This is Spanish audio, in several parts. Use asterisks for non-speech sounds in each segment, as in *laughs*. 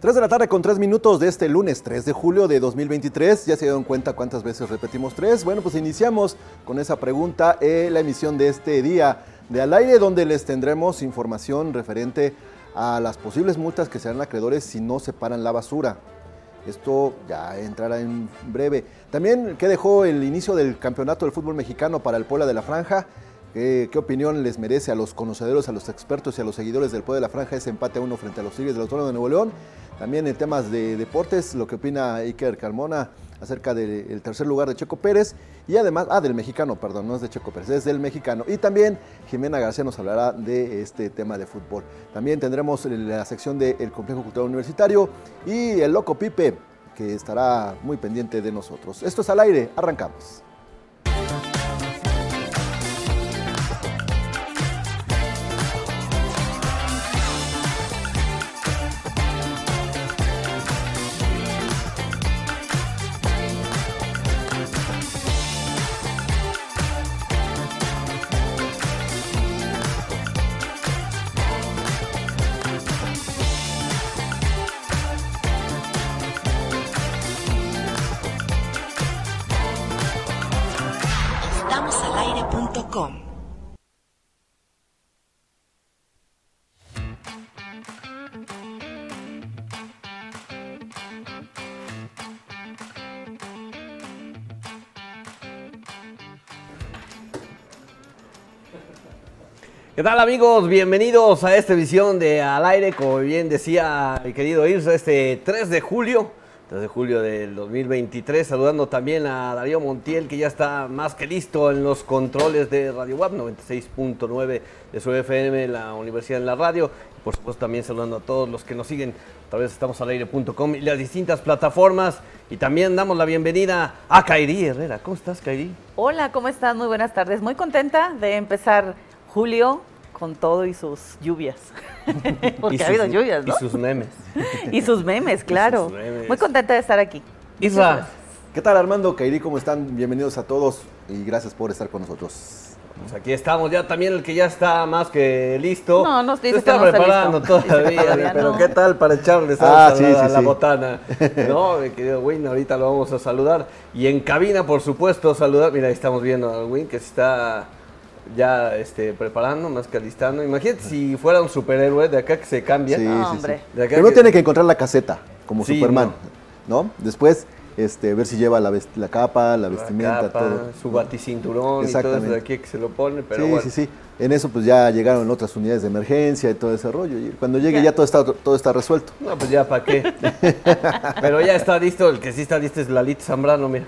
3 de la tarde con 3 minutos de este lunes 3 de julio de 2023. Ya se dieron cuenta cuántas veces repetimos 3. Bueno, pues iniciamos con esa pregunta eh, la emisión de este día de Al Aire, donde les tendremos información referente a las posibles multas que serán acreedores si no separan la basura. Esto ya entrará en breve. También, ¿qué dejó el inicio del campeonato del fútbol mexicano para el Puebla de la Franja? ¿Qué, ¿Qué, opinión les merece a los conocedores, a los expertos y a los seguidores del Pueblo de la Franja ese empate a uno frente a los Tigres del Autónomo de Nuevo León? También en temas de deportes, lo que opina Iker Carmona acerca del de tercer lugar de Checo Pérez y además, ah, del mexicano, perdón, no es de Checo Pérez, es del mexicano. Y también Jimena García nos hablará de este tema de fútbol. También tendremos la sección del de Complejo Cultural Universitario y el Loco Pipe, que estará muy pendiente de nosotros. Esto es al aire, arrancamos. ¿Qué tal amigos? Bienvenidos a esta edición de Al Aire, como bien decía mi querido Irso, este 3 de julio, 3 de julio del 2023, saludando también a Darío Montiel, que ya está más que listo en los controles de Radio Web 96.9 de su FM, la Universidad en la Radio. Y por supuesto también saludando a todos los que nos siguen a través de estamosalaire.com y las distintas plataformas. Y también damos la bienvenida a Kairi Herrera. ¿Cómo estás, Kairi? Hola, ¿cómo estás? Muy buenas tardes. Muy contenta de empezar julio con todo y sus lluvias. *laughs* Porque y ha habido sus, lluvias, ¿no? Y sus memes. *laughs* y sus memes, claro. Sus memes. Muy contenta de estar aquí. Isla. ¿Qué tal, Armando? Kairi, ¿cómo están? Bienvenidos a todos y gracias por estar con nosotros. Pues aquí estamos, ya también el que ya está más que listo. No, no estoy *laughs* está preparando listo. todavía, todavía pero no. ¿qué tal para echarle ah, sí, a, la, sí, la sí. *laughs* botana? no, mi querido Win, ahorita lo vamos a saludar. Y en cabina, por supuesto, saludar. Mira, ahí estamos viendo al Win que está ya este, preparando, más que alistando. Imagínate si fuera un superhéroe de acá que se cambia. Sí, No, sí, sí. hombre. De acá que- Primero tiene que encontrar la caseta, como Sí, Superman, no. Después, este, ver si lleva la, vest- la capa, la la vestimenta, capa, todo. Su baticinturón y todo eso Exactamente. de aquí que se lo pone, pero sí, bueno. sí, sí. En eso pues ya llegaron otras unidades de emergencia y todo ese rollo. Y cuando llegue ya todo está, todo está resuelto. No, pues ya para *laughs* qué. pero ya está listo, el que sí está listo es Lalito Zambrano, mira.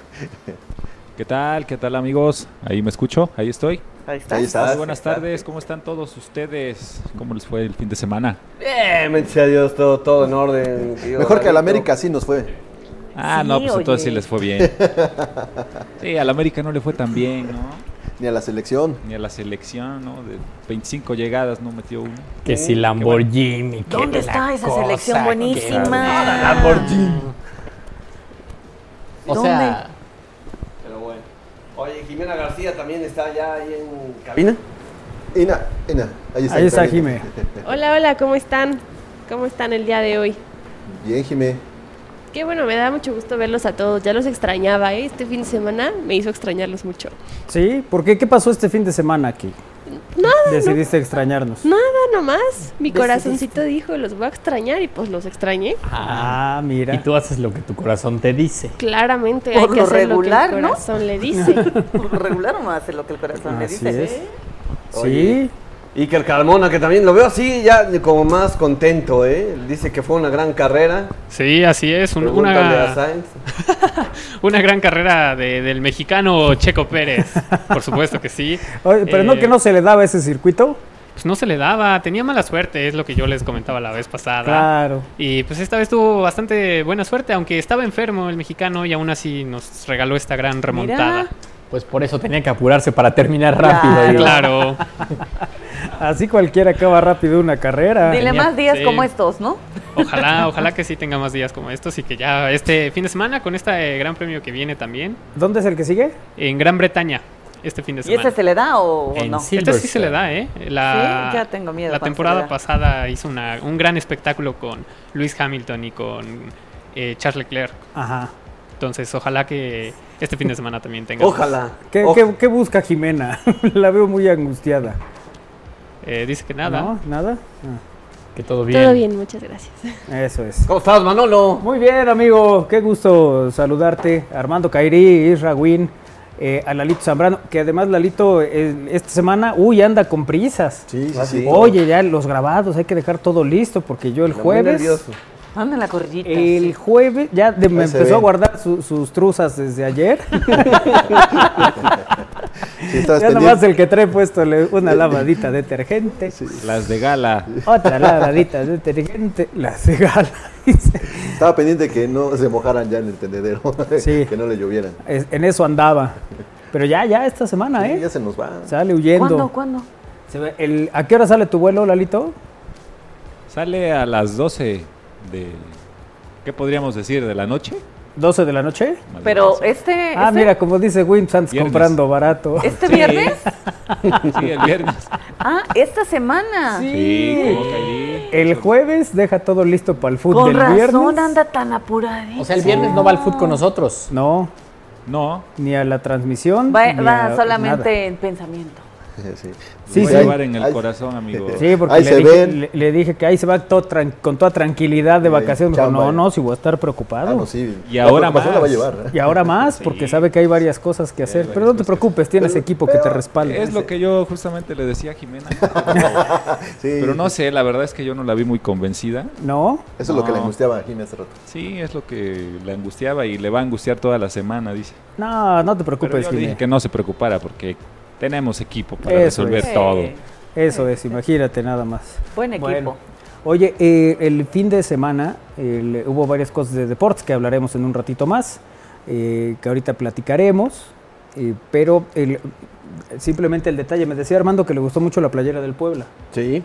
¿Qué tal? ¿Qué tal amigos? Ahí me escucho, ahí estoy. Ahí está. Ahí está. Muy Estás, buenas estás. tardes, ¿cómo están todos ustedes? ¿Cómo les fue el fin de semana? Bien, bendito a Dios, todo, todo en orden. querido Mejor que al Lalito. América sí nos fue. Ah, Sí, no, pues entonces sí oye. les fue *laughs* bien. Sí, al América no le fue tan bien, ¿no? Ni a la selección. Ni a la selección, ¿no? De 25 llegadas no metió uno. Que si Lamborghini, que ¿Dónde la está Ah, esa cosa, selección que- buenísima? O sea, Pero bueno. Oye, Jimena García también está ya ahí en cabina. Ina, Ina, ahí está. Ahí está Karina. Jime. Hola, hola, ¿cómo están? ¿Cómo están el día de hoy? *laughs* Bien, Jime. Qué bueno, me da mucho gusto verlos a todos. Ya los extrañaba, ¿eh? Este fin de semana me hizo extrañarlos mucho. ¿Sí? ¿Por qué? ¿Qué pasó este fin de semana aquí? Nada, Decidiste extrañarnos. nada nomás. Mi corazoncito dijo, los voy a extrañar y pues los extrañé. Ah, mira. y tú haces lo que tu corazón te dice. Claramente Por hay que lo hacer regular, lo que ¿no? el corazón le dice. Por lo *laughs* regular uno hace lo que el corazón le Así dice. es. Oye. Sí. Iker Carmona, que también lo veo así, ya como más contento, ¿eh? Dice que fue una gran carrera. Sí, así es. un- Pregúntale a una, Sainz. una gran carrera de- del mexicano Checo Pérez. Por supuesto que sí. Oye, pero no Eh, que no se le daba ese circuito. Pues no se le daba, tenía mala suerte, es lo que yo les comentaba la vez pasada. Claro. Y pues esta vez tuvo bastante buena suerte, aunque estaba enfermo el mexicano y aún así nos regaló esta gran remontada. Mira. Pues por eso tenía que apurarse para terminar rápido, digo. *laughs* Claro. Así cualquiera acaba rápido una carrera. Dile Genial. más días Sí. como estos, ¿no? Ojalá, ojalá que sí tenga más días como estos y que ya este fin de semana con este eh, gran premio que viene también ¿Dónde es el que sigue? en Gran Bretaña. este fin de ¿Y semana. este se le da o, o En no? Este sí. Esta sí se Silverstone. le da, ¿eh? La, Sí, ya tengo miedo La cuando se le temporada da. pasada hizo una- un gran espectáculo con Luis Hamilton y con eh, Charles Leclerc. Ajá. Entonces, ojalá que este fin de semana también tenga. Ojalá. ¿Qué, Ojalá. qué- qué busca Jimena? *laughs* La veo muy angustiada. Eh, dice que nada. ¿No? ¿Nada? Que todo Todo bien, muchas gracias. *laughs* Ah, eso es. ¿Cómo estás, Manolo? Muy bien, amigo. Qué gusto saludarte. Armando Cairí, Isra Win, eh, a Lalito Zambrano, que además Lalito eh, esta semana, uy, anda con prisas. Sí, sí, Ah, sí. sí. Oye, ya los grabados, hay que dejar todo listo porque yo el Muy jueves... nervioso. Anda en la corrillita. El jueves ya de- me Ahí se empezó a ve. guardar su- sus truzas desde ayer. *laughs* Sí, estabas ya nomás pendiente. el que trae puesto le- *laughs* una lavadita de detergente, Las de gala. otra lavadita de detergente, la cegala. Estaba pendiente que no se mojaran ya en el tendedero, *laughs* Sí. que no le llovieran. en eso andaba. Pero ya, ya esta semana, Sí, ¿eh? ya se nos va. Sale huyendo. ¿Cuándo, cuándo? Se ve- el- ¿A qué hora sale tu vuelo, Lalito? Sale a las 12 de... ¿Qué podríamos decir? ¿De la noche? ¿12 de la noche? Más Pero o este, Ah, este- mira, como dice Wim Sands, Viernes. comprando barato. este Sí. viernes. menos. Sí, el viernes. Ah, esta semana. Sí, como Kairi. El jueves deja todo listo para el fútbol Con del razón viernes. anda tan apuradito. O sea, el viernes no va al food con nosotros. No, No, ni a la transmisión. Va, ni va a solamente nada. en pensamiento. Sí. Sí, sí, voy sí. a llevar en el Ay, corazón, amigo. Sí, porque Ahí le, se dije, ven. le- le dije que ahí se va todo tran- con toda tranquilidad de Ahí, vacaciones. Me dijo, chamba, no, eh. no, si voy a estar Ah, preocupado. no, sí. Y ahora la preocupación la va a más. llevar. ¿eh? Y ahora *laughs* más, porque sabe que hay varias cosas que hay hacer. Pero no varias te cosas que preocupes, tienes equipo que te respalda. Es lo que yo justamente le decía a Jimena. *laughs* Pero no sé, la verdad es que yo no la vi muy convencida. ¿No? Eso es lo que le No. angustiaba a Jimmy hace rato. Sí, es lo que la angustiaba y le va a angustiar toda la semana, dice. No, no te Pero preocupes, yo le dije Jimé. que no se preocupara porque tenemos equipo para Eso resolver es. todo. Sí. Eso es, imagínate nada más. Buen equipo. Bueno. Oye, eh, el fin de semana el- hubo varias cosas de deportes que hablaremos en un ratito más, eh, que ahorita platicaremos, eh, pero el- simplemente el detalle, me decía Armando que le gustó mucho la playera del Puebla. Sí,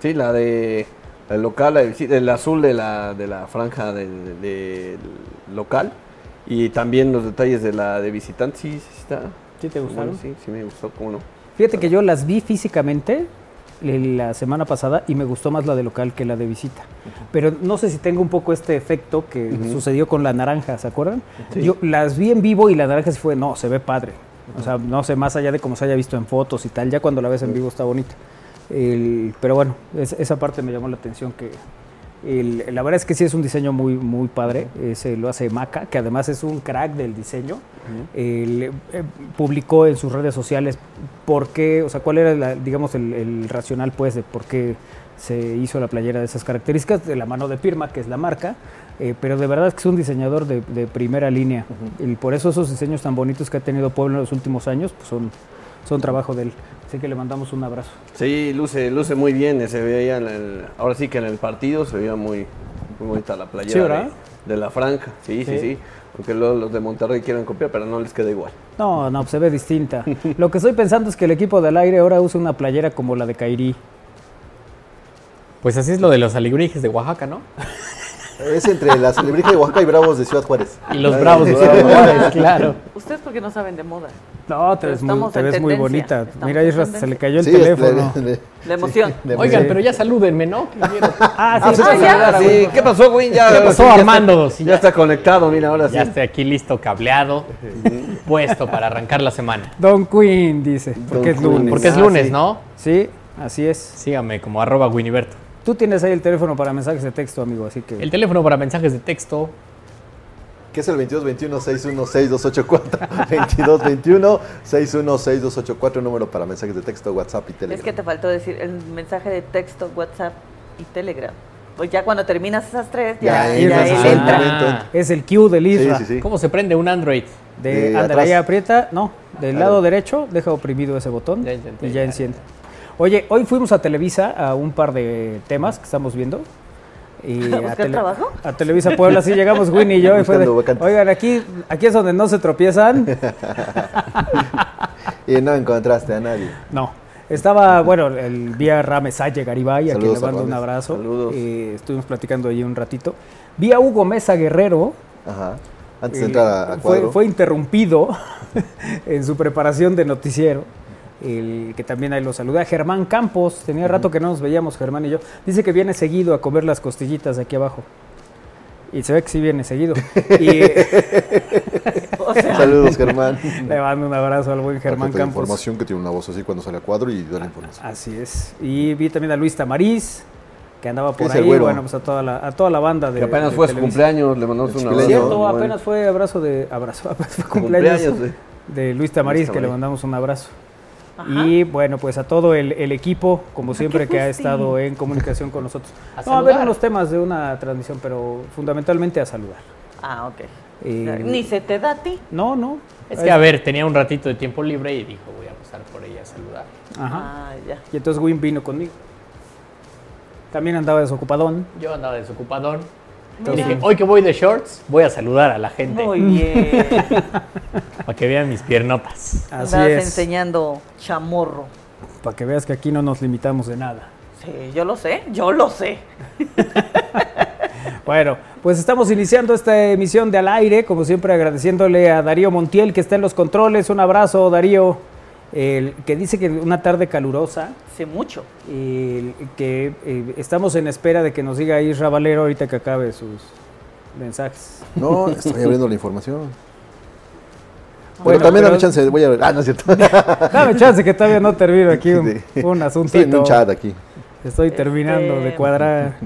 sí, la de el local, la de visita, el azul de la, de la franja del del local y también los detalles de la de visitante, sí, sí está. ¿Sí te gustaron? Bueno, sí, sí me gustó, cómo no. Fíjate que yo las vi físicamente le- la semana pasada y me gustó más la de local que la de visita. Pero no sé si tengo un poco este efecto que sucedió con la naranja, ¿se acuerdan? Yo las vi en vivo y la naranja se fue, no, se ve padre. O sea, no sé, más allá de cómo se haya visto en fotos y tal, ya cuando la ves en vivo está bonita. El- pero bueno, es- esa parte me llamó la atención que... el- la verdad es que sí es un diseño muy, muy padre, eh, se lo hace Maca, que además es un crack del diseño. Él, eh, publicó en sus redes sociales por qué, o sea, cuál era, la- digamos, el, el racional, pues, de por qué se hizo la playera de esas características, de la mano de Pirma, que es la marca, eh, pero de verdad es que es un diseñador de, de primera línea. Y por eso esos diseños tan bonitos que ha tenido Puebla en los últimos años, pues son, son trabajo de él. Así que le mandamos un abrazo. Sí, luce, luce muy bien, eh, se veía en el- ahora sí que en el partido se veía muy, muy bonita la playera Sí, ¿verdad? de, de la franja, sí, sí, Sí. sí, Aunque luego los de Monterrey quieren copiar, pero no les queda igual. No, no, pues se *laughs* ve distinta. Lo que estoy pensando es que el equipo del aire ahora usa una playera como la de Kairi. Pues así es lo de los alebrijes de Oaxaca, ¿no? Es entre la celebrija de Oaxaca y Bravos de Ciudad Juárez. Y los Ay, bravos de sí. Ciudad *laughs* Juárez, claro. Ustedes porque no saben de moda. No, te ves, muy, Estamos te en ves muy tendencia, bonita. estamos Mira, en Isra, se le tendencia. cayó el Sí, es- teléfono. le- le- La emoción. le- Oigan, sí. pero ya salúdenme, ¿no? Que quiero. pues Ah, sí, Ah, sí, pasa. sí, ahora sí. ¿Qué pasó, güey? Ya, ¿Qué pasó, ya está- Armando? Ya Sí, está, ya- conectado, mira, ahora sí. Ya estoy aquí listo, cableado, puesto para arrancar la semana. Don Queen dice, porque es lunes. Porque es Ah, lunes, sí. ¿no? Sí, así es. Sígame como arroba Winiberto. Tú tienes ahí el teléfono para mensajes de texto, amigo, así que El teléfono para mensajes de texto. Que es el 2221-616-284. 2221-616-284, número para mensajes de texto, WhatsApp y Telegram. Es que te faltó decir el mensaje de texto, WhatsApp y Telegram. Pues ya cuando terminas esas tres, ya, Ya, ya ya, él ya. entra. Ah, es el Q del Isra. Sí, sí, sí. ¿Cómo se prende un Android? De, De ándale, ahí Eh, atrás. aprieta, no, del Claro. lado derecho, deja oprimido ese botón Ya intenté, y ya ya. enciende. Oye, hoy fuimos a Televisa a un par de temas que estamos viendo. Y ¿A buscar trabajo? a Televisa Puebla, sí llegamos Winnie y yo. Y fue de, Buscando vacantes. Oigan, aquí, aquí es donde no se *laughs* tropiezan. Y no encontraste a nadie. No. Estaba, bueno, el día Rames Salle Garibay, a quien le Saludos a mando un Rames. abrazo. Saludos. Eh, estuvimos platicando ahí un ratito. Vi a Hugo Mesa Guerrero Ajá. Antes de entrar a- a cuadro. Fue, *laughs* fue interrumpido *laughs* en su preparación de noticiero. El que también ahí lo saluda, Germán Campos. Tenía rato que no nos veíamos, Germán y yo. Dice que viene seguido a comer las costillitas de aquí abajo. Y se ve que sí viene seguido. *laughs* Y *laughs* eh, *laughs* O sea, Saludos, Germán. le mando un abrazo al buen Germán Parte de Campos. información que tiene una voz así cuando sale a cuadro y da la información. Así es. Y vi también a Luis Tamariz, que andaba por Ese ahí. güero. Bueno, pues a toda la, a toda la banda de. Que apenas de fue su Televisa. cumpleaños, le mandamos El un cumpleaños. abrazo. Cierto, Bueno, apenas fue abrazo de. Abrazo, *laughs* apenas fue cumpleaños. güey. de Luis Tamariz, Luis que le Tamariz. mandamos un abrazo. Ajá. Y bueno, pues a todo el, el equipo, como siempre, que ha fuiste? estado en comunicación con nosotros. A No, a ver saludar. unos temas de una transmisión, pero fundamentalmente a saludar. ah, ok. Eh, Ni se te da a ti. No, no. Es que, a ver, tenía un ratito de tiempo libre y dijo, voy a pasar por ella a saludar. Ajá. Ah, ya. Y entonces Win vino conmigo. También andaba desocupadón. Yo andaba desocupadón. Y Mira. dije, hoy que voy de shorts, voy a saludar a la gente. Muy bien. *laughs* Para que vean mis piernotas. Así Andabas es. enseñando chamorro. Para que veas que aquí no nos limitamos de nada. Sí, yo lo sé, yo lo sé. Bueno, pues estamos iniciando esta emisión de Al Aire, como siempre agradeciéndole a Darío Montiel que está en los controles. Un abrazo, Darío, el que dice que una tarde calurosa, Sé mucho. el que eh, estamos en espera de que nos diga Isra Valero ahorita que acabe sus mensajes. No, estoy abriendo la información. *laughs* Bueno, Bueno, también pero- dame chance, voy a ver. Ah, no es cierto. *laughs* Dame chance que todavía no termino aquí un, Sí. un Estoy en asuntito. un chat aquí. Estoy terminando de Este- *laughs* cuadrar.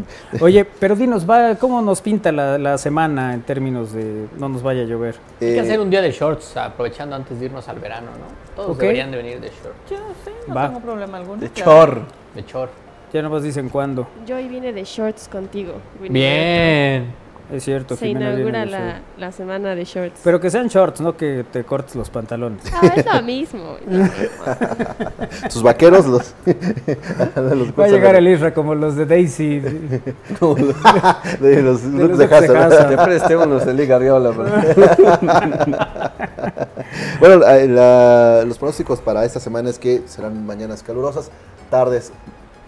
Oye, pero dinos, va, ¿cómo nos pinta la, la semana en términos de no nos vaya a llover? Hay que Eh, hacer un día de shorts, aprovechando antes de irnos al verano, ¿no? Todos Ok. deberían de venir de shorts. Yo sí, no Va. tengo problema alguno. De claro. chor. De short. Ya nomás dicen cuándo. Yo hoy vine de shorts contigo. Winnie. Bien. Es cierto, Se Jimena viene inaugura de la, short. la semana de shorts. Pero que sean shorts, no que te cortes los pantalones. Ah, es lo mismo. Sus vaqueros los. Va a llegar el Isra como los de Daisy. de los los grupos de grupos de Hazard. Hazard. Te prestémonos el Liga Arriola. pero- *laughs* pues. *laughs* Bueno, la- la- los pronósticos para esta semana es que serán mañanas calurosas, tardes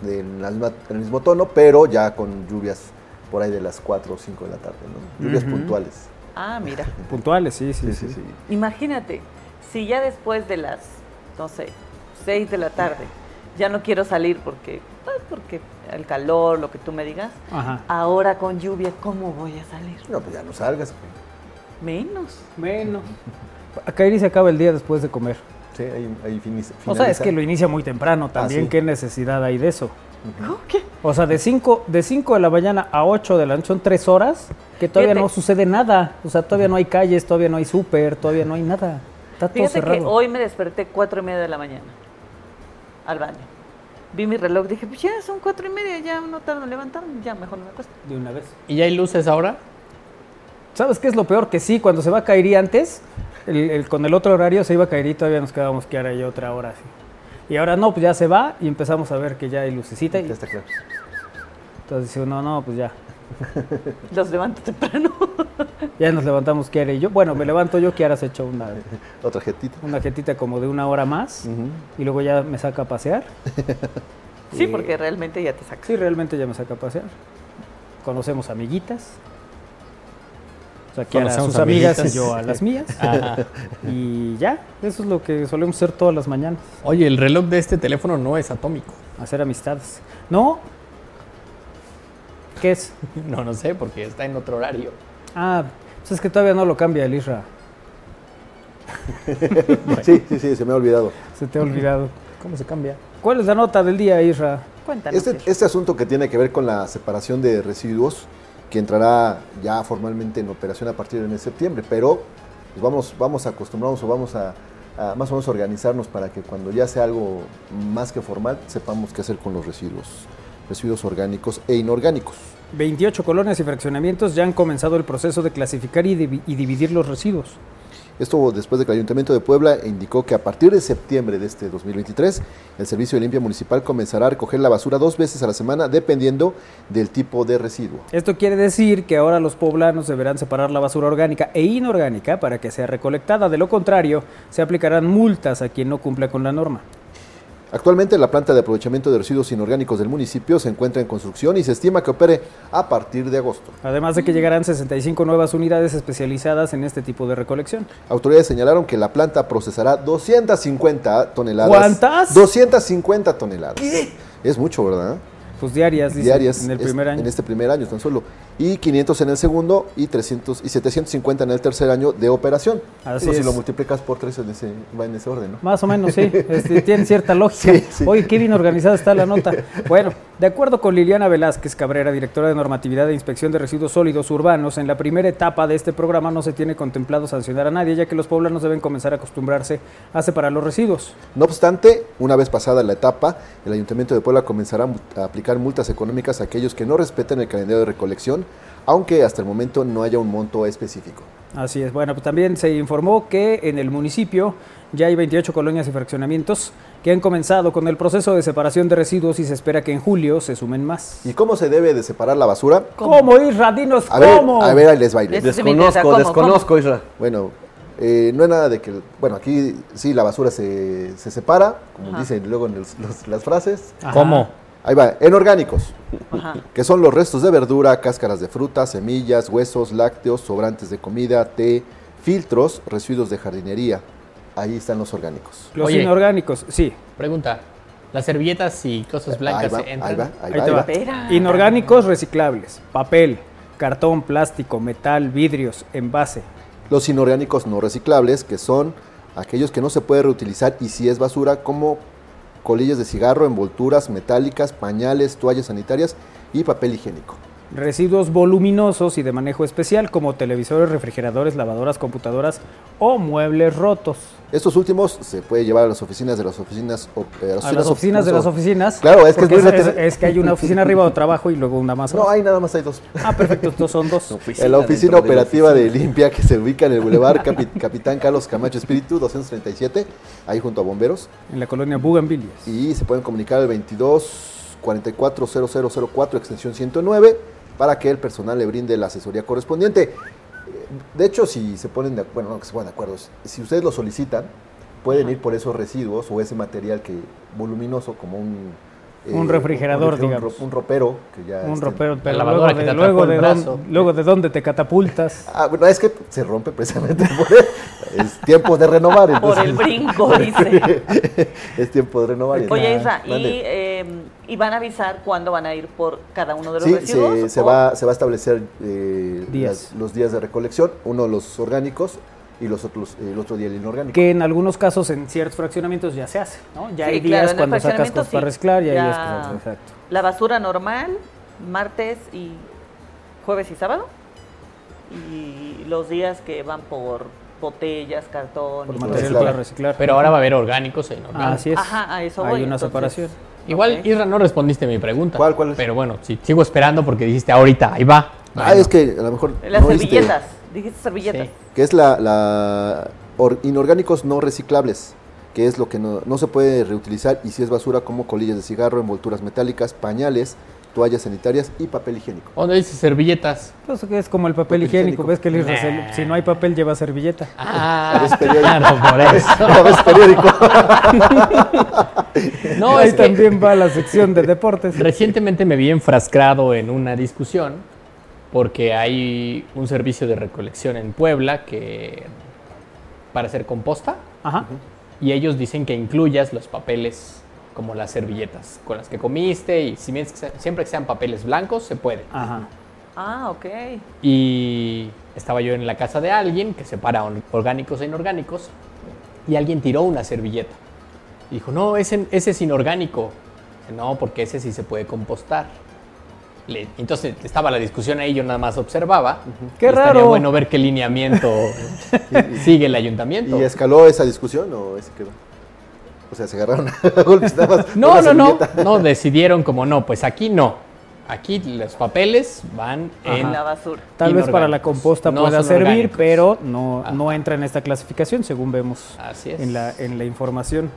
de la misma- en el mismo tono, pero ya con lluvias por ahí de las 4 o 5 de la tarde, ¿no? Lluvias puntuales. Ah, mira. Puntuales, sí, sí, sí. Imagínate, si ya después de las, no sé, 6 de la tarde, ya no quiero salir porque, pues, porque el calor, lo que tú me digas, Ajá. ahora con lluvia, ¿cómo voy a salir? No, pues ya no salgas. güey. Menos. Menos. A Kairi se acaba el día después de comer. Sí, ahí, ahí finis- O sea, es finaliza. Ah, que lo inicia muy temprano también. sí. ¿Qué necesidad hay de eso? ¿Cómo que? O sea, de 5 de, cinco de la mañana a 8 de la noche son 3 horas que todavía Fíjate. no sucede nada. O sea, todavía no hay calles, todavía no hay súper, todavía no hay nada. Está todo Fíjate cerrado. que hoy me desperté cuatro y media de la mañana al baño. Vi mi reloj, dije, pues ya son cuatro y media, ya no tardo en levantarme, ya mejor no me acuesto. De una vez. ¿Y ya hay luces ahora? ¿Sabes qué es lo peor? Que sí, cuando se va a caer antes, el- el- con el otro horario se iba a caer y todavía nos quedábamos que ahora y otra hora así. Y ahora no, pues ya se va y empezamos a ver que ya hay lucecita. Y Ya está claro. entonces dice uno, no, pues ya. Los levanto temprano. Ya nos levantamos Kiara y yo. Bueno, me levanto yo, Kiara se echó una, *laughs* Otra jetita. una jetita como de una hora más Ujú. y luego ya me saca a pasear. *laughs* sí, porque realmente ya te sacas. Sí, realmente ya me saca a pasear. Conocemos amiguitas. O sea, Kiara a Conocemos sus amigas y amiguitas. yo a las mías. Ajá. *laughs* Y ya, eso es lo que solemos hacer todas las mañanas. Oye, el reloj de este teléfono no es atómico. Hacer amistades. No. ¿Qué es? No, no sé, porque está en otro horario. Ah, pues es que todavía no lo cambia el Isra. *laughs* Sí, sí, sí, se me ha olvidado. Se te ha olvidado. ¿Cómo se cambia? ¿Cuál es la nota del día, Isra? Cuéntanos. Este, Fer. este asunto que tiene que ver con la separación de residuos, que entrará ya formalmente en operación a partir del mes de septiembre, pero pues, vamos, vamos a acostumbrarnos o vamos a, a más o menos organizarnos para que cuando ya sea algo más que formal, sepamos qué hacer con los residuos, residuos orgánicos e inorgánicos. 28 colonias y fraccionamientos ya han comenzado el proceso de clasificar y, divi- y dividir los residuos. Esto después de que el Ayuntamiento de Puebla indicó que a partir de septiembre de este 2023, el Servicio de Limpia Municipal comenzará a recoger la basura dos veces a la semana dependiendo del tipo de residuo. Esto quiere decir que ahora los poblanos deberán separar la basura orgánica e inorgánica para que sea recolectada. De lo contrario, se aplicarán multas a quien no cumpla con la norma. Actualmente la planta de aprovechamiento de residuos inorgánicos del municipio se encuentra en construcción y se estima que opere a partir de agosto. Además de que llegarán 65 nuevas unidades especializadas en este tipo de recolección. Autoridades señalaron que la planta procesará 250 toneladas. ¿Cuántas? 250 toneladas. Es mucho, ¿verdad? Pues diarias, dice, diarias en el es- primer año. en este primer año tan solo y 500 en el segundo y 300 y 750 en el tercer año de operación. Así Digo, si es. lo multiplicas por tres en ese, va en ese orden, ¿no? Más o menos, *laughs* sí. Este, tiene cierta lógica. Sí, sí. Oye, qué bien organizada está la nota. Bueno, de acuerdo con Liliana Velázquez Cabrera, directora de Normatividad e Inspección de Residuos Sólidos Urbanos, en la primera etapa de este programa no se tiene contemplado sancionar a nadie, ya que los poblanos deben comenzar a acostumbrarse a separar los residuos. No obstante, una vez pasada la etapa, el Ayuntamiento de Puebla comenzará a mu- a aplicar multas económicas a aquellos que no respeten el calendario de recolección, aunque hasta el momento no haya un monto específico. Así es. Bueno, pues también se informó que en el municipio ya hay 28 colonias y fraccionamientos que han comenzado con el proceso de separación de residuos y se espera que en julio se sumen más. ¿Y cómo se debe de separar la basura? ¿Cómo, Israelinos? A ver, ¿Cómo? a ver, ahí les baile. Eso sí me interesa, Desconozco, ¿cómo, desconozco, Isra. Bueno, eh, no es nada de que, bueno, aquí sí la basura se, se separa, como Ajá. dicen luego en los- los- las frases. Ajá. ¿Cómo? Ahí va, en orgánicos, cómo? Ajá. que son los restos de verdura, cáscaras de frutas, semillas, huesos, lácteos, sobrantes de comida, té, filtros, residuos de jardinería. Ahí están los orgánicos. Los Oye. inorgánicos, sí. Pregunta. ¿Las servilletas y cosas Ahí blancas va, entran? ahí va, ahí Ahí va, te ahí va. va. Espera. Inorgánicos reciclables, papel, cartón, plástico, metal, vidrios, envase. Los inorgánicos no reciclables, que son aquellos que no se puede reutilizar y si es basura, como colillas de cigarro, envolturas metálicas, pañales, toallas sanitarias y papel higiénico. Residuos voluminosos y de manejo especial como televisores, refrigeradores, lavadoras, computadoras o muebles rotos. Estos últimos se puede llevar a las oficinas de las oficinas. o- eh, A las oficinas de las oficinas. Claro, es que es porque muy es, retene- es que hay una oficina arriba de trabajo y luego una más No, abajo. hay nada más, hay dos. Ah, perfecto, estos son *laughs* dos. Oficina En la oficina dentro de la operativa de, oficina. limpia que se ubica en el *laughs* Boulevard Capi- Capitán Carlos Camacho Espíritu 237, ahí junto a bomberos. En la colonia Bugambilias. Y se pueden comunicar al 22 44 0004 extensión 109 para que el personal le brinde la asesoría correspondiente. Eh, De hecho, si se ponen de acuerdo, no que se pongan de acuerdo, si ustedes lo solicitan, pueden ir por esos residuos o ese material que voluminoso como un Un refrigerador, Eh, un, un digamos. ro- un ropero que ya Un este- ropero, pero lavadora luego que de, te atrapó luego, el de brazo. dónde, luego de dónde te catapultas. Ah, bueno, es que se rompe precisamente por *laughs* es tiempo de renovar, Por entonces el *laughs* brinco, dice. es tiempo de renovar. Oye, Isra, ¿y, Mande. eh, ¿y van a avisar cuándo van a ir por cada uno de los Sí, residuos? se, se o- va, se va a establecer eh, Días. las- los días de recolección, uno los orgánicos y los otros el otro día el *laughs* inorgánico. que en algunos casos en ciertos fraccionamientos ya se hace, ¿no? Ya Sí, hay claro, días en el cuando sacas fraccionamiento cosas para sí. reciclar, ya, hay días que Ya. sacas- exacto. La basura normal, martes y jueves y sábado. Y los días que van por botellas, cartón. Por y material material reciclar. para reciclar. Pero ahora va a haber orgánicos e inorgánicos. Así es. Ajá, a eso hay voy, una entonces. separación. Igual, Ok. Isra, no respondiste a mi pregunta. ¿Cuál, cuál es? Pero bueno, sí, sigo esperando porque dijiste ahorita, ahí va. Ah, es que a lo mejor Las no oíste, servilletas, dijiste servilletas. Sí. que es la, la or- inorgánicos no reciclables, que es lo que no, no se puede reutilizar y si es basura como colillas de cigarro, envolturas metálicas, pañales, toallas sanitarias y papel higiénico. ¿Dónde dice servilletas? Pues que es como el papel, higiénico, higiénico. ves que el Isra Nah. se- si no hay papel lleva servilleta. Ah, Es *laughs* periódico. claro, por *laughs* eso. A veces periódico. *laughs* No, Ahí es que también va la sección *laughs* de deportes. recientemente me vi enfrascado en una discusión porque hay un servicio de recolección en Puebla que para hacer composta Ajá. y ellos dicen que incluyas los papeles como las servilletas con las que comiste y si bien que sea- siempre que sean papeles blancos se puede. Ajá. Ah, ok. Y estaba yo en la casa de alguien que separa or- orgánicos e inorgánicos y alguien tiró una servilleta. Y dijo, no, ese, ese es inorgánico. Dice, no, porque ese sí se puede compostar. Le- entonces estaba la discusión ahí, yo nada más observaba. ¡Qué Y estaría raro! bueno ver qué *laughs* lineamiento sigue el ayuntamiento. ¿Y escaló esa discusión o ese quedó? O sea, se agarraron a golpes nada más. No, Una no, no, servilleta. no, decidieron como no, pues aquí no. Aquí los papeles van En en la basura. Ah. Tal vez para la Inorgánicos. composta No pueda son servir, orgánicos. pero no, Ah. Ajá. no entra en esta clasificación, según vemos Así es. en la, en la información.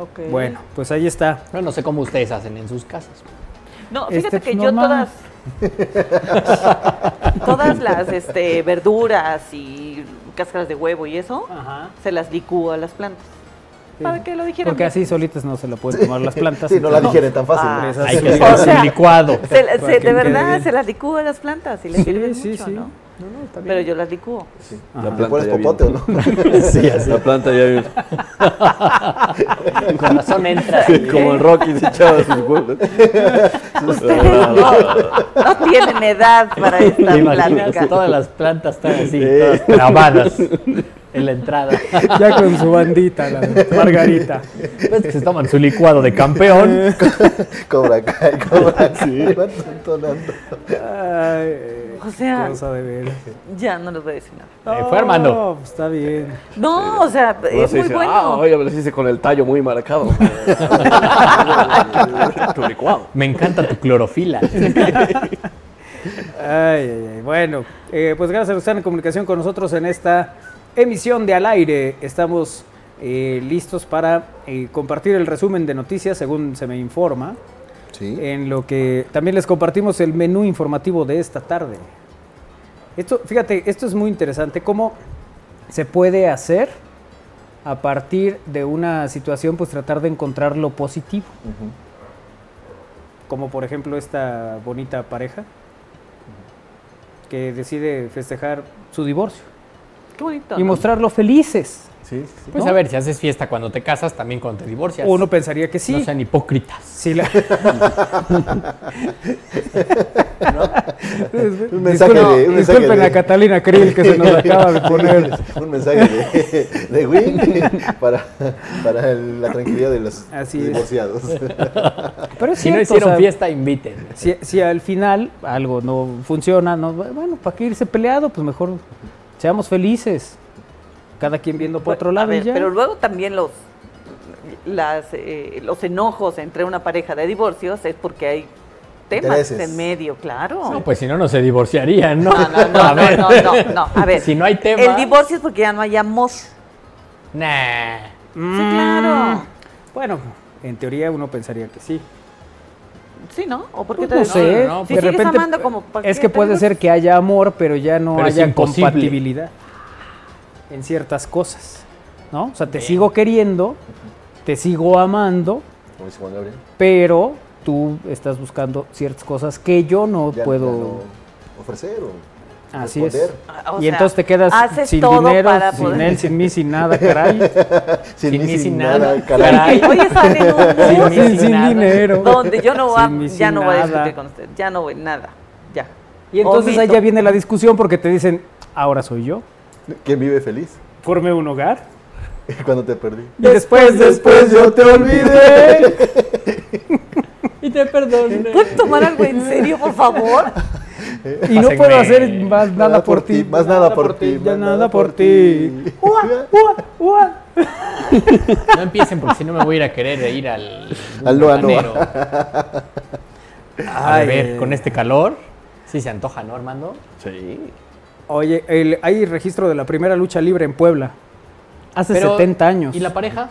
Ok. Bueno, pues ahí está. Bueno, no sé cómo ustedes hacen en sus casas. No, fíjate Este, que no yo mames. todas. todas *laughs* las este, verduras y cáscaras de huevo y eso, Ajá. se las licúo a las plantas. para que lo dijeran. Porque bien. así solitas no se la pueden tomar las plantas. *laughs* Sí, no la entonces- pues, digieren tan fácil. Ah, Esas- Hay que O hacer *laughs* sea, un licuado. Se la- Para se- que de quede verdad, bien. se las licúa a las plantas y les sirven Sí, sí, mucho, sí. ¿no? No, no, está bien. Pero yo las licúo. Sí. Ajá. Le pones ya popote *laughs* o no. Sí, así. La planta *laughs* ya viene. Con razón entra. *laughs* ¿eh? Como el Rocky se echaba sus huevos. Ustedes *laughs* no, no tienen edad *laughs* para esta ¿Te imaginas? plática. Todas las plantas están así, todas trabadas en la entrada. Ya con su bandita, la *laughs* Margarita. Ves Pues que se toman su licuado de campeón. *laughs* Cobra Kai, Cobra *laughs* Kai. Van entonando. Ay, O sea, cosa de ver. ya no les voy a decir nada. Eh, fue Armando. No, pues está bien. No, o sea, es muy bueno. Ah, oye, me lo hice con el tallo muy *laughs* marcado. tu licuado. Me encanta tu clorofila. Ay, ay, ay. Bueno, eh, pues gracias por estar en comunicación con nosotros en esta emisión de Al Aire. Estamos eh, listos para eh, compartir el resumen de noticias, según se me informa, Sí. en lo que también les compartimos el menú informativo de esta tarde. Esto, fíjate, esto es muy interesante, cómo se puede hacer a partir de una situación, pues tratar de encontrar lo positivo. Como por ejemplo esta bonita pareja que decide festejar su divorcio Qué bonito. y ¿no? mostrarlo *laughs* felices. Sí, sí, sí. Pues a ver, si haces fiesta cuando te casas, también cuando te divorcias. Uno pensaría que sí. No sean hipócritas. Sí, *laughs* la- Un mensaje Disculpen- de- un mensaje disculpen de- a Catalina Krill que se *laughs* nos acaba de poner. Un mensaje de, *laughs* de Wing *laughs* para, para el- la tranquilidad de los Así es. divorciados. Pero es Si no cierto, hicieron o sea, fiesta, inviten. Si, si al final algo no funciona, no, bueno, ¿para qué irse peleado? Pues mejor seamos felices. Cada quien viendo por otro Pues, A lado. y ver, ya. Pero luego también los las, eh, los enojos entre una pareja de divorcios es porque hay temas Intereses. en medio, claro. No, pues si no, no se divorciarían, ¿no? No, no, *laughs* no, a ver. no, no, no, no, a ver. Si no hay tema. El divorcio es porque ya no hay amor. Nah. Sí, claro. Mm, Bueno, en teoría uno pensaría que sí. Sí, ¿no? ¿O por qué Pues te no divorcias? sé, no, no, Si de sigues repente amando como, ¿para es qué que te puede divorcias? ser que haya amor, pero ya no Pero es haya imposible. compatibilidad en ciertas cosas, ¿no? O sea, te sigo queriendo, te sigo amando, Como dice Juan Gabriel. pero tú estás buscando ciertas cosas que yo no Ya- ya puedo. no ofrecer o *laughs* Así responder. es. Ah, o y sea, entonces te quedas haces sin todo dinero, para sin poder- él, sin *laughs* mí, sin nada, caray. *laughs* Sin, Sin mí, mí, sin sin nada, nada. caray. Caray. Oye, sale en un Sin bus mí, sin nada. donde yo no, *laughs* Sin va- mí, ya sin no voy a nada. discutir con usted, ya no voy, nada, ya. Y entonces ahí Omito. ya viene la discusión porque te dicen, ahora soy yo, ¿Quién vive feliz? forme un hogar. *laughs* Cuando te perdí. Y después, Después yo te olvidé. Y te perdoné. ¿Puedes tomar algo en serio, por *laughs* favor? Y no Pásenme. puedo hacer más nada por ti. Más nada por ti. Ya más nada por ti. Ua, ua. No empiecen porque si no me voy a ir a querer ir al. Al Noa Noa. botanero. A ver, con este calor. Sí se antoja, ¿no, Armando? Sí. Oye, el- hay registro de la primera lucha libre en Puebla. Hace Pero, 70 años. ¿Y la pareja?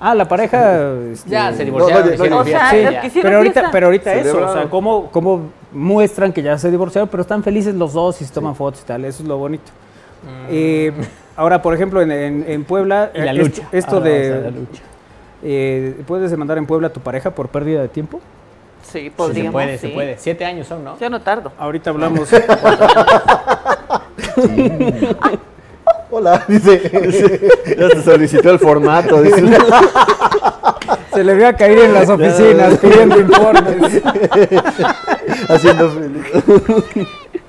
Ah, la pareja. *laughs* este, Ya se no, divorciaron, no, no, hicieron no, O fiesta, sea, sí, ya. lo que hicieron pero ahorita, fiesta. pero ahorita eso, o Celebraron. sea, ¿cómo, cómo muestran que ya se divorciaron, pero están felices los dos y se toman fotos y tal, eso es lo bonito. Mm. Eh, ahora, por ejemplo, en, en- en Puebla, *laughs* Y la eh, est- lucha. esto Ahora vamos a la de, lucha. eh, ¿puedes demandar en Puebla a tu pareja por pérdida de tiempo? Sí, Sí, podríamos, se puede, sí. se puede. Siete años son, ¿no? Yo no tardo. Ahorita hablamos. *laughs* Hola, dice. Ya se solicitó el formato. dice. se le vio a caer *laughs* en las oficinas pidiendo informes. *laughs* Haciendo feliz.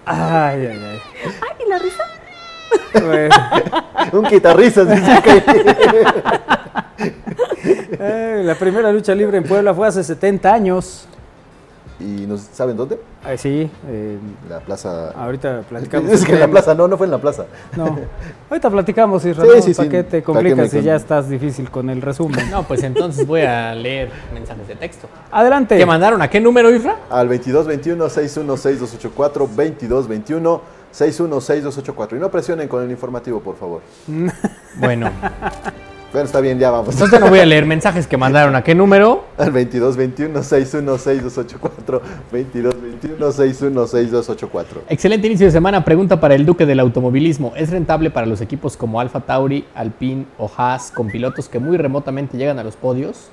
Ay, ay, ay. Ay, ¿y la risa? Bueno, *laughs* Un guitarrista, dice que- *laughs* *laughs* eh, la primera lucha libre en Puebla fue hace 70 años. ¿Y no saben dónde? Ay, sí, eh, La plaza. ahorita platicamos. *laughs* Es que en la el tema. plaza, no, no fue en la plaza. *laughs* No. Ahorita platicamos, Israel. ¿no? Sí, sí, ¿Para sí. qué te ¿Para qué me complicas si ya con- estás difícil con el resumen? *laughs* No, pues entonces voy a leer mensajes de texto. *laughs* Adelante. ¿Qué mandaron? ¿A qué número, Ifra? Al 2221-616-284, 2221-616-284. Y no presionen con el informativo, por favor. Bueno, *laughs* Bueno, está bien, ya vamos. entonces no voy *laughs* a leer mensajes que mandaron. ¿A qué número? Al 2221-616-284, 2221 21616284. Excelente inicio de semana. Pregunta para el Duque del Automovilismo. ¿Es rentable para los equipos como Alfa Tauri, Alpine o Haas con pilotos que muy remotamente llegan a los podios?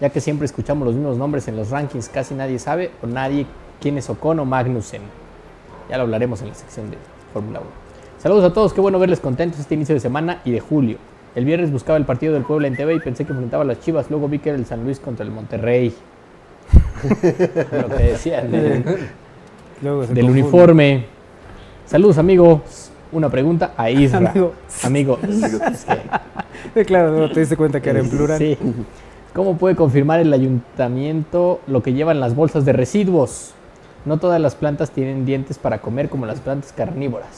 Ya que siempre escuchamos los mismos nombres en los rankings, casi nadie sabe o nadie quién es Ocon o Magnussen. Ya lo hablaremos en la sección de Fórmula 1. Saludos a todos, qué bueno verles contentos este inicio de semana y de julio. El viernes buscaba el partido del Puebla en TV y pensé que enfrentaba a las Chivas, luego vi que era el San Luis contra el Monterrey. *laughs* lo que decían del- Luego se del confunde. uniforme. Saludos amigos, una pregunta a Isra. Amigo. Amigo, es que- Sí, claro, no te diste cuenta que era en plural. Sí. ¿Cómo puede confirmar el ayuntamiento lo que llevan las bolsas de residuos? No todas las plantas tienen dientes para comer como las plantas carnívoras.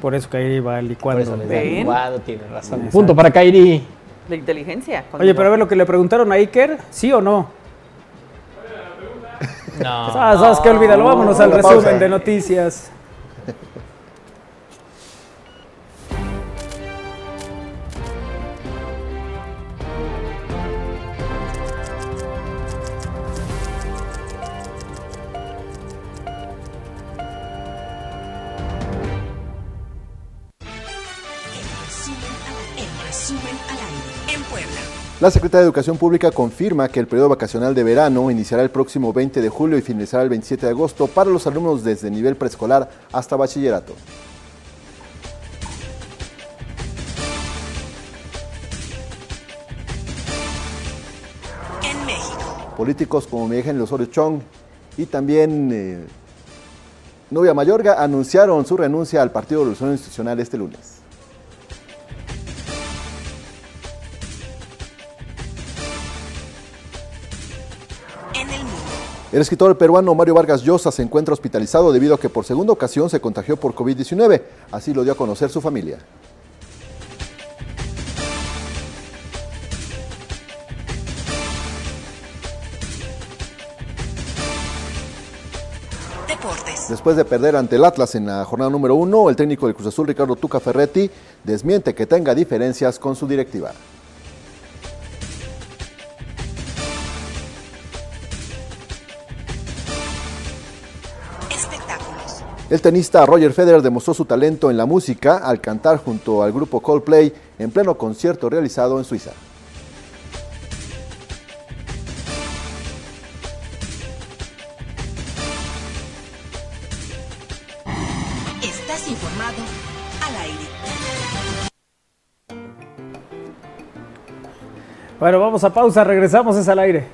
Por eso que ahí va Por licuando. eso les da ¿Ven? licuado, tiene razón. Exacto. Punto para Kairi. La inteligencia. Oye, pero a ver lo que le preguntaron a Iker, ¿sí o no? No. Ah, ¿sabes qué? Olvídalo, vámonos al Una resumen pausa. de noticias. La Secretaría de Educación Pública confirma que el periodo vacacional de verano iniciará el próximo 20 de julio y finalizará el 27 de agosto para los alumnos desde nivel preescolar hasta bachillerato. Políticos como Miguel Ángel Osorio Chong y también eh, Novia Mayorga anunciaron su renuncia al Partido de Revolución Institucional este lunes. El escritor peruano Mario Vargas Llosa se encuentra hospitalizado debido a que por segunda ocasión se contagió por COVID-19. Así lo dio a conocer su familia. Después de perder ante el Atlas en la jornada número uno, el técnico del Cruz Azul, Ricardo Tuca Ferretti, desmiente que tenga diferencias con su directiva. El tenista Roger Federer demostró su talento en la música al cantar junto al grupo Coldplay en pleno concierto realizado en Suiza. Estás informado al aire. Bueno, vamos a pausa, regresamos, es al aire.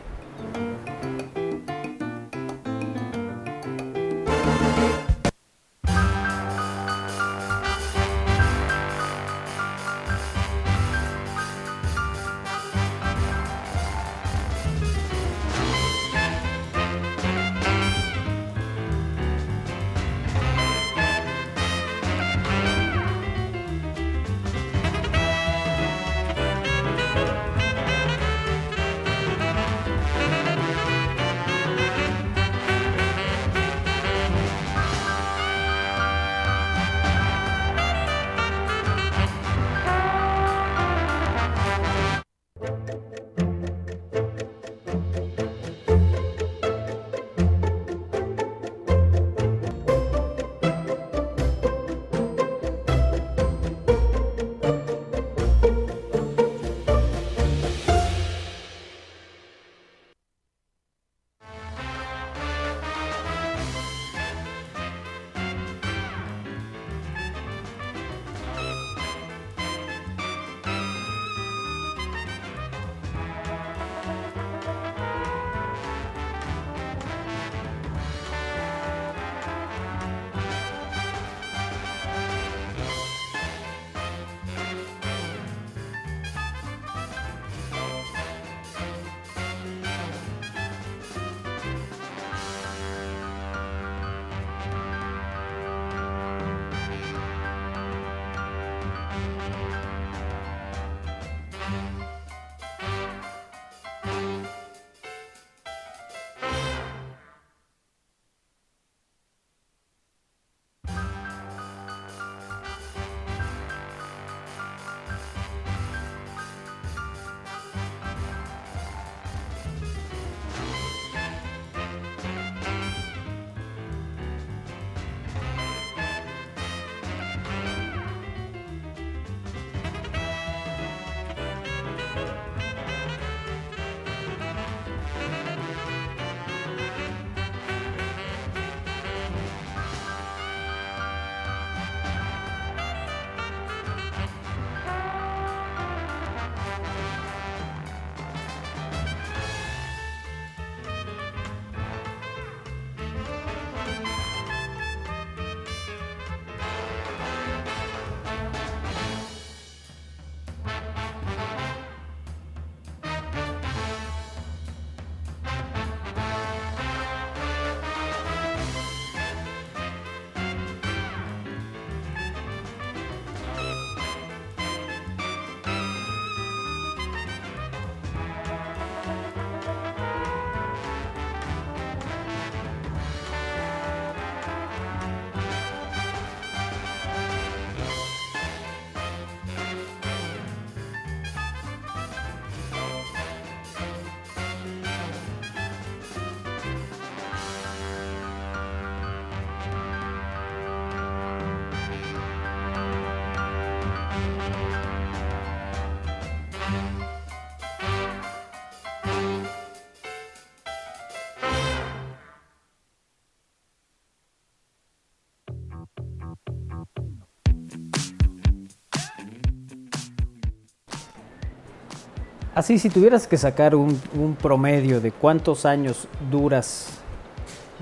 Así, si tuvieras que sacar un, un promedio de cuántos años duras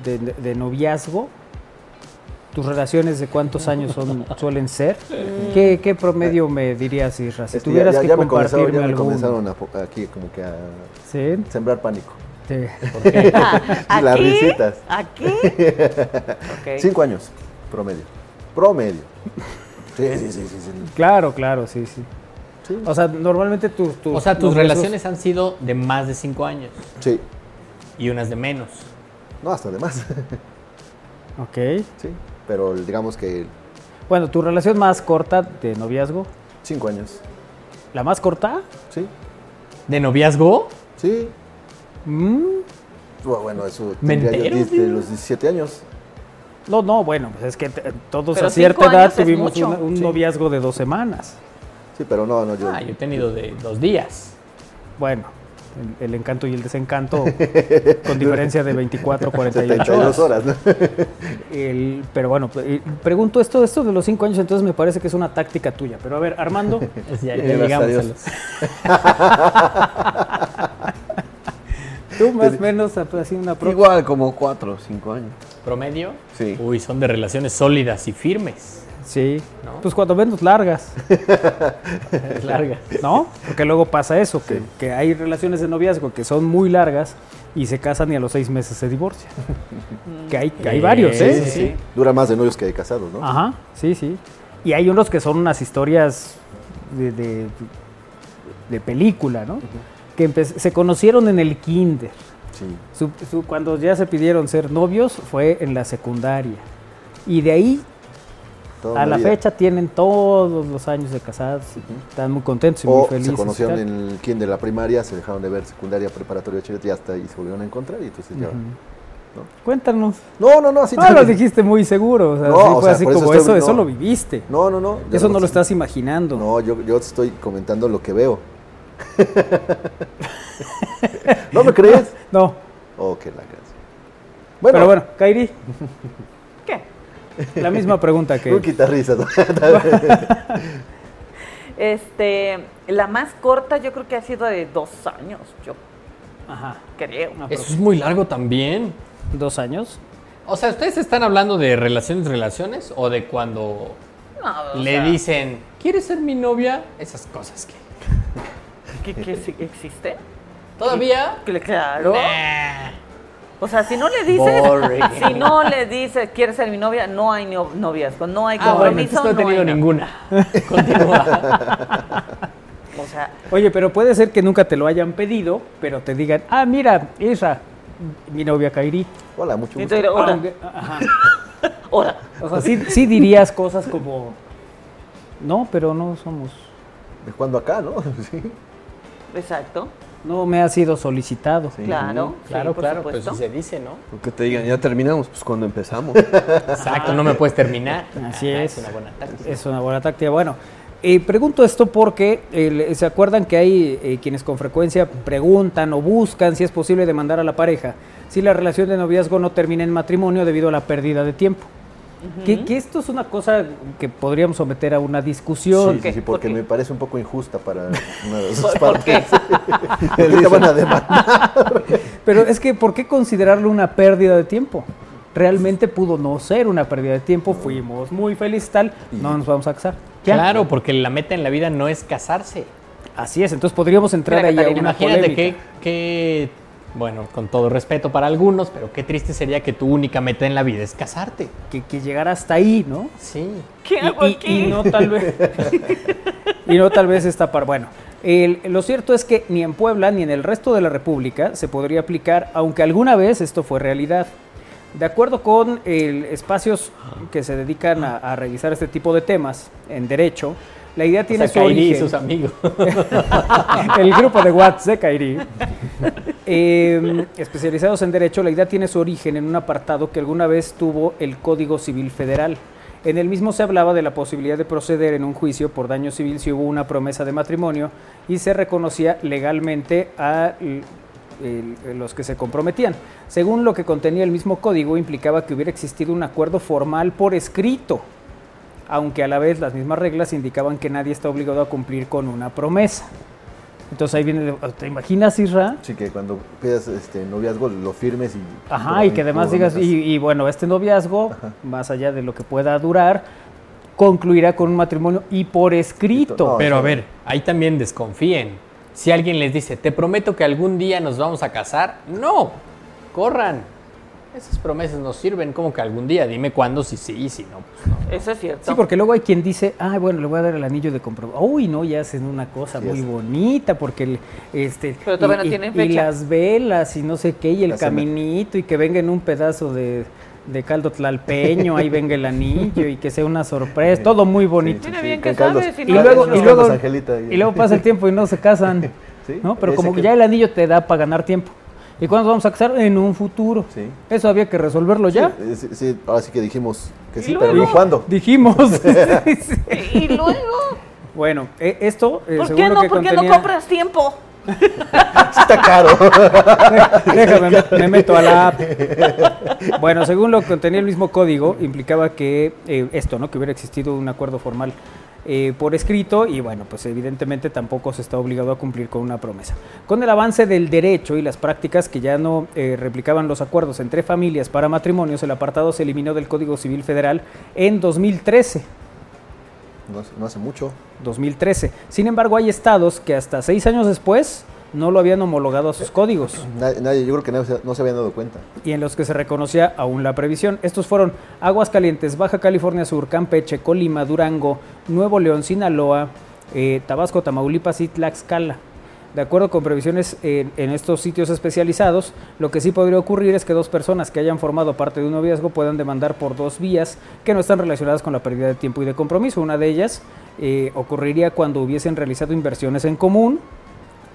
de, de noviazgo, tus relaciones de cuántos años *laughs* son, suelen ser, ¿qué, qué promedio me dirías, Isra? Si Eh. Es que ya- tuvieras ya, que ya me comenzaron, compartirme ya me algún- comenzaron a po- aquí como que a Sí, sembrar pánico. te- *laughs* Y *laughs* las ¿Aquí? risitas. *laughs* ¿Aquí? Ok. Cinco años, promedio. Promedio. Sí, sí, sí, sí. sí. claro, claro, sí, sí. Sí. O sea, normalmente tus... tus O sea, tus noviazgos- relaciones han sido de más de cinco años Sí. y unas de menos. No, hasta de más. *laughs* Ok. Sí. Pero digamos que Bueno, tu relación más corta de noviazgo, cinco años. la más corta, Sí. ¿De noviazgo? Sí. Mm, Bu- Bueno, eso ¿Me tendría yo entero, desde tío? los 17 años. no, no, bueno, pues es que te- todos Pero a cierta cinco edad años es tuvimos mucho. una- un noviazgo de dos semanas. Sí, pero no, no, yo. Ah, yo he tenido de dos días. Bueno, el, el encanto y el *laughs* desencanto con diferencia de 24, 48 72 horas. horas, ¿no? El- pero bueno, pe- eh, pregunto esto, esto de los cinco años, entonces me parece que es una táctica tuya. Pero a ver, Armando, Es- *laughs* Ya, ya Gracias a llegamos a Dios. los- tú más o menos así una pro- Igual como cuatro o cinco años. promedio. Sí. Uy, son de relaciones sólidas y firmes. Sí, ¿No? pues cuando menos *laughs* largas. Es *laughs* larga. ¿No? Porque luego pasa eso, que, que hay relaciones de noviazgo que son muy largas y se casan y a los seis meses se divorcian. que hay, que hay Eh, varios, ¿eh? sí, sí. Dura más de novios que de casados, ¿no? Ajá, sí, sí. Y hay unos que son unas historias de, de- de película, ¿no? Que empe- se conocieron en el kinder. Sí. Su- su- cuando ya se pidieron ser novios fue en la secundaria. Y de ahí toda a la una vida. fecha tienen todos los años de casados. Están muy contentos y muy O felices. se y conocieron tal. en el kinder, la primaria, se dejaron de ver secundaria, preparatoria, chilete y hasta ahí se volvieron a encontrar y entonces ya. Cuéntanos. No, no, no, así Ah, lo dijiste muy seguro. O sea, No, sí o fue sea, así por eso como estoy- eso, eso no. lo viviste. No, no, no. ya eso no lo conté. estás imaginando. No, yo, yo te estoy comentando lo *laughs* que veo. ¿No me crees? *laughs* No. Oh, qué la gracia. Bueno, Pero bueno, Kairi, ¿Qué? la misma pregunta tú que. *laughs* quitas risas. Este, la más corta yo creo que ha sido de dos años, yo Ajá. creo. Eso es muy largo también. ¿Dos años? O sea, ¿ustedes están hablando de relaciones, relaciones? ¿O de cuando No, o le sea, dicen, ¿quieres ser mi novia? Esas cosas que... *laughs* ¿Que, que sí existe? Todavía... Cl- Claro. Nah. O sea, si no le dices, Boring. *laughs* si no le dices, ¿quieres ser mi novia? No hay no- noviazgo, no hay Ah, bueno, compromiso. entonces no he no hay tenido nada. ninguna. *laughs* Continúa. *laughs* O sea, Oye, pero puede ser que nunca te lo hayan pedido, pero te digan, ah, mira, esa, mi novia Kairi. Hola, mucho gusto. entonces, ahora, Aunque- Ah, *laughs* ajá. ahora, O sea, sí, sí dirías cosas como. No, pero no somos. ¿De cuándo acá, no? *laughs* Sí. exacto, No me ha sido solicitado. claro, sí, Claro, por claro, pues supuesto. si se dice, ¿no? Que te digan, ya terminamos, pues cuando empezamos. Exacto, no me puedes terminar. Así Ah, es. Es una buena táctica. Es una buena táctica. Bueno, eh, pregunto esto porque eh, le- se acuerdan que hay eh, quienes con frecuencia preguntan o buscan si es posible demandar a la pareja si la relación de noviazgo no termina en matrimonio debido a la pérdida de tiempo. que, que esto es una cosa que podríamos someter a una discusión. Sí, sí, sí, ¿Por porque qué? me parece un poco *laughs* injusta para una de ¿Por- sus por qué? partes. *laughs* ¿Por qué te van a demandar? *laughs* Pero es que, ¿por qué considerarlo una pérdida de tiempo? Realmente pudo no ser una pérdida de tiempo, fuimos muy felices, tal, no nos vamos a casar. Ya. Claro, porque la meta en la vida no es casarse. Así es, entonces podríamos entrar Mira, ahí a Catarina, una Imagínate polémica. qué, qué, bueno, con todo respeto para algunos, pero qué triste sería que tu única meta en la vida es casarte. que, que llegara hasta ahí, ¿no? Sí. ¿Qué *laughs* hago Y- aquí? y- y no tal vez. y no tal vez esta par. Bueno, el- lo cierto es que ni en Puebla ni en el resto de la República se podría aplicar, aunque alguna vez esto fue realidad. De acuerdo con el- espacios que se dedican a, a revisar este tipo de temas en derecho, la idea tiene Tiene su y origen. sus amigos. *laughs* el grupo de WhatsApp de Kairi. Eh, especializados en derecho, la idea tiene su origen en un apartado que alguna vez tuvo el Código Civil Federal. En el mismo se hablaba de la posibilidad de proceder en un juicio por daño civil si hubo una promesa de matrimonio y se reconocía legalmente a l- el- eh, los que se comprometían. Según lo que contenía el mismo código, implicaba que hubiera existido un acuerdo formal por escrito aunque a la vez las mismas reglas indicaban que nadie está obligado a cumplir con una promesa. Entonces ahí viene, de- ¿te imaginas, Isra? Sí, que cuando pidas este noviazgo lo firmes y. Ajá, y que además digas, y, y bueno, este noviazgo, más allá de lo que pueda durar, concluirá con un matrimonio y por escrito. No, Pero a eso- ver, ahí también desconfíen. Si alguien les dice, te prometo que algún día nos vamos a casar, no, corran. Esas promesas no sirven como que algún día. Dime cuándo, si sí y si no. pues no. Eso es cierto. Sí, porque luego hay quien dice, ah, bueno, le voy a dar el anillo de compromiso. Uy, no, ya hacen una cosa Sí, muy es. bonita porque el, este, Pero todavía y, no y- tienen y fecha. las velas y no sé qué, y el Ya se me- caminito, y que venga en un pedazo de, de caldo tlalpeño, ahí venga el anillo, y que sea una sorpresa, todo muy bonito. Mira bien con que caldos. sabes, si Y no- luego, no- y luego, Carlos Angelita, y- y luego pasa el tiempo y no se casan, *laughs* Sí, ¿no? Pero ese como que que- ya el anillo te da para ganar tiempo. ¿Y cuándo vamos a casar? En un futuro. Sí. Eso había que resolverlo ya. Eh, Sí, sí, ahora sí que dijimos que Y sí, luego- pero ¿no ¿cuándo? *laughs* Dijimos. Sí, sí. Y luego, Bueno, e- esto eh, ¿por qué seguro no? que ¿Por qué no contenía- compras tiempo? Sí está caro. *laughs* Déjame, me meto a la *laughs* app. Bueno, según lo que contenía el mismo código, implicaba que eh, esto, ¿no? Que hubiera existido un acuerdo formal eh, por escrito y bueno, pues evidentemente tampoco se está obligado a cumplir con una promesa. Con el avance del derecho y las prácticas que ya no eh, replicaban los acuerdos entre familias para matrimonios, el apartado se eliminó del Código Civil Federal en 2013. No, hace- no hace mucho. 2013. Sin embargo, hay estados que hasta seis años después no lo habían homologado a sus códigos. Nadie, nadie- yo creo que nadie se- no se habían dado cuenta. y en los que se reconocía aún la previsión. Estos fueron Aguascalientes, Baja California Sur, Campeche, Colima, Durango, Nuevo León, Sinaloa, eh, Tabasco, Tamaulipas y Tlaxcala. De acuerdo con previsiones en- en estos sitios especializados, lo que sí podría ocurrir es que dos personas que hayan formado parte de un noviazgo puedan demandar por dos vías que no están relacionadas con la pérdida de tiempo y de compromiso. Una de ellas eh, ocurriría cuando hubiesen realizado inversiones en común,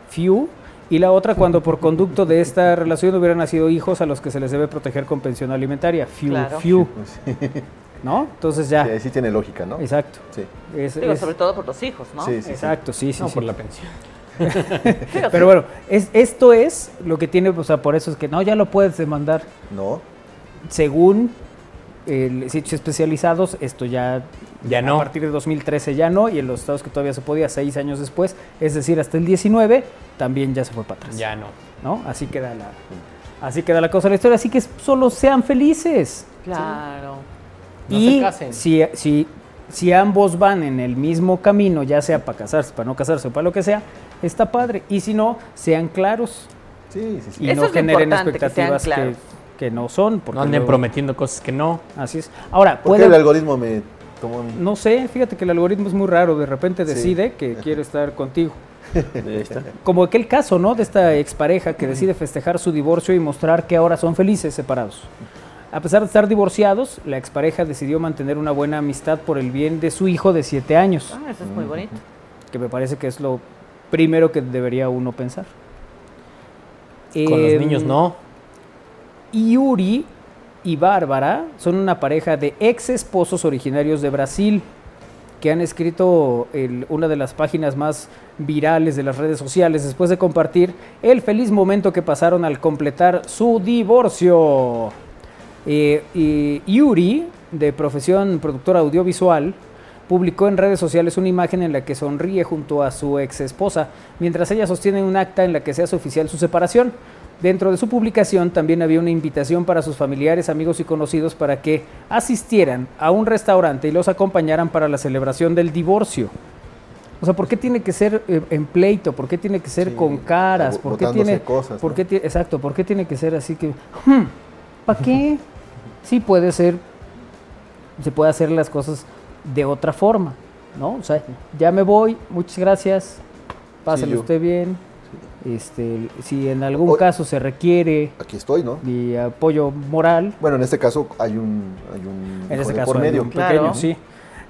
FIU, y la otra cuando por conducto de esta relación hubieran nacido hijos a los que se les debe proteger con pensión alimentaria, FIU, Claro. FIU, Sí, ¿no? Entonces ya, sí tiene lógica, ¿no? exacto. Eh, Sí. Es- Digo, es- sobre todo por los hijos, ¿no? Sí, sí, sí. Exacto, sí, sí. No sí. por la pensión. *laughs* Pero bueno, es, esto es lo que tiene, o sea, por eso es que no, ya lo puedes demandar No. según eh, sitios especializados, esto ya Ya no. A partir de 2013 ya no, y en los estados que todavía se podía, seis años después, es decir, hasta el 19, también ya se fue para atrás. Ya no. ¿no? Así queda la, así queda la cosa de la historia. Así que solo sean felices. Claro. No y se casen. Si, si, si ambos van en el mismo camino, ya sea para casarse, para no casarse o para lo que sea, está padre. Y si no, sean claros Sí, sí, sí. y Eso no es lo generen importante, que sean expectativas que, claros. que no son. Porque No anden luego- prometiendo cosas que no. Así es. Ahora, ¿Por qué el puede. algoritmo me tomó un... No sé, fíjate que el algoritmo es muy raro. De repente Sí. decide que quiere estar contigo. *laughs* Ahí está. Como aquel caso, ¿no? De esta expareja que decide festejar su divorcio y mostrar que ahora son felices separados. A pesar de estar divorciados, la expareja decidió mantener una buena amistad por el bien de su hijo de 7 años, Ah, eso es muy bonito. que me parece que es lo primero que debería uno pensar. Con los Em, niños no. y Yuri y Bárbara son una pareja de ex esposos originarios de Brasil que han escrito el- una de las páginas más virales de las redes sociales después de compartir el feliz momento que pasaron al completar su divorcio. Eh, y Yuri, de profesión productora audiovisual, publicó en redes sociales una imagen en la que sonríe junto a su ex esposa, mientras ella sostiene un acta en la que se hace oficial su separación. Dentro de su publicación también había una invitación para sus familiares, amigos y conocidos para que asistieran a un restaurante y los acompañaran para la celebración del divorcio. O sea, ¿por qué tiene que ser eh, en pleito? ¿Por qué tiene que ser Sí, con caras? bo- ¿Por qué botándose tiene cosas, por ¿no? qué ti- exacto, por qué tiene que ser así que ¿Para qué? Sí puede ser, se puede hacer las cosas de otra forma, ¿no? O sea, ya me voy, muchas gracias, páselo yo. usted bien, este, si en algún O- caso se requiere Aquí estoy, ¿no? de apoyo moral, Bueno, en este caso hay un... Hay un en hijo ese de caso Por hay medio. un pequeño, Claro. sí.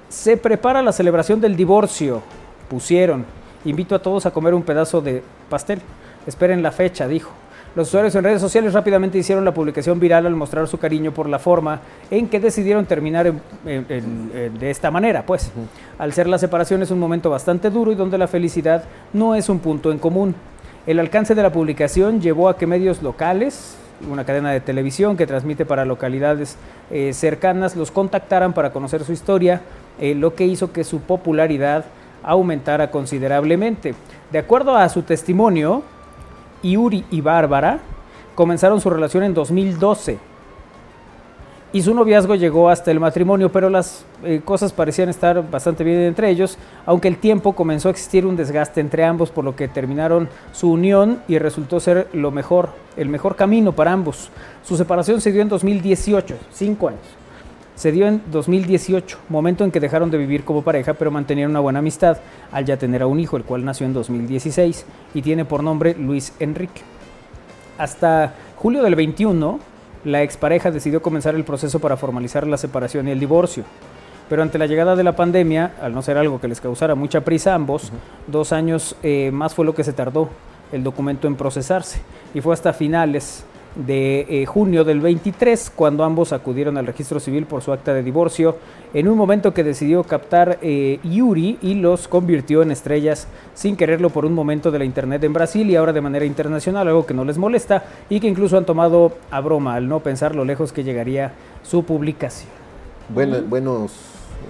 Se prepara la celebración del divorcio, pusieron. Invito a todos a comer un pedazo de pastel. Esperen la fecha, dijo. Los usuarios en redes sociales rápidamente hicieron la publicación viral al mostrar su cariño por la forma en que decidieron terminar en- en- en- en- de esta manera, pues. Al ser la separación es un momento bastante duro y donde la felicidad no es un punto en común. El alcance de la publicación llevó a que medios locales, una cadena de televisión que transmite para localidades eh, cercanas, los contactaran para conocer su historia, eh, lo que hizo que su popularidad aumentara considerablemente. De acuerdo a su testimonio, Yuri y Bárbara comenzaron su relación en 2012. Y su noviazgo llegó hasta el matrimonio, pero las eh, cosas parecían estar bastante bien entre ellos, aunque el tiempo comenzó a existir un desgaste entre ambos, por lo que terminaron su unión y resultó ser lo mejor, el mejor camino para ambos. Su separación se dio en 2018, cinco años. Se dio en 2018, momento en que dejaron de vivir como pareja, pero mantenían una buena amistad al ya tener a un hijo, el cual nació en 2016 y tiene por nombre Luis Enrique. Hasta julio del 21, la expareja decidió comenzar el proceso para formalizar la separación y el divorcio. Pero ante la llegada de la pandemia, al no ser algo que les causara mucha prisa a ambos, dos años eh, más fue lo que se tardó el documento en procesarse. Y fue hasta finales de eh, junio del 23 cuando ambos acudieron al registro civil por su acta de divorcio, en un momento que decidió captar eh, Yuri y los convirtió en estrellas sin quererlo por un momento de la internet en Brasil y ahora de manera internacional, algo que no les molesta y que incluso han tomado a broma al no pensar lo lejos que llegaría su publicación. Bueno, buenos,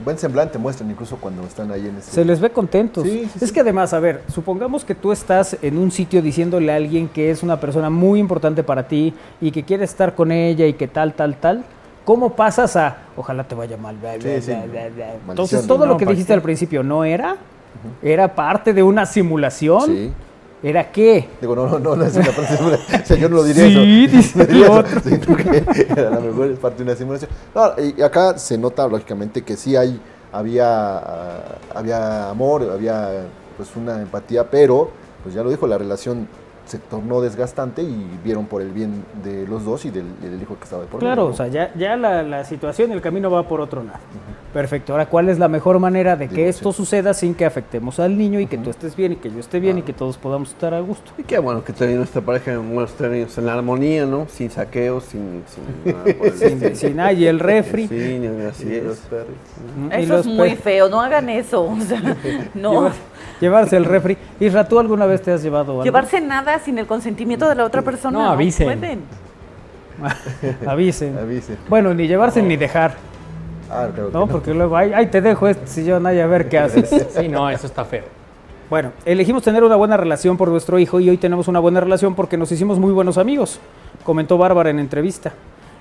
buen semblante muestran incluso cuando están ahí en ese... Se les ve contentos. Sí, sí, es sí. que además, a ver, supongamos que tú estás en un sitio diciéndole a alguien que es una persona muy importante para ti y que quieres estar con ella y que tal, tal, tal. ¿Cómo pasas a ojalá te vaya mal? bla, bla, *laughs* Sí, sí. bla, bla, bla"? Maldición. Entonces, todo Sí, lo que dijiste al principio no era, era parte de una simulación. Sí. ¿Era qué? Digo, no, no, no, no es una *laughs* parte de simulación. O sea, yo no lo diría Sí, eso. dice *laughs* No diría el eso. otro. Sino *laughs* que a lo mejor es parte de una simulación. No, y acá se nota lógicamente que sí hay, había, ah, había amor, había pues una empatía, pero pues ya lo dijo, la relación se tornó desgastante y vieron por el bien de los dos y del, y del hijo que estaba de por Claro, medio, o ¿no? sea, ya, ya la, la situación, el camino va por otro lado. Perfecto. Ahora, ¿cuál es la mejor manera de que Digo, esto suceda sin que afectemos al niño y que tú estés bien y que yo esté bien Ah. y Claro. que todos podamos estar a gusto? Y qué bueno que también nuestra pareja en buenos términos, en la armonía, ¿no? Sin saqueos, sin... Sin, nada por el *laughs* Sin, estilo. sin ah, y el refri. Ah, pues Sí, ni- ni así es. ¿no? Y Eso los es muy perros. feo, no hagan eso. o *laughs* sea, no. Llevar- llevarse el refri. Isra, ¿tú alguna vez te has llevado algo? Llevarse nada sin el consentimiento de la otra persona. No, avisen. pueden. *laughs* Avisen. Avise. Bueno, ni llevarse ni dejar, Ah, claro. ¿no? Porque luego, ay, ay, te dejo este sillón, ay, a ver qué haces. Sí, no, eso está feo. Bueno, elegimos tener una buena relación por nuestro hijo y hoy tenemos una buena relación porque nos hicimos muy buenos amigos, comentó Bárbara en entrevista.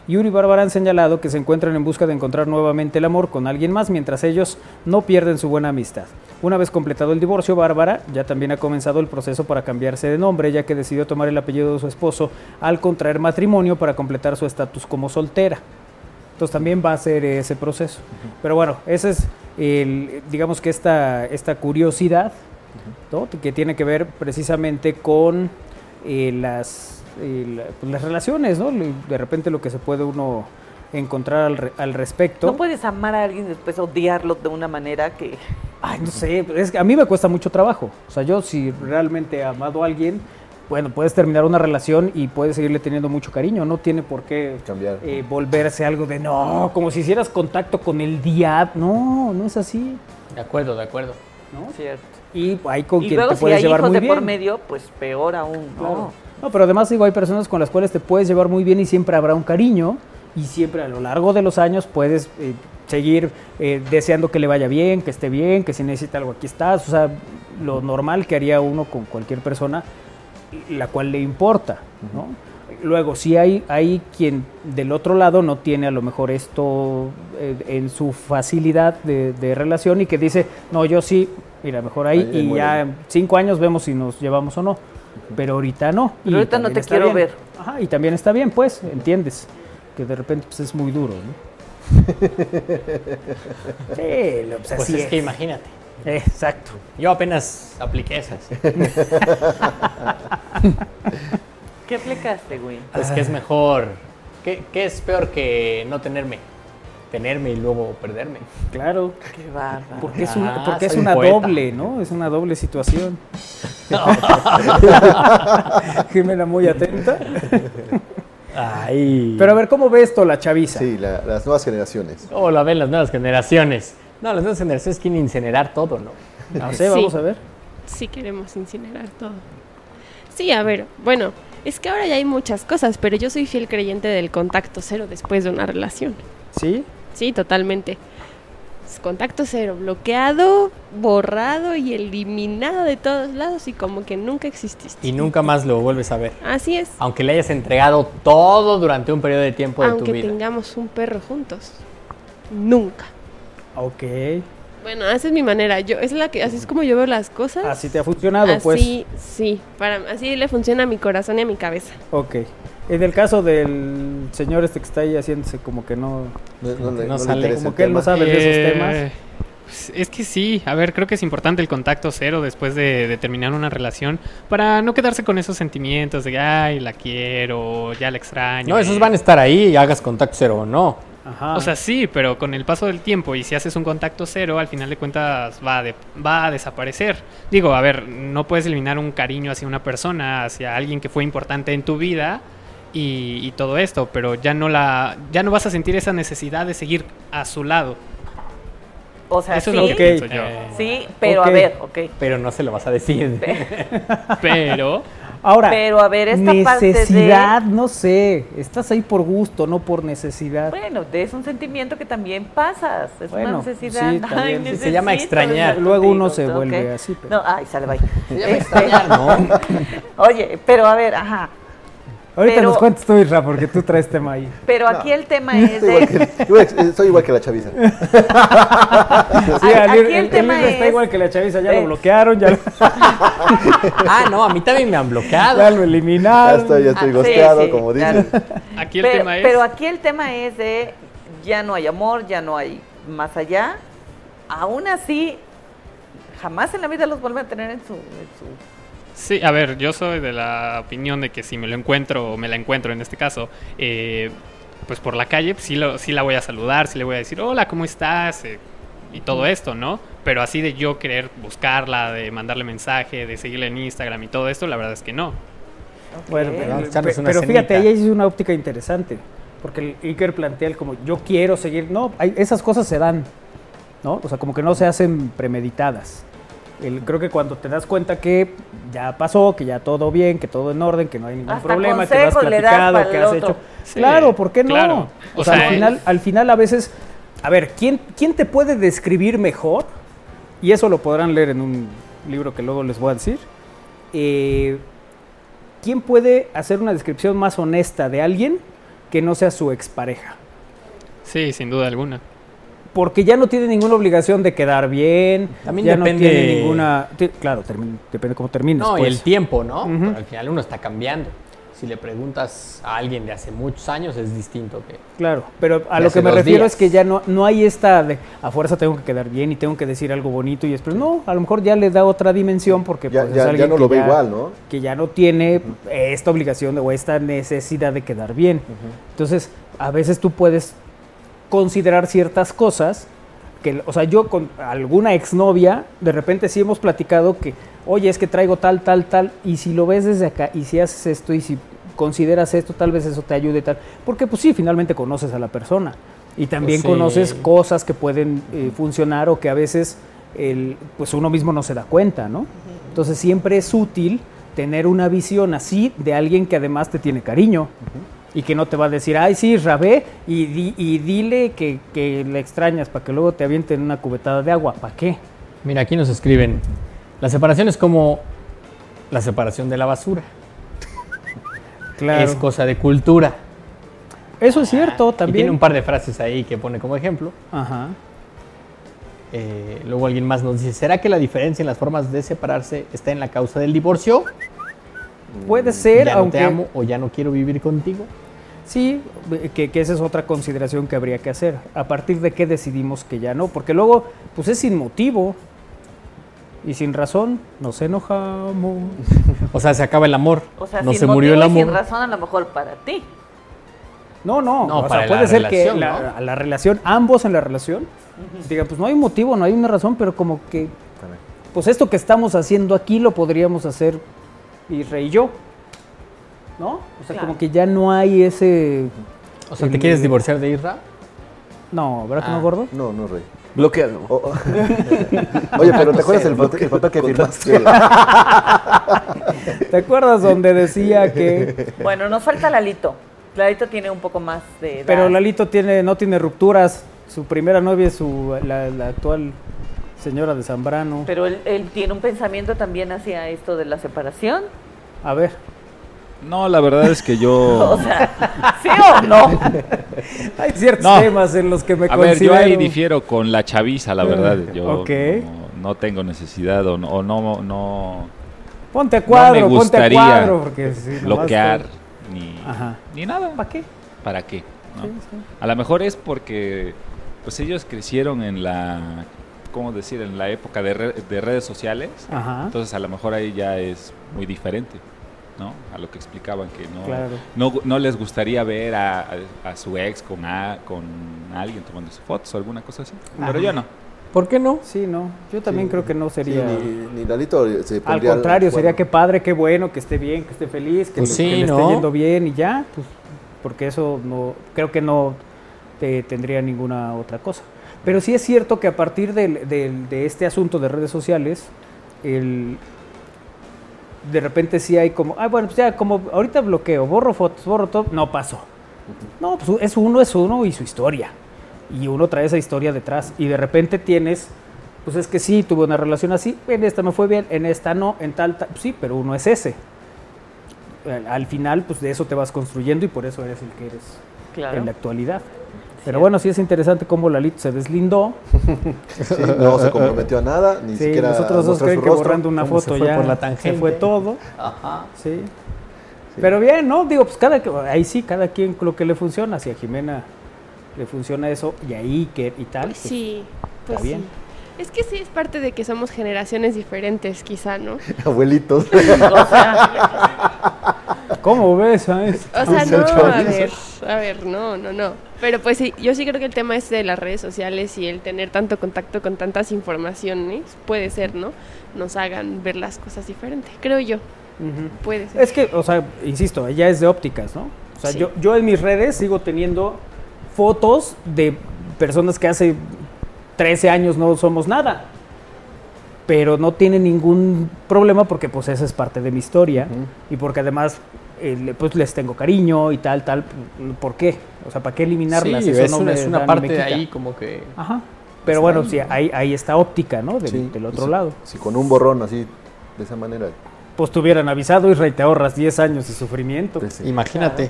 Yuri y Bárbara han señalado que se encuentran en busca de encontrar nuevamente el amor con alguien más mientras ellos no pierden su buena amistad. Una vez completado el divorcio, Bárbara ya también ha comenzado el proceso para cambiarse de nombre ya que decidió tomar el apellido de su esposo al contraer matrimonio para completar su estatus como soltera. Entonces también va a ser ese proceso. Pero bueno, ese es, el, digamos que esta, esta curiosidad ¿no? que tiene que ver precisamente con eh, las, eh, la- pues, las relaciones, ¿no? Le- De repente lo que se puede uno encontrar al, re- al respecto. No pues, puedes amar a alguien y después odiarlo de una manera que. Ay, no sé, es que a mí me cuesta mucho trabajo. O sea, yo si realmente he amado a alguien, bueno, puedes terminar una relación y puedes seguirle teniendo mucho cariño, no tiene por qué Cambiar. eh, volverse algo de no, como si hicieras contacto con el diablo. No, no es así. De acuerdo, de acuerdo. ¿no? Cierto. Y hay con Y quien luego, te si hay puedes llevar hijos muy de por bien. medio, pues peor aún. ¿no? Claro. No, pero además digo, hay personas con las cuales te puedes llevar muy bien y siempre habrá un cariño y siempre a lo largo de los años puedes eh, seguir eh, deseando que le vaya bien, que esté bien, que si necesita algo aquí estás, o sea, lo normal que haría uno con cualquier persona la cual le importa, ¿no? Luego, si hay, hay quien del otro lado no tiene a lo mejor esto eh, en su facilidad de, de relación y que dice, no, yo sí, mira, mejor ahí, Ahí le y ya muere. en cinco años vemos si nos llevamos o no. Pero ahorita no. Pero y ahorita no también te está quiero bien. ver. Ajá, y también está bien, pues, entiendes. Que de repente pues, es muy duro, ¿no? sí, lo- pues, Pues así es que imagínate. Exacto. Yo apenas apliqué *laughs* esas. ¿Qué aplicaste, güey? Es que es mejor. ¿Qué, qué es peor que no tenerme? Tenerme y luego perderme. Claro. Qué bárbaro. Porque es, un- Ah, porque es soy un una poeta. doble, ¿no? Es una doble *laughs* situación. Jimena muy atenta. Ay. Pero a ver, ¿cómo ve esto la chaviza? Sí, la- las nuevas generaciones. ¿Cómo Oh, lo ven las nuevas generaciones? No, las nuevas generaciones quieren incinerar todo, ¿no? No sé, vamos Sí. a ver. Sí queremos incinerar todo. Sí, a ver, bueno, es que ahora ya hay muchas cosas, pero yo soy fiel creyente del contacto cero después de una relación. ¿Sí? Sí, totalmente. pues contacto cero, bloqueado, borrado y eliminado de todos lados y como que nunca exististe. Y nunca más lo vuelves a ver. Así es, Aunque le hayas entregado todo durante un periodo de tiempo de tu aunque vida. tengamos un perro juntos, nunca. Ok. Bueno, esa es mi manera, yo es la que así es como yo veo las cosas. Así te ha funcionado, pues. Así, sí, para, así le funciona a mi corazón y a mi cabeza. Ok. En el caso del señor este que está ahí haciéndose como que no... No, no le- No no le sale. interesa Como el que él no tema. sabe de Eh, esos temas. pues, es que sí, a ver, creo que es importante el contacto cero después de, de terminar una relación para no quedarse con esos sentimientos de, ay, la quiero, ya la extraño. No, esos eh". van a estar ahí y hagas contacto cero o no. Ajá. O sea, sí, pero con el paso del tiempo y si haces un contacto cero, al final de cuentas va a, de- va a desaparecer. Digo, a ver, no puedes eliminar un cariño hacia una persona, hacia alguien que fue importante en tu vida y, y todo esto, pero ya no la, ya no vas a sentir esa necesidad de seguir a su lado. O sea, Eso sí, es lo que Ok. pienso yo. sí, pero Ok. a ver, ok. Pero no se lo vas *laughs* a decir. Pero Ahora, Pero a ver, esta necesidad, parte de... no sé. Estás ahí por gusto, no por necesidad. Bueno, de- es un sentimiento que también pasas, es una Bueno, necesidad. sí, también. *laughs* Ay, Sí, se llama necesito extrañar. estar Luego uno contigo, se ¿ok? vuelve así, pero- No, ay, sale, bye. Este, ¿no? *laughs* Oye, pero a ver, ajá. Ahorita pero- nos cuentas tú, Isra, porque tú traes tema ahí. Pero aquí el *laughs* tema es Estoy igual, de... que, igual- soy igual que la chaviza. Sí, Aquí al- el tema tema está es- igual que la chaviza, ya lo Eh. bloquearon, ya lo, *laughs* Ah, no, a mí también me han ya bloqueado. lo Ya eliminaron. estoy, ya estoy Ah, sí, gosteado, sí, como claro. dicen. aquí *laughs* el pero, tema es... pero aquí el tema es de ya no hay amor, ya no hay más allá. Aún así, jamás en la vida los vuelve a tener en su... en su- Sí, a ver, yo soy de la opinión de que si me lo encuentro o me la encuentro en este caso, eh, pues por la calle pues sí, lo, sí la voy a saludar, sí le voy a decir, hola, ¿cómo estás? Eh, y todo esto, ¿no? Pero así de yo querer buscarla, de mandarle mensaje, de seguirle en Instagram y todo esto, la verdad es que no. Bueno, Ok. Vamos a pero, echarnos pe- una pero fíjate, ahí cenita. es una óptica interesante, porque el Iker plantea el como yo quiero seguir, no, hay- esas cosas se dan, ¿no? O sea, como que no se hacen premeditadas. El- creo que cuando te das cuenta que ya pasó, que ya todo bien, que todo en orden, que no hay ningún Hasta problema, que lo has consejos le das platicado, para que el has otro. hecho. Sí, claro, ¿por qué no? claro. O, O sea, sea, al, es- final, al final a veces, a ver, ¿quién, ¿quién te puede describir mejor? Y eso lo podrán leer en un libro que luego les voy a decir. Eh, ¿Quién puede hacer una descripción más honesta de alguien que no sea su expareja? Sí, sin duda alguna. Porque ya no tiene ninguna obligación de quedar bien. También ya depende- no tiene ninguna. ti- Claro, termi- depende cómo termines. No, y pues. el tiempo, ¿no? Ujú. Pero al final uno está cambiando. Si le preguntas a alguien de hace muchos años es distinto que... Claro, pero a De lo hace que me dos refiero días. es que ya no, no hay esta de a fuerza tengo que quedar bien y tengo que decir algo bonito y espero. No, a lo mejor ya le da otra dimensión porque Ya, pues, es ya- ya alguien no lo que ve ya- igual, ¿no? que ya no tiene eh, esta obligación de- o esta necesidad de quedar bien. Entonces, a veces tú puedes considerar ciertas cosas que, o sea, yo con alguna exnovia, de repente sí hemos platicado que, oye, es que traigo tal, tal, tal, y si lo ves desde acá, y si haces esto, y si consideras esto, tal vez eso te ayude y tal. Porque pues sí, finalmente conoces a la persona. Y también sí. conoces cosas que pueden eh, funcionar o que a veces el, pues uno mismo no se da cuenta, ¿no? Entonces siempre es útil tener una visión así de alguien que además te tiene cariño y que no te va a decir, ay, sí, Rabé, y, di- y dile que, que le extrañas para que luego te avienten una cubetada de agua. ¿Para qué? Mira, aquí nos escriben, la separación es como la separación de la *laughs* basura. Es cosa de cultura. Eso es cierto Y tiene también. un par de frases ahí que pone como ejemplo. Ajá. Eh, luego alguien más nos dice, ¿será que la diferencia en las formas de separarse está en la causa del divorcio? Puede ser, ya no aunque... te amo o ya no quiero vivir contigo. Sí, que, que esa es otra consideración que habría que hacer. ¿A partir de qué decidimos que ya no? Porque luego, pues es sin motivo y sin razón, nos enojamos. *laughs* O sea, se acaba el amor. O sea, no sin se murió el motivo y amor. Sin razón a lo mejor para ti. No, no, No, o para sea, la puede ser relación, que la, ¿no? la relación, ambos en la relación, digan, pues no hay un motivo, no hay una razón, pero como que, pues esto que estamos haciendo aquí lo podríamos hacer Israel y yo, ¿no? O sea, Claro. como que ya no hay ese... em, O sea, ¿te quieres divorciar de Isra? No, ¿verdad que no, Ah. gordo? No, no, Rey. Bloquealo. O- o- *laughs* Oye, pero ¿te acuerdas el papel, el papel que *laughs* firmaste? *laughs* ¿Te acuerdas donde decía que... Bueno, nos falta Lalito. Lalito tiene un poco más de edad. Pero Lalito tiene, no tiene rupturas. Su primera novia es su, la, la actual señora de Zambrano. Pero él, él tiene un pensamiento también hacia esto de la separación. A ver, No, la verdad es que Oh. yo... *laughs* O *laughs* *laughs* sea, ¿sí o no? hay ciertos No. temas en los que me a ver, yo considero... ahí difiero con la chaviza, la *laughs* verdad. Yo Ok. no, no tengo necesidad o no, o no, no Ponte a cuadro, no me ponte a gustaría cuadro. Porque sí, nomás bloquear te- ni, Ajá. ni nada. ¿Para qué? ¿Para qué? no? Sí, sí. A lo mejor es porque pues ellos crecieron en la, ¿cómo decir? En la época de, re- de redes sociales. Ajá. Entonces a lo mejor ahí ya es muy diferente, ¿no? A lo que explicaban que no, Claro. no, no les gustaría ver a, a- a su ex con, a- con alguien tomándose fotos o alguna cosa así. Pero yo no. ¿Por qué no? Sí, no. Yo también Sí. creo que no sería... Sí, ni, ni Lalito se Al pondría contrario, de sería que acuerdo. padre, qué bueno, que esté bien, que esté feliz, que, Pues le- sí, que le esté ¿no? yendo bien y ya, pues, porque eso no, creo que no te tendría ninguna otra cosa. Pero sí es cierto que a partir del- del- de este asunto de redes sociales, el, de repente sí hay como, ah, bueno, pues ya como ahorita bloqueo, borro fotos, borro todo, no pasó. No, pues es uno, es uno y su historia. Y uno trae esa historia detrás. Y de repente tienes, pues es que sí, tuve una relación así, en esta me fue bien, en esta no, en tal, tal. Sí, pero uno es ese. Al, al final, pues de eso te vas construyendo y por eso eres el que eres Claro. en la actualidad. Pero bueno, sí es interesante cómo Lalito se deslindó. *laughs* Sí, no se comprometió a nada, ni Sí, siquiera. nosotros dos mostró creen su que rostro. borrando una ¿Cómo se foto fue ya por la se tangente? fue todo. Ajá. Sí. Pero bien, ¿no? Digo, pues cada ahí sí, cada quien lo que le funciona. Si a Jimena le funciona eso y a Iker y tal. Pues sí, pues bien. sí. Es que sí, es parte de que somos generaciones diferentes, quizá, *laughs* ¿no? *laughs* Abuelitos. O sea, pues, ¿Cómo ves? sabes? O sea, Pues no, el a chorizo. ver, a ver, no, no, no. Pero pues sí, yo sí creo que el tema este de las redes sociales y el tener tanto contacto con tantas informaciones, puede ser, ¿no? Nos hagan ver las cosas diferentes, creo yo, Ujú. puede ser. Es que, o sea, insisto, ella es de ópticas, ¿no? O sea, Sí. yo, yo en mis redes sigo teniendo fotos de personas que hace 13 años no somos nada. Pero no tiene ningún problema porque pues esa es parte de mi historia y porque además eh, le- pues les tengo cariño y tal, tal. ¿Por qué? O sea, ¿para qué eliminarlas? Sí, Eso es, no una, me es da una ni me parte de quita. ahí como que... Ajá. Pero bueno, sí, ahí, ahí está óptica, ¿no? Del, Sí, del otro sí, lado. Sí, con un borrón así, de esa manera. *laughs* Pues te hubieran avisado y te ahorras 10 años de sufrimiento. Pues sí. Imagínate.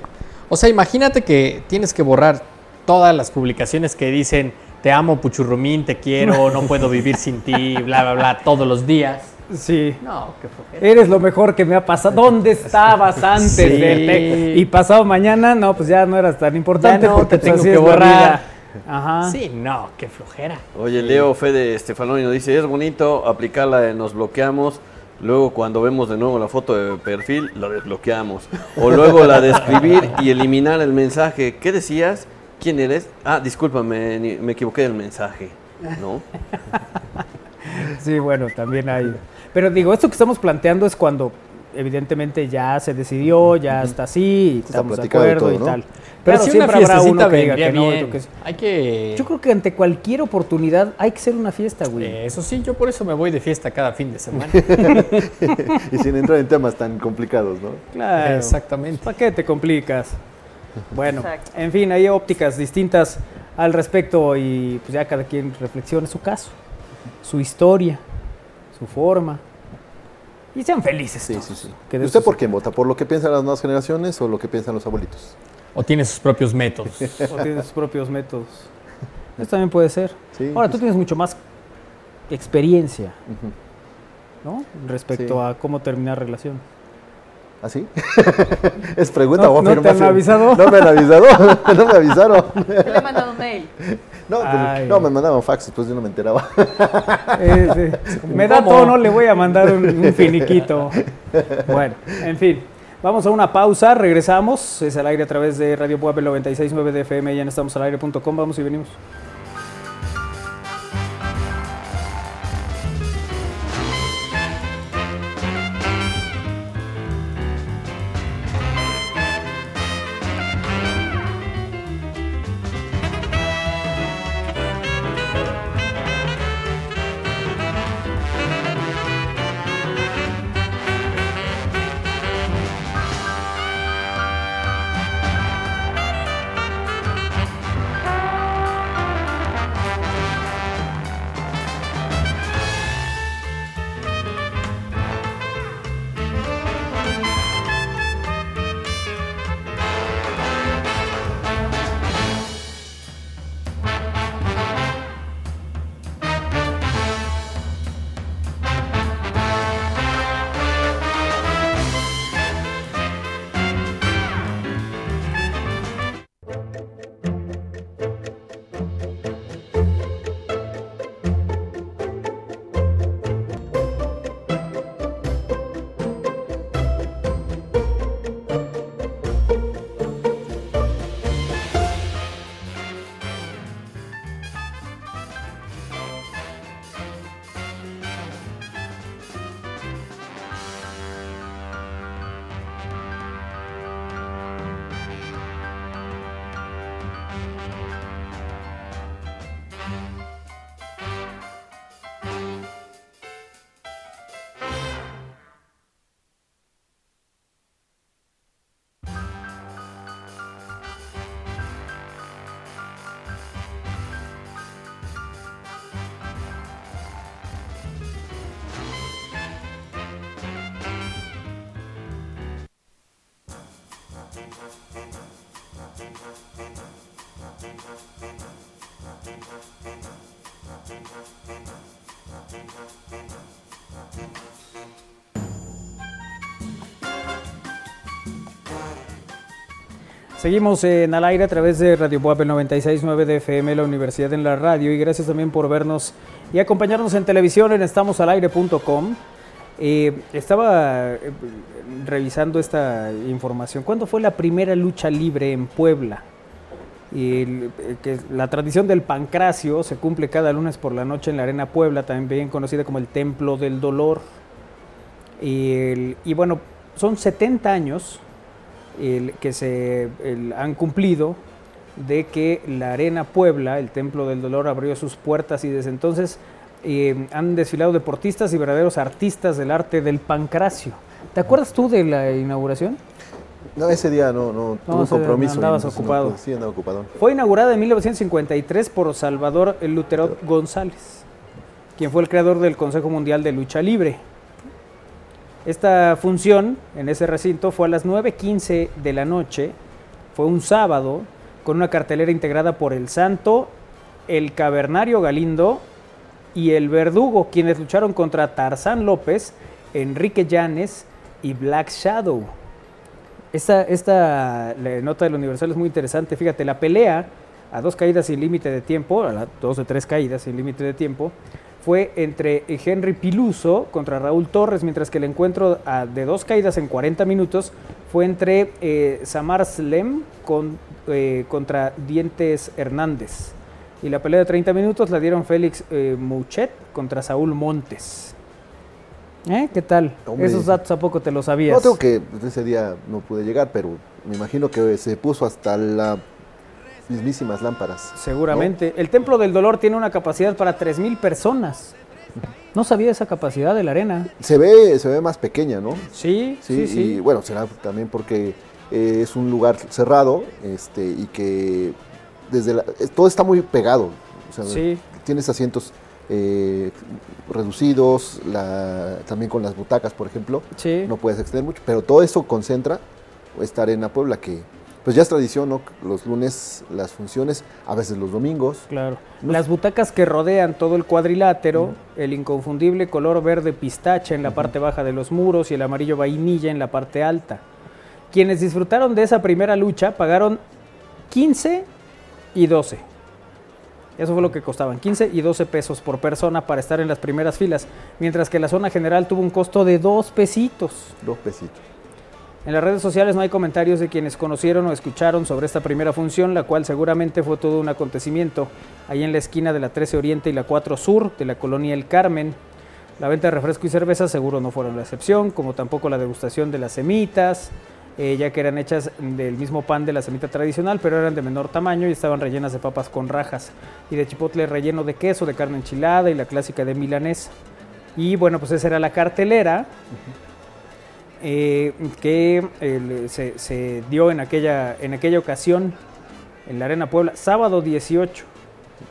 O sea, imagínate que tienes que borrar todas las publicaciones que dicen te amo, puchurrumín, te *laughs* quiero, no puedo vivir sin ti, bla, bla, bla, todos los días. Sí. No, qué flojera. Eres lo mejor que me ha pasado. *laughs* ¿Dónde estabas antes Sí. de te- Y pasado mañana, no, pues ya no eras tan importante Ya no, porque te tengo pues, así que es la borrar. vida. Ajá. Sí, no, qué flojera. Oye, Leo Fede Estefanoni nos dice, es bonito aplicar la de nos bloqueamos, luego cuando vemos de nuevo la foto de perfil, la desbloqueamos. O luego la de escribir y eliminar el mensaje. ¿Qué decías? ¿Quién eres? Ah, discúlpame, ni- me equivoqué del mensaje. ¿No? Sí, bueno, también hay. Pero digo, esto que estamos planteando es cuando evidentemente ya se decidió, ya está así, y estamos de platicado y acuerdo todo, y ¿no? tal. Pero si una fiestecita que diga vendría que no, bien. otro que sí. Hay que... Yo creo que ante cualquier oportunidad hay que ser una fiesta, güey. Eh, eso sí, yo por eso me voy de fiesta cada fin de *laughs* semana. y sin entrar en temas tan complicados, ¿no? Claro. Exactamente. ¿Para qué te complicas? Bueno, Exacto. en fin, hay ópticas distintas al respecto y pues ya cada quien reflexione su caso, su historia, su forma. Y sean felices. Sí, todos. sí, sí. Que de ¿Usted eso por se- quién vota? ¿Por lo que piensan las nuevas generaciones o lo que piensan los abuelitos? O tiene sus propios métodos. *laughs* O tienen sus propios *laughs* métodos. Eso también puede ser. Sí, Ahora, sí, tú tienes mucho más experiencia, Ujú. ¿no? Respecto Sí. a cómo terminar relación. ¿Ah, sí? *laughs* ¿Es pregunta No- o no te afirmación? han *laughs* avisado. No me han avisado. *laughs* no me avisaron. yo *laughs* le he mandado un mail. No, pues, Ay. no, me mandaban fax, después yo no me enteraba. Eh, *laughs* sí. Me da ¿Cómo? tono, le voy a mandar un, un finiquito. Bueno, en fin. Vamos a una pausa, regresamos. Es al aire a través de Radio Puebla 969 de FM. Ya en estamos al aire.com. Vamos y venimos. Seguimos en al aire a través de Radio Puebla 969 de FM, la Universidad en la Radio. Y gracias también por vernos y acompañarnos en televisión en estamosalaire.com. Eh, estaba eh, revisando esta información. ¿Cuándo fue la primera lucha libre en Puebla? Y el- eh, que la tradición del pancracio se cumple cada lunes por la noche en la Arena Puebla, también conocida como el Templo del Dolor. Y, el- y bueno, son 70 años el que se el- han cumplido de que la Arena Puebla, el Templo del Dolor, abrió sus puertas y desde entonces eh, han desfilado deportistas y verdaderos artistas del arte del pancracio. ¿Te acuerdas tú de la inauguración? No, ese día no, no, tuve un se ve, compromiso. andabas y entonces no ocupado. pude. sí, andaba ocupado. Fue inaugurada en 1953 por Salvador Lutero González, quien fue el creador del Consejo Mundial de Lucha Libre. Esta función en ese recinto fue a las 9.15 de la noche, fue un sábado, con una cartelera integrada por El Santo, El Cavernario Galindo y El Verdugo, quienes lucharon contra Tarzán López, Enrique Llanes y Black Shadow. Esta, esta la nota del Universal es muy interesante. Fíjate, la pelea a dos caídas sin límite de tiempo, a la- dos o tres caídas sin límite de tiempo, fue entre Henry Piluso contra Raúl Torres, mientras que el encuentro a- de dos caídas en 40 minutos fue entre eh, Samar Slem con- eh, contra Dientes Hernández. Y la pelea de 30 minutos la dieron Félix eh, Mouchet contra Saúl Montes. ¿Eh? ¿Qué tal? Hombre. Esos datos a poco te los sabías. No tengo que, pues, ese día no pude llegar, pero me imagino que se puso hasta las mismísimas lámparas. Seguramente. El Templo del Dolor tiene una capacidad para 3.000 personas. No sabía esa capacidad de la arena. Se ve, se ve más pequeña, ¿no? Sí, Sí, y bueno, será también porque eh, es un lugar cerrado este, y que desde la- eh, todo está muy pegado. O sea, Sí. Tienes asientos eh, reducidos, la- también con las butacas, por ejemplo. Sí. No puedes extender mucho, pero todo esto concentra esta arena Puebla que pues ya es tradición, ¿no? Los lunes las funciones, a veces los domingos. Claro. Las butacas que rodean todo el cuadrilátero, el inconfundible color verde pistache en la parte baja de los muros y el amarillo vainilla en la parte alta. Quienes disfrutaron de esa primera lucha pagaron 15 y 12. Eso fue lo que costaban, 15 y 12 pesos por persona para estar en las primeras filas, mientras que la zona general tuvo un costo de 2 pesitos. Dos pesitos. En las redes sociales no hay comentarios de quienes conocieron o escucharon sobre esta primera función, la cual seguramente fue todo un acontecimiento, ahí en la esquina de la 13 Oriente y la 4 Sur de la colonia El Carmen. La venta de refresco y cerveza seguro no fueron la excepción, como tampoco la degustación de las semitas, eh, ya que eran hechas del mismo pan de la semita tradicional, pero eran de menor tamaño y estaban rellenas de papas con rajas, y de chipotle relleno de queso, de carne enchilada y la clásica de milanés. Y bueno, pues esa era la cartelera eh, que eh, le- se, se dio en aquella, en aquella ocasión en la Arena Puebla, sábado 18.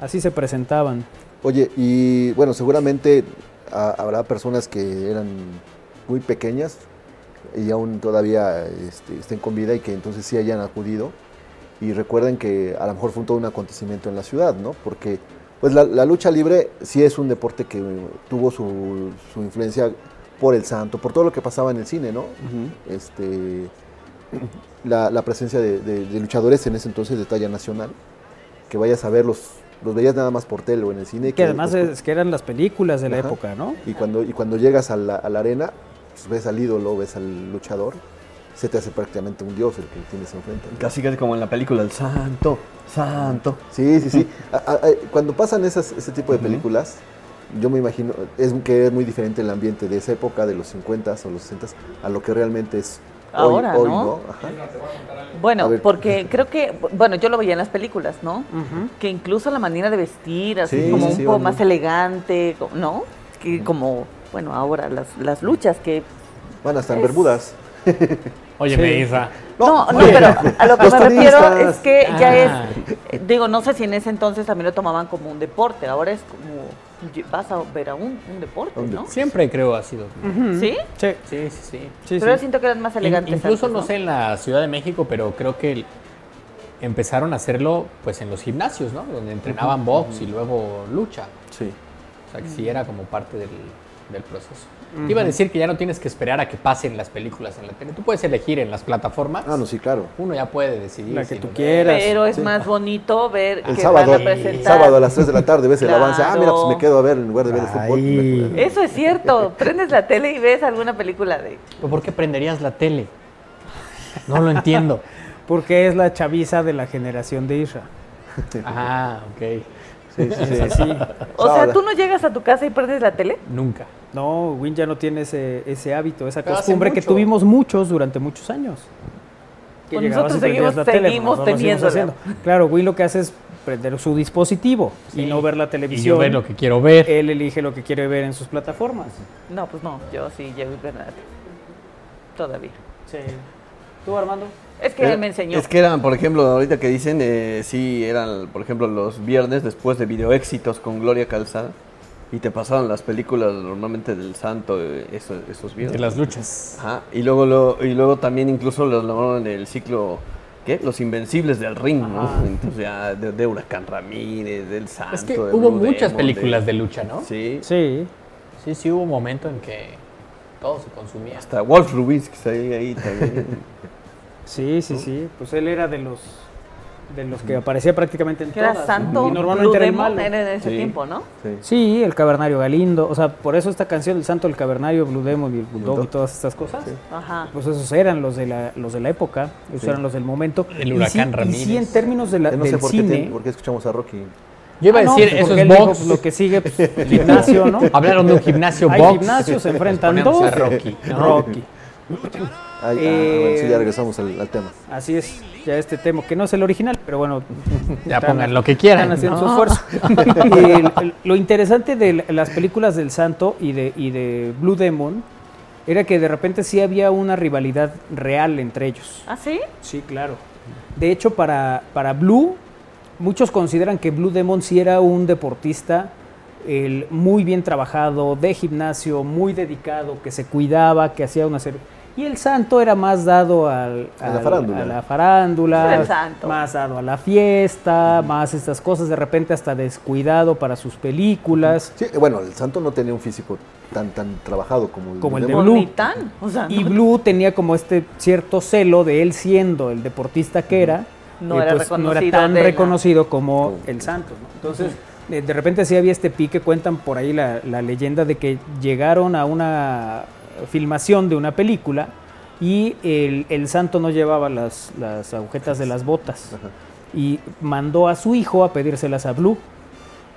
Así se presentaban. Oye, y bueno, seguramente ah, habrá personas que eran muy pequeñas y aún todavía este, estén con vida y que entonces sí hayan acudido. Y recuerden que a lo mejor fue un todo un acontecimiento en la ciudad, ¿no? Porque pues la, la lucha libre sí es un deporte que tuvo su, su influencia por el santo, por todo lo que pasaba en el cine, ¿no? este, la, la presencia de, de- de luchadores en ese entonces de talla nacional, que vayas a verlos, los veías nada más por tele o en el cine. Que además los- es que eran las películas de la Ajá. época, ¿no? y cuando, y cuando llegas a la, a la arena, pues, ves al ídolo, ves al luchador, se te hace prácticamente un dios el que tienes enfrente. ¿no? *laughs* Casi casi como en la película, el santo, santo. Sí, sí, sí. A- a- a- cuando pasan esas, ese tipo de películas, yo me imagino es que es muy diferente el ambiente de esa época, de los 50 o los 60 a lo que realmente es hoy- Ahora, hoy, ¿no? Ajá. A Bueno, ver. porque creo que, bueno, yo lo veía en las películas, ¿no? Ujú. Que incluso la manera de vestir, así Sí, como sí, un sí, poco Olga. más elegante, co- ¿no? Que como, bueno, ahora las, las luchas que... Van hasta en Bermudas. Oye, me Isra. No, no, pero a lo que Los me refiero tenistas. es que ya Ah. es, digo, no sé si en ese entonces también lo tomaban como un deporte, ahora es como, vas a ver a un, un deporte, Un ¿no? Siempre creo ha sido. ¿Sí? Sí, Sí, sí, sí. sí, Pero yo sí. siento que eran más elegantes. In- incluso antes, no sé en la Ciudad de México, pero creo que el- empezaron a hacerlo pues en los gimnasios, ¿no? Donde entrenaban box y luego lucha. Sí. O sea, que sí era como parte del, del proceso. Te iba a decir que ya no tienes que esperar a que pasen las películas en la tele. Tú puedes elegir en las plataformas. Ah, no, sí, claro. Uno ya puede decidir. La que si tú lo ve. quieras. Pero es más bonito ver El que sábado, van a el presentar. sábado a las 3 de la tarde ves el Claro. avance. Ah, mira, pues me quedo a ver en lugar de ver el fútbol. pues Ay. me acuerdo. Eso es *laughs* cierto. Prendes la tele y ves alguna película de. ¿Pero Pues, ¿Por qué prenderías la tele? No lo entiendo. *laughs* Porque es la chaviza de la generación de Isra. *laughs* ah, ok. Sí, sí, sí. O sea, tú no llegas a tu casa y prendes la tele. Nunca. No, Win ya no tiene ese, ese hábito, esa Pero hace costumbre que mucho. tuvimos muchos durante muchos años. Que Pues llegabas nosotros y prendías seguimos- la tele, seguimos nosotros lo seguimos teniéndola. haciendo. Claro, Win lo que hace es prender su dispositivo y Sí. no ver la Y televisión. yo ver lo que quiero ver. Él elige lo que quiere ver en sus plataformas. No, pues no. Yo sí llego y prendo la tele. Todavía. Sí. ¿Tú, Armando? Es que él me enseñó. Eh, Es que eran, por ejemplo, ahorita que dicen, eh, sí, eran, por ejemplo, los viernes después de video éxitos con Gloria Calzada. Y te pasaban las películas normalmente del santo eh, eso- esos, viernes. De las luchas. Ajá, y luego lo- y luego también incluso los lograron en el ciclo ¿qué? Los Invencibles del Ring, ¿no? Entonces ya de, de Huracán Ramírez, del Santo. Es que de hubo Blue muchas Demon, películas de lucha, ¿no? Sí. Sí. Sí, sí, hubo un momento en que todo se consumía. Hasta Wolf Rubinsky salía ahí también. Sí, sí, sí. Pues él era de los de los *laughs* que aparecía prácticamente en Que era todas. santo. Y normalmente era el Blue Demon, malo. era en ese Sí. tiempo, ¿no? Sí, el Cavernario Galindo. O sea, por eso esta canción del Santo, el Cavernario, Blue Demon y el Bulldog y todas estas cosas. Ajá. Pues esos eran los de la, los de la época, esos eran los del momento. El Y Huracán sí- Y Ramírez. sí, en términos de la, Ya no del sé por qué, cine. te- por qué escuchamos a Rocky. Yo iba Ah, a no, decir, pues, eso es porque él dijo, box. pues, lo que sigue, pues, *laughs* gimnasio, ¿no? Hablaron de un gimnasio Hay box. gimnasios, se *laughs* enfrentan Ponemos dos. a Rocky, ¿no? *laughs* Rocky. Ay, Eh, ah, bueno, sí, ya regresamos al, al tema. Así es, ya este tema, que no es el original, pero bueno. *laughs* Ya están- pongan lo que quieran, Están haciendo ¿no? su esfuerzo. *laughs* Eh, El- el- lo interesante de la- las películas del Santo y de, y de Blue Demon era que de repente sí había una rivalidad real entre ellos. ¿Ah, sí? Sí, claro. De hecho, para, para Blue, muchos consideran que Blue Demon sí era un deportista el, muy bien trabajado, de gimnasio, muy dedicado, que se cuidaba, que hacía una serie. Y el santo era más dado al, A la al- farándula. a la farándula, Era el santo. más dado a la fiesta, más estas cosas, de repente hasta descuidado para sus películas. Sí, eh, bueno, el Santo no tenía un físico tan tan trabajado como el, Como el de Demon. Blue. Ni tan. O sea, Y no- Blue tenía como este cierto celo de él siendo el deportista que era, No y era pues no era reconocido tan de la- reconocido como el Santos. ¿no? Entonces, de, de repente sí había este pique, cuentan por ahí la, la leyenda de que llegaron a una filmación de una película y el, el Santo no llevaba las, las agujetas de las botas y mandó a su hijo a pedírselas a Blue.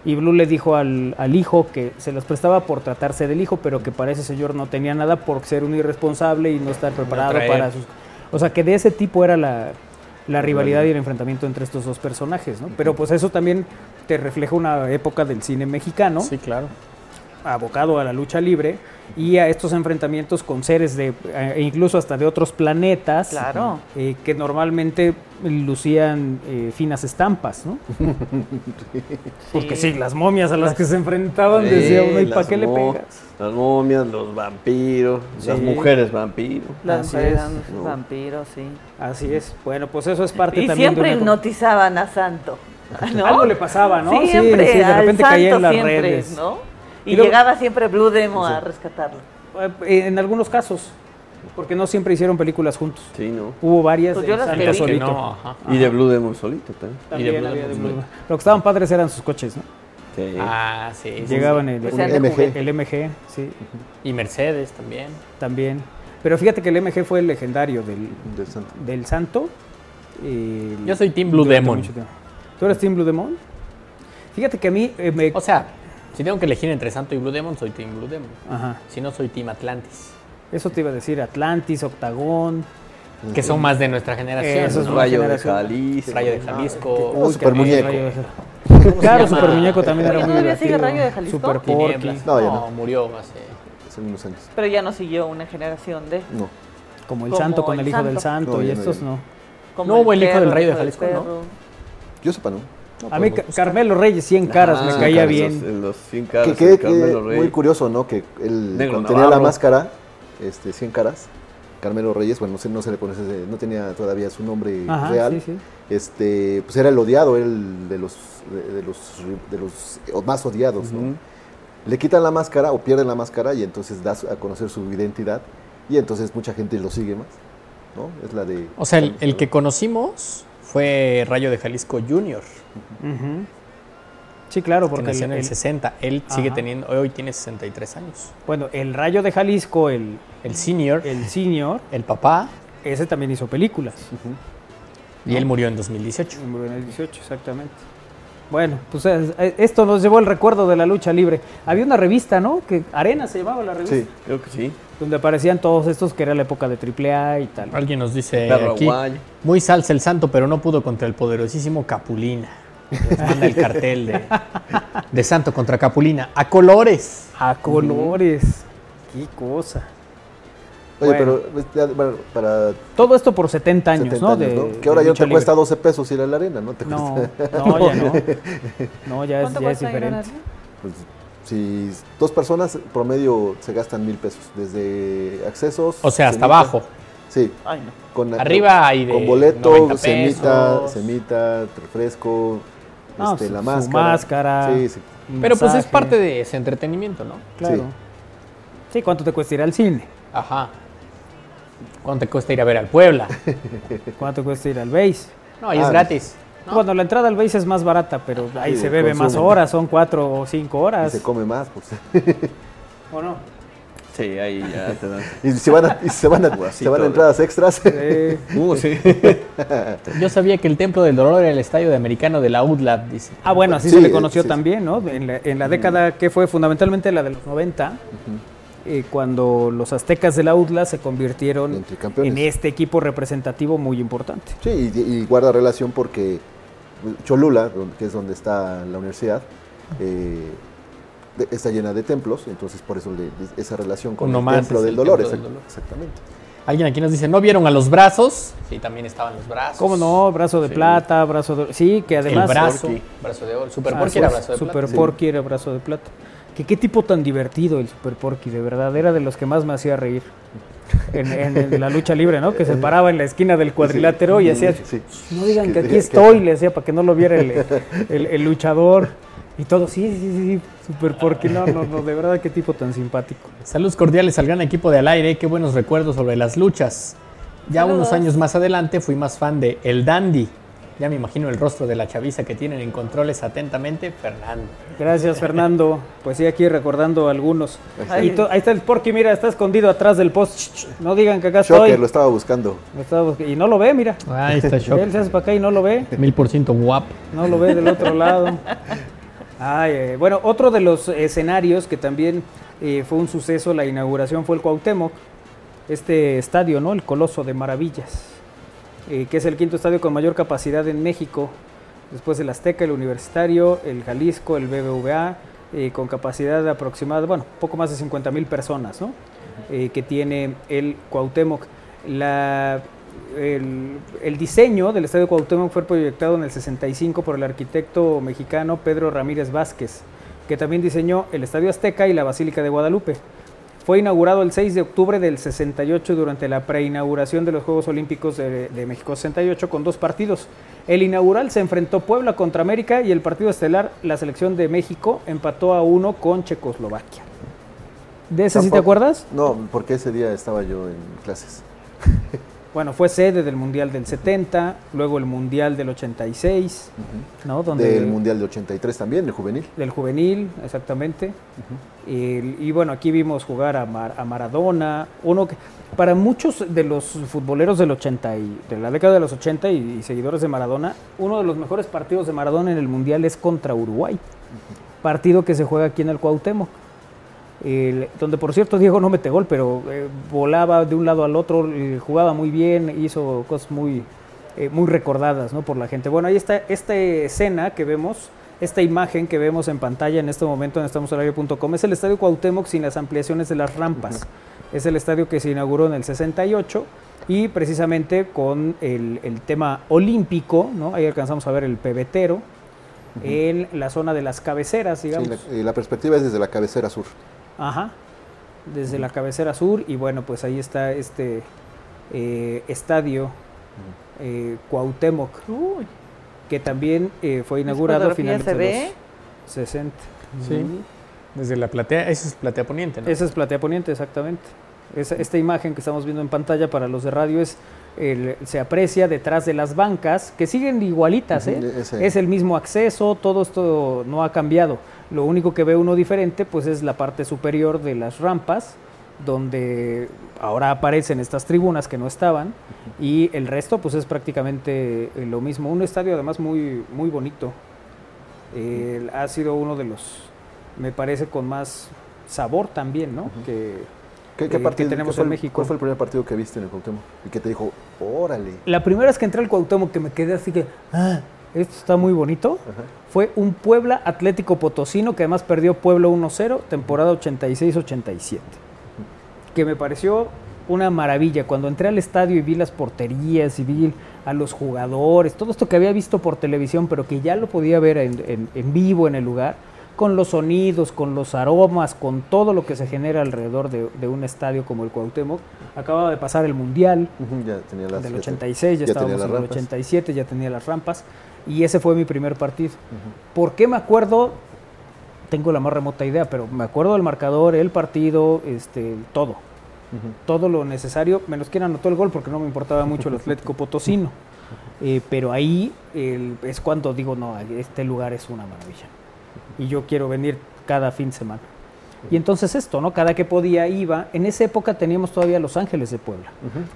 Y Blue le dijo al, al hijo que se las prestaba por tratarse del hijo, pero que para ese señor no tenía nada por ser un irresponsable y no estar preparado traer. para sus... O sea, que de ese tipo era la, la rivalidad y el enfrentamiento entre estos dos personajes, ¿no? Pero pues eso también te refleja una época del cine mexicano, Sí, claro. abocado a la lucha libre, y a estos enfrentamientos con seres de, e incluso hasta de otros planetas, Claro. eh, que normalmente lucían eh, finas *laughs* estampas, ¿no? Porque sí, las momias a las que se enfrentaban decía uno, ¿y para qué le pegas? Las momias, los vampiros, las Sí. mujeres vampiros. Las Así mujeres es. eran No. vampiros, sí. Así es. Bueno, pues eso es parte Y también siempre de una... hipnotizaban a *laughs* Santo. ¿no? Algo le pasaba, ¿no? Sí, Siempre, sí, de al repente santo caía en las siempre, redes. ¿no? Y, Y luego- llegaba siempre Blue Demo a rescatarlo. Eh, En algunos casos, porque no siempre hicieron películas juntos. Sí, ¿no? Hubo varias Pues de yo las que Santo vi. Que solito. no, ajá. Y de Blue Demon solito también. También Y de había de Blue Demon. Blue. Lo que estaban padres eran sus coches, ¿no? Sí. Ah, sí. sí, Llegaban el, Pues el- eran de juguete. el MG, sí, sí. Y Mercedes también. también. Pero fíjate que el MG fue el legendario del, Del Santo. del santo. eh, Yo soy Team Blue durante Demon. mucho tiempo. ¿Tú eres Team Blue Demon? Fíjate que a mí eh, me... O sea, si tengo que elegir entre Santo y Blue Demon, soy Team Blue Demon. Ajá. Si no, soy Team Atlantis. Eso te iba a decir, Atlantis, Octagón. Que son más de nuestra generación. Eso es ¿no? más Rayo de generación. Ah, Jalisco. Rayo de Jalisco. Uy, Super que- Muñeco. Rayo de- Claro, llama? Super Muñeco también Oye, era muy ¿todavía sigue divertido. Rayo de Jalisco? Super Porky. Tinieblas. No, No, ya no. murió hace. Hace unos años. Pero ya no siguió una generación de. No. Como el Como santo con el el hijo del santo. santo No, y ya no, estos ya no. No hubo el hijo del perro, Rayo de hijo Jalisco, ¿no? perro. Yo sepa, ¿no? No, A mí pero- Ca- Carmelo Reyes, 100 caras, me Ah, caía Carlos, bien. en los 100 que, caras, que- el que- Carmelo Rey. muy curioso, ¿no? Que él Negro cuando tenía la Navarro. máscara, este, 100 caras, Carmelo Reyes, bueno, no se, no se le conoce, no tenía todavía su nombre Ajá, real. sí, sí. Este, pues era el odiado, era el de los, de, de los, de los más odiados, ¿no? Le quitan la máscara o pierden la máscara y entonces das a conocer su identidad y entonces mucha gente lo sigue más, ¿no? Es la de... O sea, el, el que conocimos fue Rayo de Jalisco Junior, Ujú. Sí, claro, que porque nació en el- el el- 60. Él sigue Ajá. teniendo, hoy tiene 63 años. bueno, el Rayo de Jalisco, el, El senior, el, el senior, papá, ese también hizo películas. y él murió en 2018. Murió en el 18, exactamente. Bueno, pues es- esto nos llevó el recuerdo de la lucha libre. Había una revista, ¿no? Que Arena se llamaba la revista. Sí. Creo que sí. Donde aparecían todos estos que era la época de AAA y tal. Alguien nos dice Perro Eh, aquí, aguayo. muy salsa el santo, pero no pudo contra el poderosísimo Capulina. Nos manda el cartel de, de santo contra Capulina. A colores. *laughs* A colores. Qué cosa. Oye, Bueno. pero pues, ya, bueno, para Todo esto por 70 años, 70 ¿no? años, De- ¿no? Que ahora de ya lucha te cuesta libre. 12 pesos ir a la arena, ¿no? Te No, cuesta- no, ya *laughs* no. No, ya es, ¿Cuánto cuesta ya es ir a la diferente. arena? Pues, si dos personas promedio se gastan mil pesos, desde accesos... O sea, hasta cenita- abajo. Sí, Ay, no. con eh, Arriba hay de con boleto, 90 semita, pesos. semita, refresco, No, este, Ah, su- la su máscara. máscara. Sí, sí. Un Pero pues es masaje, parte de ese entretenimiento, ¿no? Claro. sí. Sí. ¿cuánto te cuesta ir al cine? Ajá. ¿Cuánto te cuesta ir a ver al Puebla? *laughs* ¿Cuánto te cuesta ir al base? No, ahí Ah, es gratis. ¿no? Bueno, la entrada al base es más barata, pero ahí Sí, se bebe más consumen. horas, son cuatro o cinco Y horas. se come más, pues. ¿O no? Sí, ahí ya te dan. Y se van a, y se *laughs* van a, se van a entradas extras. *laughs* Eh, Uh, sí. Yo sabía que el Templo del Dolor era el estadio de americano de la UDLAP, dice. *laughs* ah, bueno, así Sí, se le conoció sí, sí. también, ¿no? En la, en la década que fue fundamentalmente la de los 90, eh, cuando los aztecas de la UDLA se En convirtieron tricampeones. en este equipo representativo muy importante. Sí, y, y guarda relación porque Cholula, donde- que es donde está la universidad, eh, de- está llena de templos, entonces por eso le- esa relación con Uno el más templo es del el dolor. templo del exact- dolor. Exactamente. Alguien aquí nos dice, ¿no vieron a los brazos? Sí, también estaban los brazos. ¿Cómo no? Brazo de Sí. plata, brazo de... Sí, que el además... brazo. Porky. Brazo de oro. Super Ah, Porky sí, era brazo de plata. Super Porky era brazo de plata. Que qué tipo tan divertido el Super Porky, de verdad, era de los que más me hacía reír. En, en- en la lucha libre, ¿no? Que se paraba en la esquina del cuadrilátero y hacía, Sí. no digan que Que- aquí que- estoy, le hacía para que no lo viera el, el- el luchador y todo, sí, sí, sí, sí, Super Porky, no, no, no, de verdad, qué tipo tan simpático. Saludos cordiales al gran equipo de Al Aire. Qué buenos recuerdos sobre las luchas. Ya unos años más adelante fui más fan de El Dandy. Ya me imagino el rostro de la chaviza que tienen en controles atentamente, Fernando. Gracias, Fernando. Pues sí, aquí recordando algunos. Ay. Y to- ahí está el Porky, mira, está escondido atrás del post. Ch, ch, No digan que acá Shocker, estoy. lo estaba buscando. Lo estaba busc- Y no lo ve, mira. Ahí está Él se hace para acá y no lo ve. Mil por ciento guapo. No lo ve del otro lado. Ay, eh, bueno, otro de los escenarios que también eh, fue un suceso, la inauguración fue el Cuauhtémoc, este estadio, ¿no? El Coloso de Maravillas, eh, que es el quinto estadio con mayor capacidad en México, después el Azteca, el Universitario, el Jalisco, el BBVA, eh, con capacidad aproximada, bueno, poco más de 50 mil personas, ¿no? eh, que tiene el Cuauhtémoc. La, el, el diseño del Estadio Cuauhtémoc fue proyectado en el 65 por el arquitecto mexicano Pedro Ramírez Vázquez, que también diseñó el Estadio Azteca y la Basílica de Guadalupe. Fue inaugurado el 6 de octubre del 68 durante la preinauguración de los Juegos Olímpicos de, de México 68 con dos partidos. El inaugural se enfrentó Puebla contra América y el partido estelar, la selección de México, empató a uno con Checoslovaquia. ¿De ese sí te Tampoco- acuerdas? No, porque ese día estaba yo en clases. Bueno, fue sede del Mundial del 70, luego el Mundial del 86, ¿no? Donde Del Mundial de 83 también, el juvenil. del juvenil, exactamente. El- y bueno, aquí vimos jugar a, Mar- a Maradona, uno que para muchos de los futboleros del 80 y de la década de los 80 y, y seguidores de Maradona, uno de los mejores partidos de Maradona en el mundial es contra Uruguay, partido que se juega aquí en el Cuauhtémoc. El- donde por cierto Diego no mete gol, pero eh, volaba de un lado al otro, eh, jugaba muy bien, hizo cosas muy, eh, muy recordadas ¿no? por la gente. Bueno, ahí está esta escena que vemos, esta imagen que vemos en pantalla en este momento en estamosalario.com, es el Estadio Cuauhtémoc sin las ampliaciones de las rampas. Es el estadio que se inauguró en el 68 y precisamente con el, el tema olímpico, ¿no? ahí alcanzamos a ver el pebetero, en la zona de las cabeceras, Sí, digamos. la, y la perspectiva es desde la cabecera sur. Ajá. Desde la cabecera sur y bueno, pues ahí está este eh, Estadio, eh, Cuauhtémoc, Uy, que también eh, fue inaugurado a finales se de ve. los 60. Sí. Desde la platea, eso es platea poniente, ¿no? Esa es Platea Poniente, exactamente. Esa- esta imagen que estamos viendo en pantalla para los de radio es el- se aprecia detrás de las bancas, que siguen igualitas, ¿eh? Ujú, ese. Es el mismo acceso, todo esto no ha cambiado. Lo único que ve uno diferente, pues es la parte superior de las rampas, donde ahora aparecen estas tribunas que no estaban, y el resto, pues es prácticamente eh, lo mismo. Un estadio además muy, muy bonito. Eh, ha sido uno de los, me parece, con más sabor también, ¿no? Que ¿Qué, eh, qué que partido tenemos qué fue en el- México. ¿Cuál fue el primer partido que viste en el Cuauhtémoc? Y que te dijo, órale. la primera vez que entré al Cuauhtémoc que me quedé así que, ah, esto está muy bonito, fue un Puebla Atlético Potosino que además perdió Puebla 1-0, temporada 86-87. Que me pareció una maravilla. Cuando entré al estadio y vi las porterías y vi a los jugadores, todo esto que había visto por televisión, pero que ya lo podía ver en, en- en vivo en el lugar, con los sonidos, con los aromas, con todo lo que se genera alrededor de, de un estadio como el Cuauhtémoc. Acababa de pasar el Mundial, Ujú, Ya tenía las del ya te- 86, ya, ya tenía estábamos las en el rampas. 87, ya tenía las rampas. Y ese fue mi primer partido. ¿Por qué me acuerdo? Tengo la más remota idea, pero me acuerdo del marcador, el partido, este, todo. Todo lo necesario, menos quien anotó el gol, porque no me importaba mucho el Atlético Potosino. Eh, pero ahí el- es cuando digo, no, este lugar es una maravilla. Y yo quiero venir cada fin de semana. Y entonces esto, ¿no? Cada que podía iba. En esa época teníamos todavía Los Ángeles de Puebla.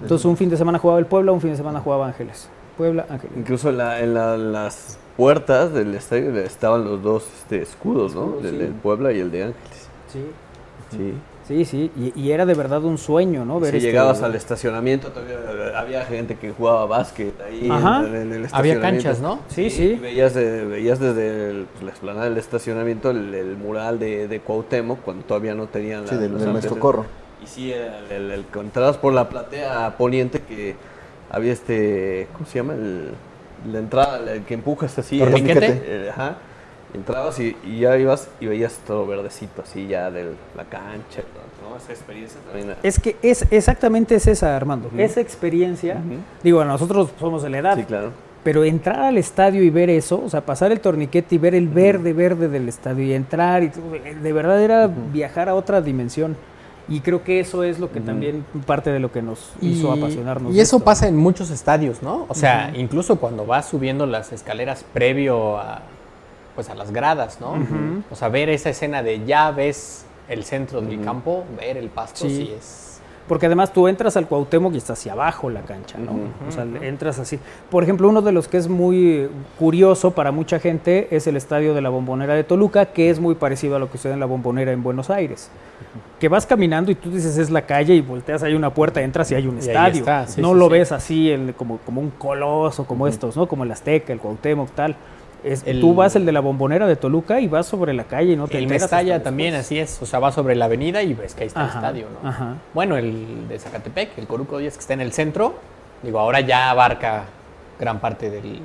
Entonces un fin de semana jugaba el Puebla, un fin de semana jugaba Ángeles. Puebla, Ángeles. Incluso en, la- en la- las puertas del estadio estaban los dos este, escudos, ¿no? Escudos, el sí. del Puebla y el de Ángeles. Sí. Sí. Sí, sí. Y, y era de verdad un sueño, ¿no? Si Ver este- llegabas al estacionamiento, todavía había gente que jugaba básquet ahí en- Ajá. en, el estacionamiento. Había canchas, ¿no? Sí, Y sí. Veías, de- veías desde el- pues, la explanada del estacionamiento el, el mural de, de Cuauhtémoc, cuando todavía no tenían la- Sí, del, los del antes de- Mezcocorro. Y eh, sí, el, el, el que entrabas por la platea poniente que había este, ¿cómo se llama? El- la entrada, el que empujas así. el- ¿Torniquete? el- ajá. Entrabas y, y ya ibas y veías todo verdecito así ya de la cancha. ¿no? Esa experiencia también. era- Es que es exactamente es esa, Armando. Esa experiencia. Digo, nosotros somos de la edad. Sí, claro. Pero entrar al estadio y ver eso, o sea, pasar el torniquete y ver el verde, verde del estadio y entrar, y, de verdad era viajar a otra dimensión. Y creo que eso es lo que también parte de lo que nos hizo apasionarnos. y de eso esto. pasa en muchos estadios, ¿no? O sea, incluso cuando vas subiendo las escaleras previo a, pues a las gradas, ¿no? O sea, ver esa escena de ya ves el centro del campo, ver el pasto, Sí. sí, es... Porque además tú entras al Cuauhtémoc y está hacia abajo la cancha, ¿no? O sea, entras así. Por ejemplo, uno de los que es muy curioso para mucha gente es el estadio de la Bombonera de Toluca, que es muy parecido a lo que sucede en la Bombonera en Buenos Aires. Que vas caminando y tú dices es la calle y volteas, hay una puerta, entras y hay un ahí estadio. está, sí, no sí, lo sí. ves así el- como, como un coloso, como estos, ¿no? Como el Azteca, el Cuauhtémoc, tal. Es, El- tú vas el de la Bombonera de Toluca y vas sobre la calle y no te El enteras hasta Mestalla después. también así es, o sea, va sobre la avenida y ves que ahí está Ajá, el estadio, ¿no? ajá. Bueno, el de Zacatepec, el Coruco 10 que está en el centro, digo, ahora ya abarca gran parte del,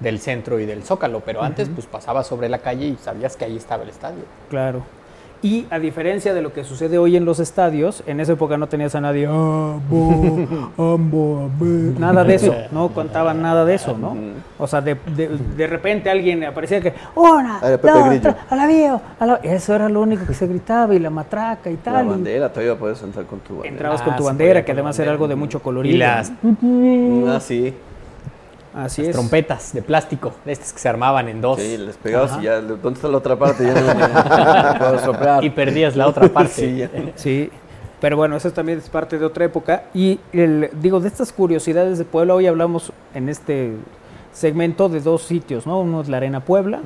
del centro y del zócalo, pero antes pues pasaba sobre la calle y sabías que ahí estaba el estadio. Claro. Y a diferencia de lo que sucede hoy en los estadios, en esa época no tenías a nadie. *laughs* "Amo, *laughs* amo, amé". Nada de eso, no contaban nada de eso, ¿no? O sea, de, de- de repente alguien aparecía que, una, Era Pepe dos, Grillo. tres, alabío, alabío". Eso era lo único que se gritaba y la matraca y La tal. y bandera, todavía puedes entrar con tu bandera. entrabas con Ah, tu se bandera, podía que con además bandera. era algo de mucho colorido. Y las Ah, sí. Así Las es. trompetas de plástico, de estas que se armaban en dos. Sí, les pegabas y ya. ¿Dónde está la otra parte? Ya no la *laughs* puedo soplar. y perdías la otra parte. Sí, ya. Sí, pero bueno, eso también es parte de otra época. Y el, digo, de estas curiosidades de Puebla, hoy hablamos en este segmento de dos sitios, ¿no? Uno es la Arena Puebla,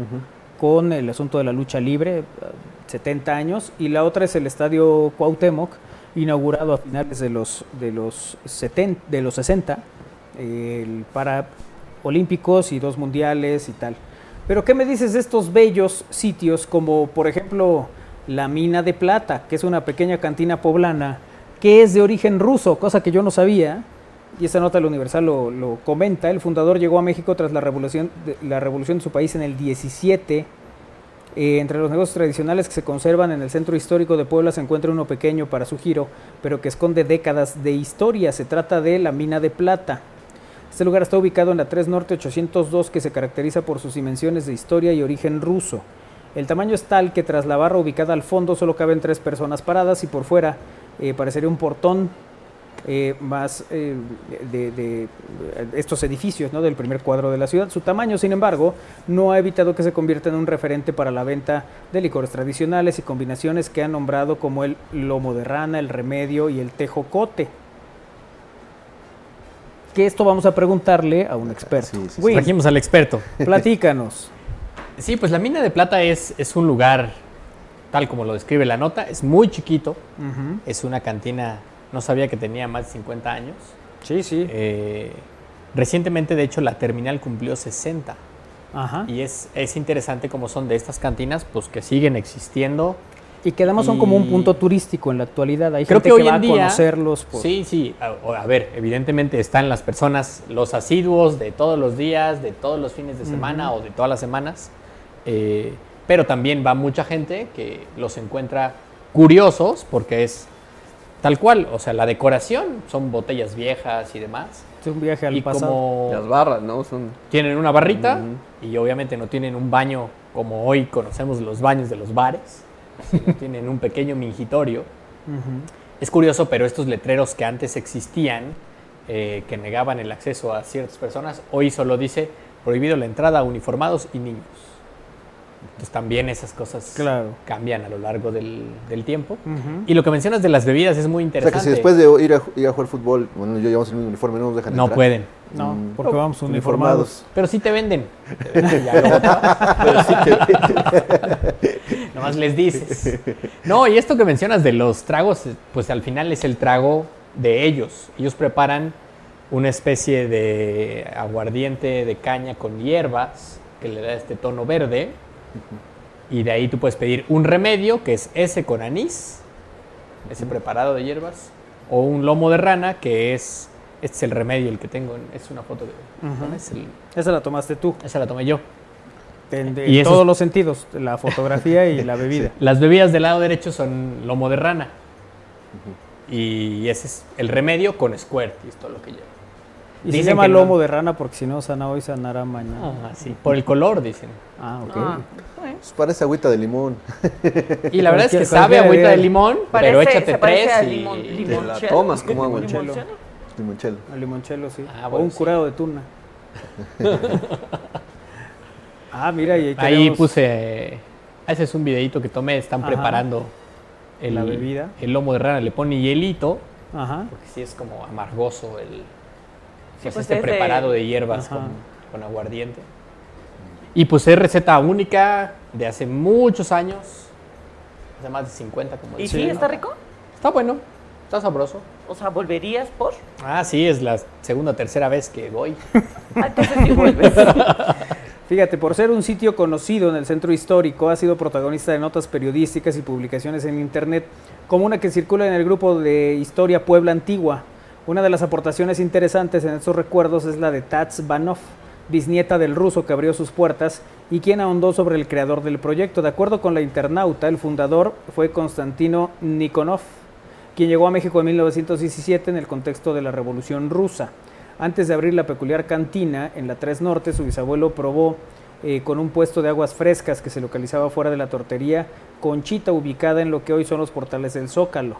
con el asunto de la lucha libre, eh, 70 años, y la otra es el Estadio Cuauhtémoc, inaugurado a finales de los, de los, 70, de los 60, el para olímpicos y dos mundiales y tal. Pero ¿qué me dices de estos bellos sitios como por ejemplo la Mina de Plata, que es una pequeña cantina poblana que es de origen ruso, cosa que yo no sabía? Y esta nota del Universal lo, lo comenta. El fundador llegó a México tras la revolución, de, la revolución de su país en el 17 Eh, entre los negocios tradicionales que se conservan en el centro histórico de Puebla se encuentra uno pequeño para su giro, pero que esconde décadas de historia. Se trata de la mina de plata. Este lugar está ubicado en la 3 Norte 802 que se caracteriza por sus dimensiones de historia y origen ruso. El tamaño es tal que tras la barra ubicada al fondo solo caben tres personas paradas y por fuera eh, parecería un portón eh, más eh, de, de, eh, estos edificios ¿no? del primer cuadro de la ciudad. Su tamaño, sin embargo, no ha evitado que se convierta en un referente para la venta de licores tradicionales y combinaciones que han nombrado como el lomo de rana, el remedio y el tejocote. Que esto vamos a preguntarle a un experto. Sí, sí, sí. Will, Trajimos al experto. platícanos. Sí, pues la mina de plata es, es un lugar, tal como lo describe la nota, es muy chiquito, Ujú. es una cantina, no sabía que tenía más de 50 años. Sí, sí. Eh, recientemente, de hecho, la terminal cumplió 60. Ajá. Y es, es interesante como son de estas cantinas, pues que siguen existiendo. Y que además son como un Y- punto turístico en la actualidad. Hay Creo gente que Mm. que, hoy va en día- a conocerlos. por- Sí, sí. A, o- a ver, evidentemente están las personas, los asiduos de todos los días, de todos los fines de semana o de todas las semanas. eh, pero también va mucha gente que los encuentra curiosos porque es tal cual. O sea, la decoración son botellas viejas y demás. Es un viaje al y pasado. como Las barras, ¿no? Son tienen una barrita y obviamente no tienen un baño como hoy conocemos los baños de los bares, *laughs* sino tienen un pequeño mingitorio. Es curioso, pero estos letreros que antes existían, eh, que negaban el acceso a ciertas personas, hoy solo dice prohibido la entrada a uniformados y niños. Entonces también esas cosas Claro. cambian a lo largo del, del tiempo. Ujú. Y *laughs* lo que mencionas de las bebidas es muy O sea que interesante. si después de ir a, ir a jugar fútbol, bueno, yo llevamos el mismo uniforme, no nos dejan no entrar. pueden. No, Mm, porque vamos uniformados. Pero sí te venden. Te venden y ya luego te vas. *laughs* Nomás les dices. No, y esto que mencionas de los tragos, eh, pues al final es el trago de ellos. Ellos preparan una especie de aguardiente de caña con hierbas que le da este tono verde. Y de ahí tú puedes pedir un remedio, que es ese con anís, ese preparado de hierbas, o un lomo de rana, que es, este es el remedio, el que tengo, en- es una foto de... ¿no? Es el- Esa la tomaste tú. esa la tomé yo. En, Y en esos- todos los sentidos, la *laughs* fotografía y *laughs* la bebida. Las bebidas del lado derecho son lomo de rana. Y ese es el remedio con squirt, y es todo lo que lleva. Y se Dicen llama que no. lomo de rana porque si no sana hoy, sanará mañana. Ah, sí, por el color, dicen. Ah, ok. Ah, *laughs* bueno. Pues parece agüita *laughs* de limón. Y la verdad es que Cualquier- sabe cualquier agüita de bebida. limón, pero Parece- échate se parece tres a y... limón- y- limón. la Limonchelo. tomas como agua. Limonchelo. Limonchelo. Al limonchelo, sí. Ah, o bueno, un sí. curado de tuna. ah, mira, y ahí, Ahí tenemos puse... ah, Ese es un videito que tomé, están Ajá. preparando el, La bebida. el lomo de rana, le pone hielito, Ajá. porque sí es como amargoso el... pues, pues, este es de- preparado de hierbas Ajá. con, con aguardiente. Y pues es receta única de hace muchos años, hace más de 50 como ¿Y dice sí la está nota. rico? Está bueno, está sabroso. O sea, ¿volverías por? Ah, sí, es la segunda o tercera vez que voy. Ah, entonces sí *laughs* vuelves. Fíjate, por ser un sitio conocido en el centro histórico, ha sido protagonista de notas periodísticas y publicaciones en Internet, como una que circula en el grupo de Historia Puebla Antigua. Una de las aportaciones interesantes en estos recuerdos es la de Tats Banov, bisnieta del ruso que abrió sus puertas y quien ahondó sobre el creador del proyecto. De acuerdo con la internauta, el fundador fue Konstantino Nikonov, quien llegó a México en 1917 en el contexto de la Revolución Rusa. Antes de abrir la peculiar cantina en la 3 Norte, su bisabuelo probó eh, con un puesto de aguas frescas que se localizaba fuera de la tortería Conchita, ubicada en lo que hoy son los portales del Zócalo.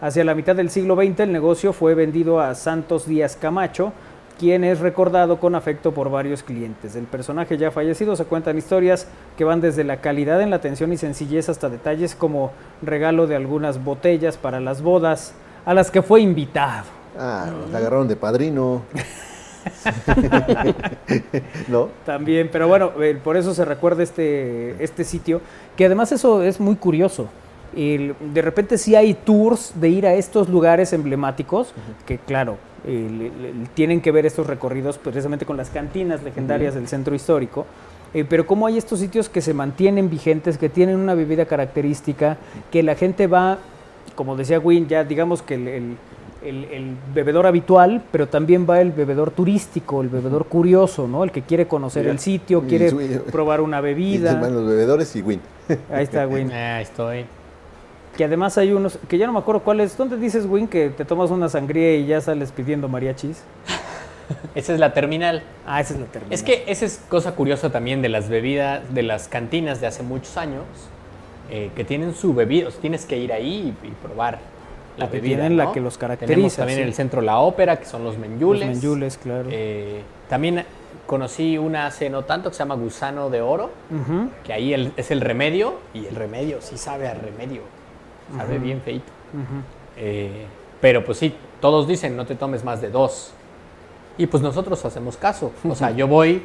Hacia la mitad del siglo XX el negocio fue vendido a Santos Díaz Camacho, quien es recordado con afecto por varios clientes. Del personaje ya fallecido se cuentan historias que van desde la calidad en la atención y sencillez hasta detalles como regalo de algunas botellas para las bodas a las que fue invitado. Ah, nos la agarraron de *laughs* padrino. ¿No? También, pero bueno, eh, por eso se recuerda este, este sitio, que además eso es muy curioso. El- de repente sí hay tours de ir a estos lugares emblemáticos, que claro, el- el- el- tienen que ver estos recorridos precisamente con las cantinas legendarias del centro histórico, eh, pero como hay estos sitios que se mantienen vigentes, que tienen una bebida característica, que la gente va, como decía Wynn, ya digamos que el, el- el, el bebedor habitual, pero también va el bebedor turístico, el bebedor curioso, ¿no? El que quiere conocer Mira, el sitio, y quiere su- probar una *laughs* Y bebida. se van los bebedores y win. Ahí está, *laughs* Win. Ah, estoy. Que además hay unos, que ya no me acuerdo cuál es. ¿Dónde dices, Win, que te tomas una sangría y ya sales pidiendo mariachis? Esa es la terminal. Ah, esa es la terminal. Es que esa es cosa curiosa también de las bebidas, de las cantinas de hace muchos años, eh, que tienen su bebida. O sea, tienes que ir ahí y, y probar la La que bebida. tienen, la ¿no? que los caracteriza, Tenemos también sí. en el centro la ópera, que son los Los menjules. menjules, claro. Eh, también conocí una hace no tanto que se llama Gusano de Oro, Ujú. que ahí el- es el remedio, y el remedio sí sabe a remedio. Sabe bien feito. Eh, pero pues sí, todos dicen no te tomes más de dos. Y pues nosotros hacemos caso. O sea, yo voy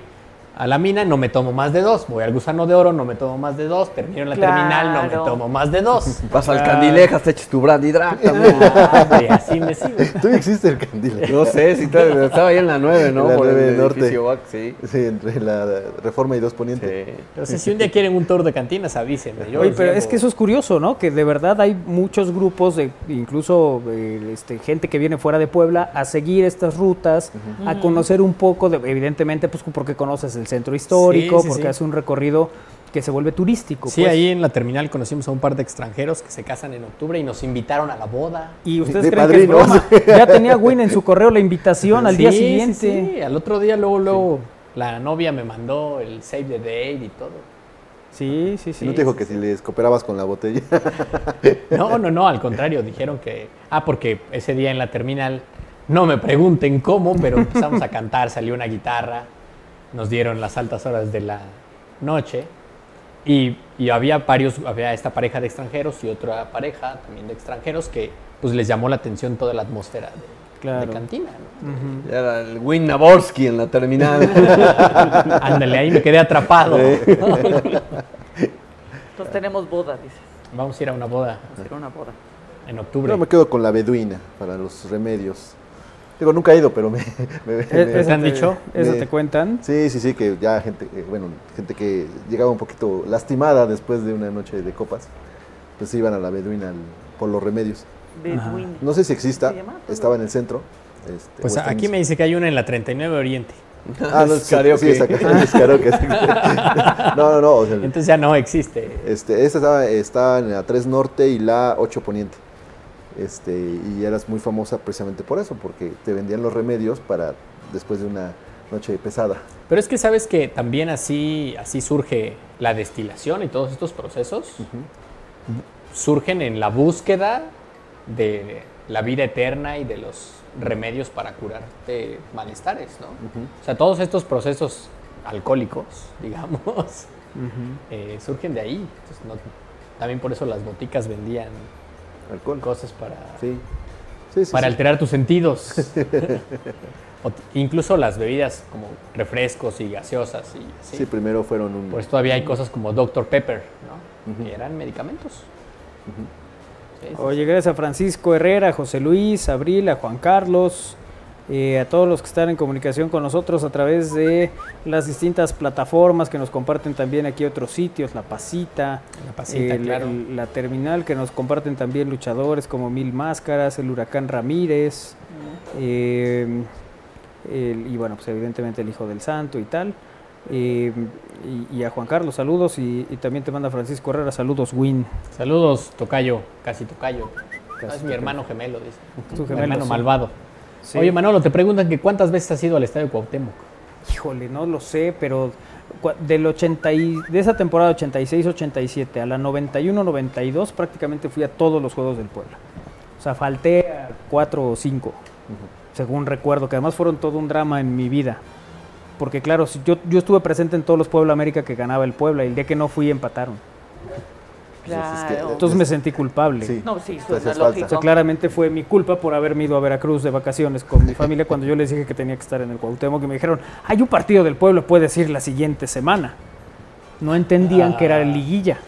a la mina, no me tomo más de dos. Voy al gusano de oro, no me tomo más de dos. Termino en la terminal, no Claro. me tomo más de dos. *laughs* Vas Ah. al Candilejas, te echas tu brandy drag también. Ah, y así me sigo. Todavía existe el candil. No sé, si te- estaba ahí en la 9, ¿no? En *laughs* la Por el 9 norte. edificio Bac, sí. Sí, entre la Reforma y dos Poniente. Sí. Entonces, si un día quieren un tour de cantinas, avísenme. Yo Oye, los pero llevo. es que eso es curioso, ¿no? Que de verdad hay muchos grupos, de, incluso eh, este, gente que viene fuera de Puebla, a seguir estas rutas, a conocer un poco, de, evidentemente, pues porque conoces el centro histórico, sí, porque sí. hace un recorrido que se vuelve turístico. Sí, pues. ahí en la terminal conocimos a un par de extranjeros que se casan en octubre y nos invitaron a la boda. Y ustedes De creen que es padrinos. broma. Ya tenía Win *laughs* en su correo *laughs* la invitación al día Sí, sí, siguiente. sí. Al otro día, luego, luego, la novia me mandó el save the date y todo. Sí, sí, sí. no te dijo que si les cooperabas con la botella. No, no, no, al contrario, dijeron que. Ah, porque ese día en la terminal, no me pregunten cómo, pero empezamos a cantar, salió una guitarra, nos dieron las altas horas de la noche y, y había varios, había esta pareja de extranjeros y otra pareja también de extranjeros que pues les llamó la atención toda la atmósfera de, de Claro. cantina. ¿no? Ya era el Win Naborski en la terminal. *laughs* Ándale, ahí me quedé atrapado. Entonces tenemos boda, dices. Vamos a ir a una boda Vamos a ir a una boda. en octubre. No me quedo con la beduina para los remedios. Digo, nunca he ido, pero me. *laughs* me- Eh, me- eso han dicho? Eso Me- te cuentan. Sí, sí, sí, que ya gente, eh, bueno, gente que llegaba un poquito lastimada después de una noche de copas, pues se iban a la beduina al- por los remedios. Bedouin. No sé si exista, ¿Se llama? estaba en el centro. este, Pues o está en- aquí me dice que hay una en la 39 Oriente. Ah, no, Es es karaoke. *laughs* Sí, es acá, *laughs* *laughs* es karaoke, exacto. No, no, no. o sea, Entonces ya no existe. este, esta estaba, estaba en la 3 Norte y la 8 Poniente. Este, y eras muy famosa precisamente por eso, porque te vendían los remedios para después de una noche pesada. Pero es que sabes que también así, así surge la destilación y todos estos procesos surgen en la búsqueda de la vida eterna y de los remedios para curarte malestares, ¿no? O sea, todos estos procesos alcohólicos, *laughs* digamos, eh, surgen de ahí. Entonces, no- también por eso las boticas vendían Alcohol. cosas para Sí. Sí, sí, para sí. alterar tus *laughs* sentidos. *laughs* O t- incluso las bebidas como refrescos y gaseosas y así. Sí, primero fueron un. Por eso Pues todavía hay cosas como Dr. Pepper, ¿no? Que eran medicamentos. Sí, sí, Oye, gracias a Francisco Herrera, a José Luis, a Abril, a Juan Carlos, eh, a todos los que están en comunicación con nosotros a través de las distintas plataformas que nos comparten también aquí otros sitios, La Pasita, La Pasita, el- claro. el- la Terminal, que nos comparten también luchadores como Mil Máscaras, el Huracán Ramírez, eh, el- y bueno, pues evidentemente el Hijo del Santo y tal. Eh, y, y a Juan Carlos, saludos, y, y también te manda Francisco Herrera, saludos, Win. Saludos, Tocayo, casi Tocayo. Casi No, es mi Tocayo. hermano gemelo, dice. Tu Mi gemelo, hermano sí. malvado. Sí. Oye, Manolo, te preguntan que cuántas veces has ido al estadio Cuauhtémoc. Híjole, no lo sé, pero cua- del 80 y- de esa temporada 86-87 a la 91-92 prácticamente fui a todos los juegos del pueblo. O sea, falté a cuatro o cinco, según recuerdo, que además fueron todo un drama en mi vida. Porque claro, si yo, yo estuve presente en todos los Puebla América que ganaba el Puebla y el día que no fui empataron. Pues, es que- Claro. Entonces me sentí culpable. Sí. no, sí, Te hacías suena falta. O sea, lógico. claramente fue mi culpa por haberme ido a Veracruz de vacaciones con mi familia cuando yo les dije que tenía que estar en el Cuauhtémoc que me dijeron, hay un partido del pueblo, puedes ir la siguiente semana. No entendían Ah. que era liguilla.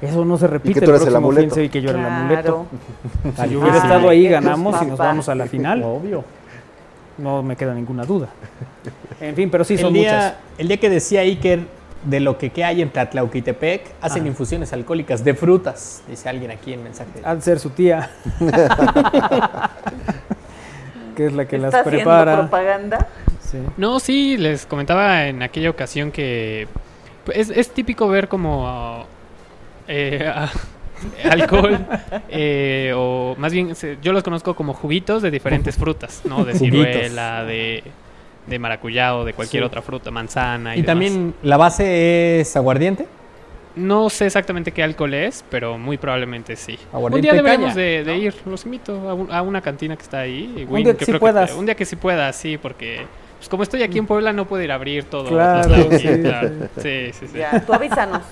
Eso no se repite tú el eras el próximo fin, amuleto. sí, que yo era el amuleto. *laughs* Claro. Ah, Si yo yo hubiera sí. estado ahí, Ay, ganamos Jesús, y nos papá. vamos a la final. Obvio. No me queda ninguna duda. En fin, pero sí son el, día, muchas. el día que decía Iker de lo que, que hay en Tlatlauquitepec, hacen Ajá. infusiones alcohólicas Ah, *laughs* de frutas, dice alguien aquí en mensaje. Al ser su tía. que es la que las ¿Está haciendo prepara. propaganda? Sí. No, sí, les comentaba en aquella ocasión que pues, es, es típico ver como eh, *laughs* a- *laughs* alcohol eh, o más bien se- yo los conozco como juguitos de diferentes frutas, ¿no? *laughs* De Juguitos. ciruela, de, de maracuyá o de cualquier otra fruta, manzana y, Y demás. también la base es aguardiente. No sé exactamente qué alcohol es, pero muy probablemente sí. Ah, Aguardiente un día de deberíamos caña. de, de ir, los invito a, un- a una cantina que está ahí. y Un Win, día que yo sí creo puedas. un día que sí pueda, sí, porque pues, como estoy aquí en Puebla no puedo ir a abrir todo. Claro, sí, *laughs* sí, sí, sí, sí. Ya, tú avísanos.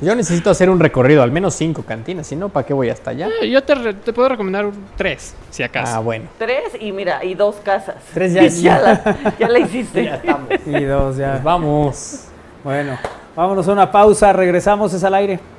Yo necesito hacer un recorrido, al menos cinco cantinas, si no, ¿para qué voy hasta allá? Eh, Yo te, re- te puedo recomendar un- tres, si acaso. Ah, bueno. Tres y mira, y dos casas. Tres ya- *laughs* ya, la, ya la hiciste. *laughs* Ya estamos. Y dos, ya. Pues vamos. Bueno, vámonos a una pausa, regresamos, es al aire. pues.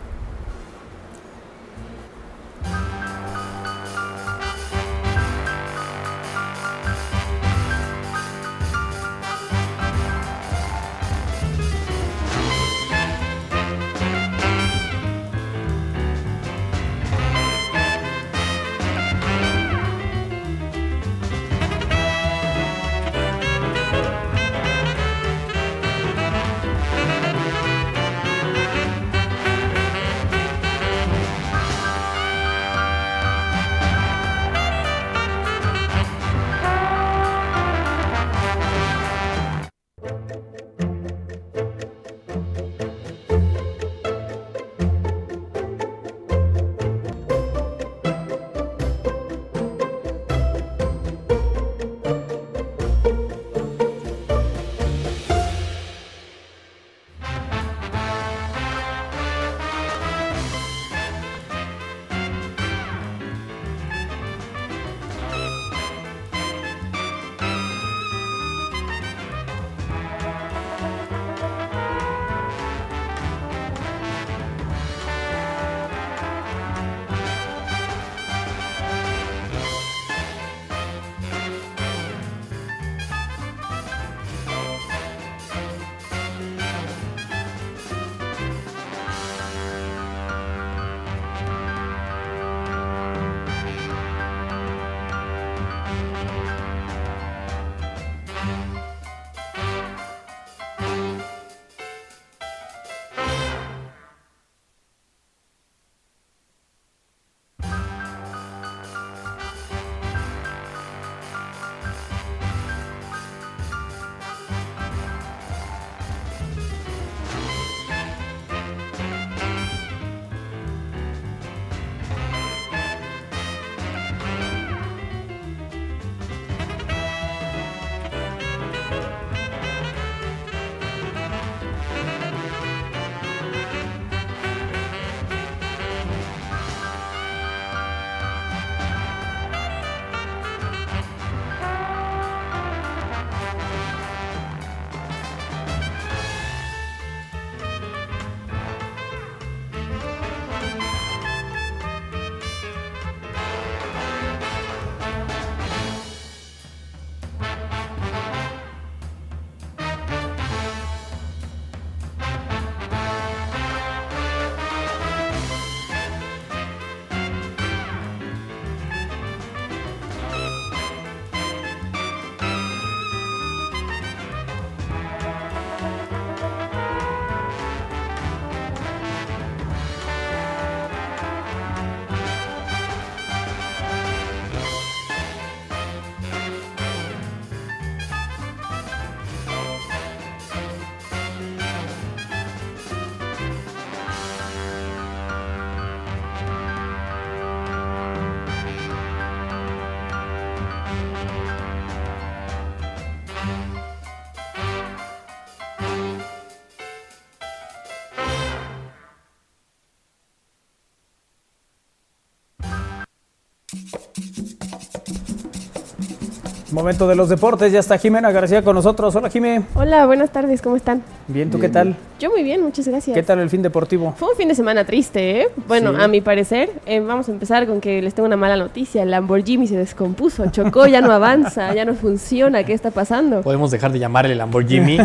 Momento de los deportes, ya está Jimena García con nosotros. Hola Jimé. Hola, buenas tardes, ¿cómo están? Bien, ¿tú qué tal? Yo muy bien, muchas gracias. ¿Qué tal el fin deportivo? Fue un fin de semana triste, ¿eh? Bueno, Sí. a mi parecer, eh, vamos a empezar con que les tengo una mala noticia. El Lamborghini se descompuso, chocó, ya no avanza, ya no funciona. ¿Qué está pasando? Podemos dejar de llamarle *laughs* Lamborghini.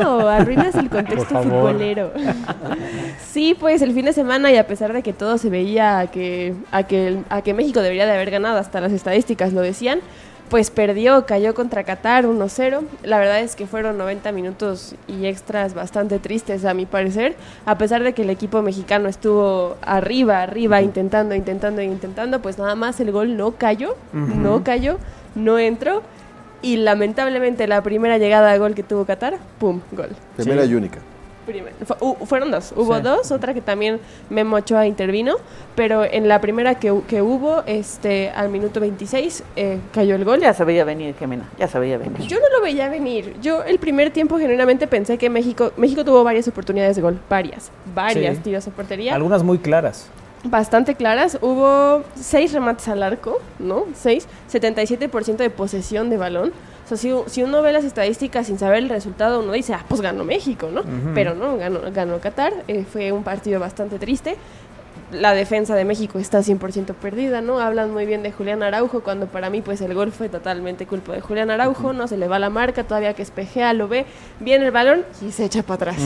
No, arruinas el Por contexto favor. futbolero. Sí, pues el fin de semana y a pesar de que todo se veía a que, a que, a que México debería de haber ganado, hasta las estadísticas lo decían, pues perdió, cayó contra Qatar 1-0. La verdad es que fueron 90 minutos y extras bastante tristes a mi parecer, a pesar de que el equipo mexicano estuvo arriba, arriba, intentando, intentando, intentando, pues nada más el gol no cayó, no cayó, no entró. Y lamentablemente la primera llegada a gol que tuvo Qatar, ¡pum! Gol. Primera y única. Primer- fu- hu- fueron dos. Hubo Sí. dos, otra que también Memo Ochoa intervino, pero en la primera que, hu- que hubo, este, al minuto 26, eh, cayó el gol. Ya se veía venir, Jimena, ya se veía venir. Yo no lo veía venir. Yo el primer tiempo genuinamente pensé que México, México tuvo varias oportunidades de gol, varias, varias Sí. tiros a portería, Algunas muy claras. bastante claras. Hubo seis remates al arco, ¿no? Seis, 77% de posesión de balón. O sea, si, u- si uno ve las estadísticas sin saber el resultado, uno dice, ah, pues ganó México, ¿no? Pero no, ganó, ganó Qatar. Eh, fue un partido bastante triste la defensa de México está 100% perdida, ¿no? Hablan muy bien de Julián Araujo, cuando para mí pues el gol fue totalmente culpa de Julián Araujo, no se le va la marca, todavía que espejea, lo ve, viene el balón y se echa para atrás.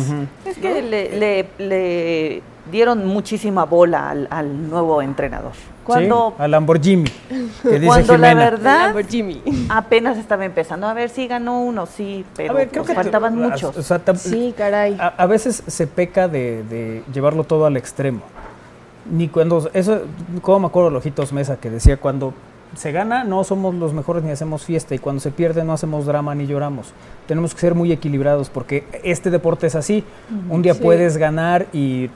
Es que le, le- le dieron muchísima bola al, al nuevo entrenador. Cuando, Sí, A Lamborghini. Que dice cuando la Jimena. verdad Por Jimmy. apenas estaba empezando. A ver, sí ganó uno, sí, pero A ver, creo pues que te- faltaban a- muchos. o sea, tam- Sí, caray. A, a veces se peca de, de llevarlo todo al extremo. Ni cuando. Eso, como me acuerdo de Ojitos Mesa que decía, cuando se gana no somos los mejores ni hacemos fiesta, y cuando se pierde no hacemos drama ni lloramos. Tenemos que ser muy equilibrados porque este deporte es así. Un día Sí. puedes ganar y eh,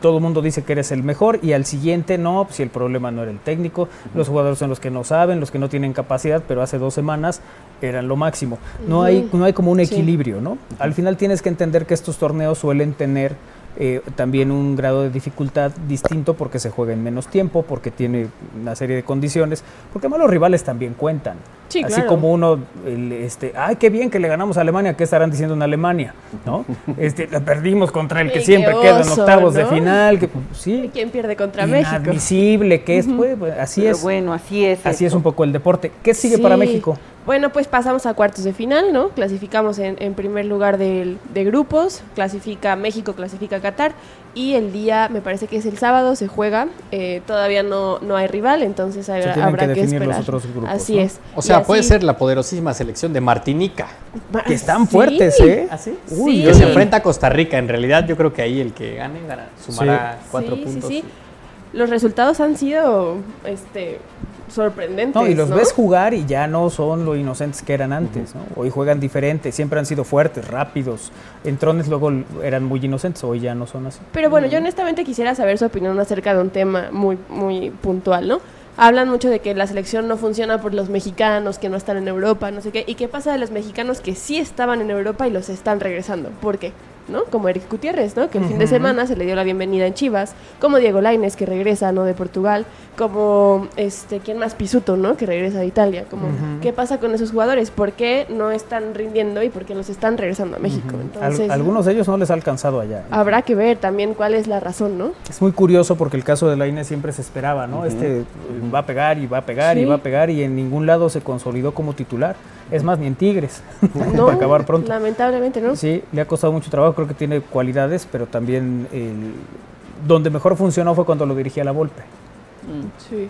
todo el mundo dice que eres el mejor, y al siguiente no, pues, si el problema no era el técnico, los jugadores son los que no saben, los que no tienen capacidad, pero hace dos semanas eran lo máximo. No, hay, no hay como un Sí. equilibrio equilibrio, ¿no? Al final tienes que entender que estos torneos suelen tener eh, también un grado de dificultad distinto porque se juega en menos tiempo, porque tiene una serie de condiciones, porque además los rivales también cuentan. Sí, Así claro. como uno, el, este, ay, qué bien que le ganamos a Alemania, ¿qué estarán diciendo en Alemania? *laughs* ¿No? Este, la perdimos contra el Sí, que qué siempre queda en oso, octavos de ¿no? final, que pues, sí, ¿Quién pierde contra México? inadmisible que es, pues, pues, así Pero es. bueno, así es. Así es esto. un poco el deporte. ¿Qué sigue para Sí. México? Bueno, pues pasamos a cuartos de final, ¿no? Clasificamos en, en primer lugar del- de grupos, clasifica México, clasifica Qatar y el día, me parece que es el sábado, se juega, eh, todavía no, no hay rival, entonces hay- tienen habrá que que, definir los esperar. otros grupos, así ¿no? es. O Y sea, puede así- ser la poderosísima selección de Martinica. Ma- Que están sí. fuertes, ¿eh? ¿Así? Uy, Que se sí. enfrenta a Costa Rica. En realidad, yo creo que ahí el que gane gana- sumará Sí, cuatro sí, puntos. sí. Los resultados han sido este sorprendentes. No, y los ¿no? ves jugar y ya no son lo inocentes que eran antes, ¿no? Hoy juegan diferente, siempre han sido fuertes, rápidos. Entrones luego l- eran muy inocentes, hoy ya no son así. Pero bueno, yo honestamente quisiera saber su opinión acerca de un tema muy, muy puntual, ¿no? Hablan mucho de que la selección no funciona por los mexicanos que no están en Europa, no sé qué. ¿Y qué pasa de los mexicanos que sí estaban en Europa y los están regresando? ¿Por qué? ¿No? Como Eric Gutiérrez, ¿no? Que el fin de semana se le dio la bienvenida en Chivas. Como Diego Laines, que regresa, ¿no? De Portugal. Como, este, ¿quién más? Pisuto, ¿no? Que regresa de Italia. Como, ¿qué pasa con esos jugadores? ¿Por qué no están rindiendo y por qué los están regresando a México? Al- Entonces, algunos de ellos no les ha alcanzado allá. ¿eh? habrá que ver también cuál es la razón, ¿no? Es muy curioso porque el caso de Lainez siempre se esperaba, ¿no? Este eh, va a pegar y va a pegar y Sí. va a pegar y en ningún lado se consolidó como titular. Es más, ni en Tigres, *laughs* No, *laughs* para acabar pronto. Lamentablemente, ¿no? Sí, le ha costado mucho trabajo, creo que tiene cualidades, pero también el- donde mejor funcionó fue cuando lo dirigía la Volpe. Sí.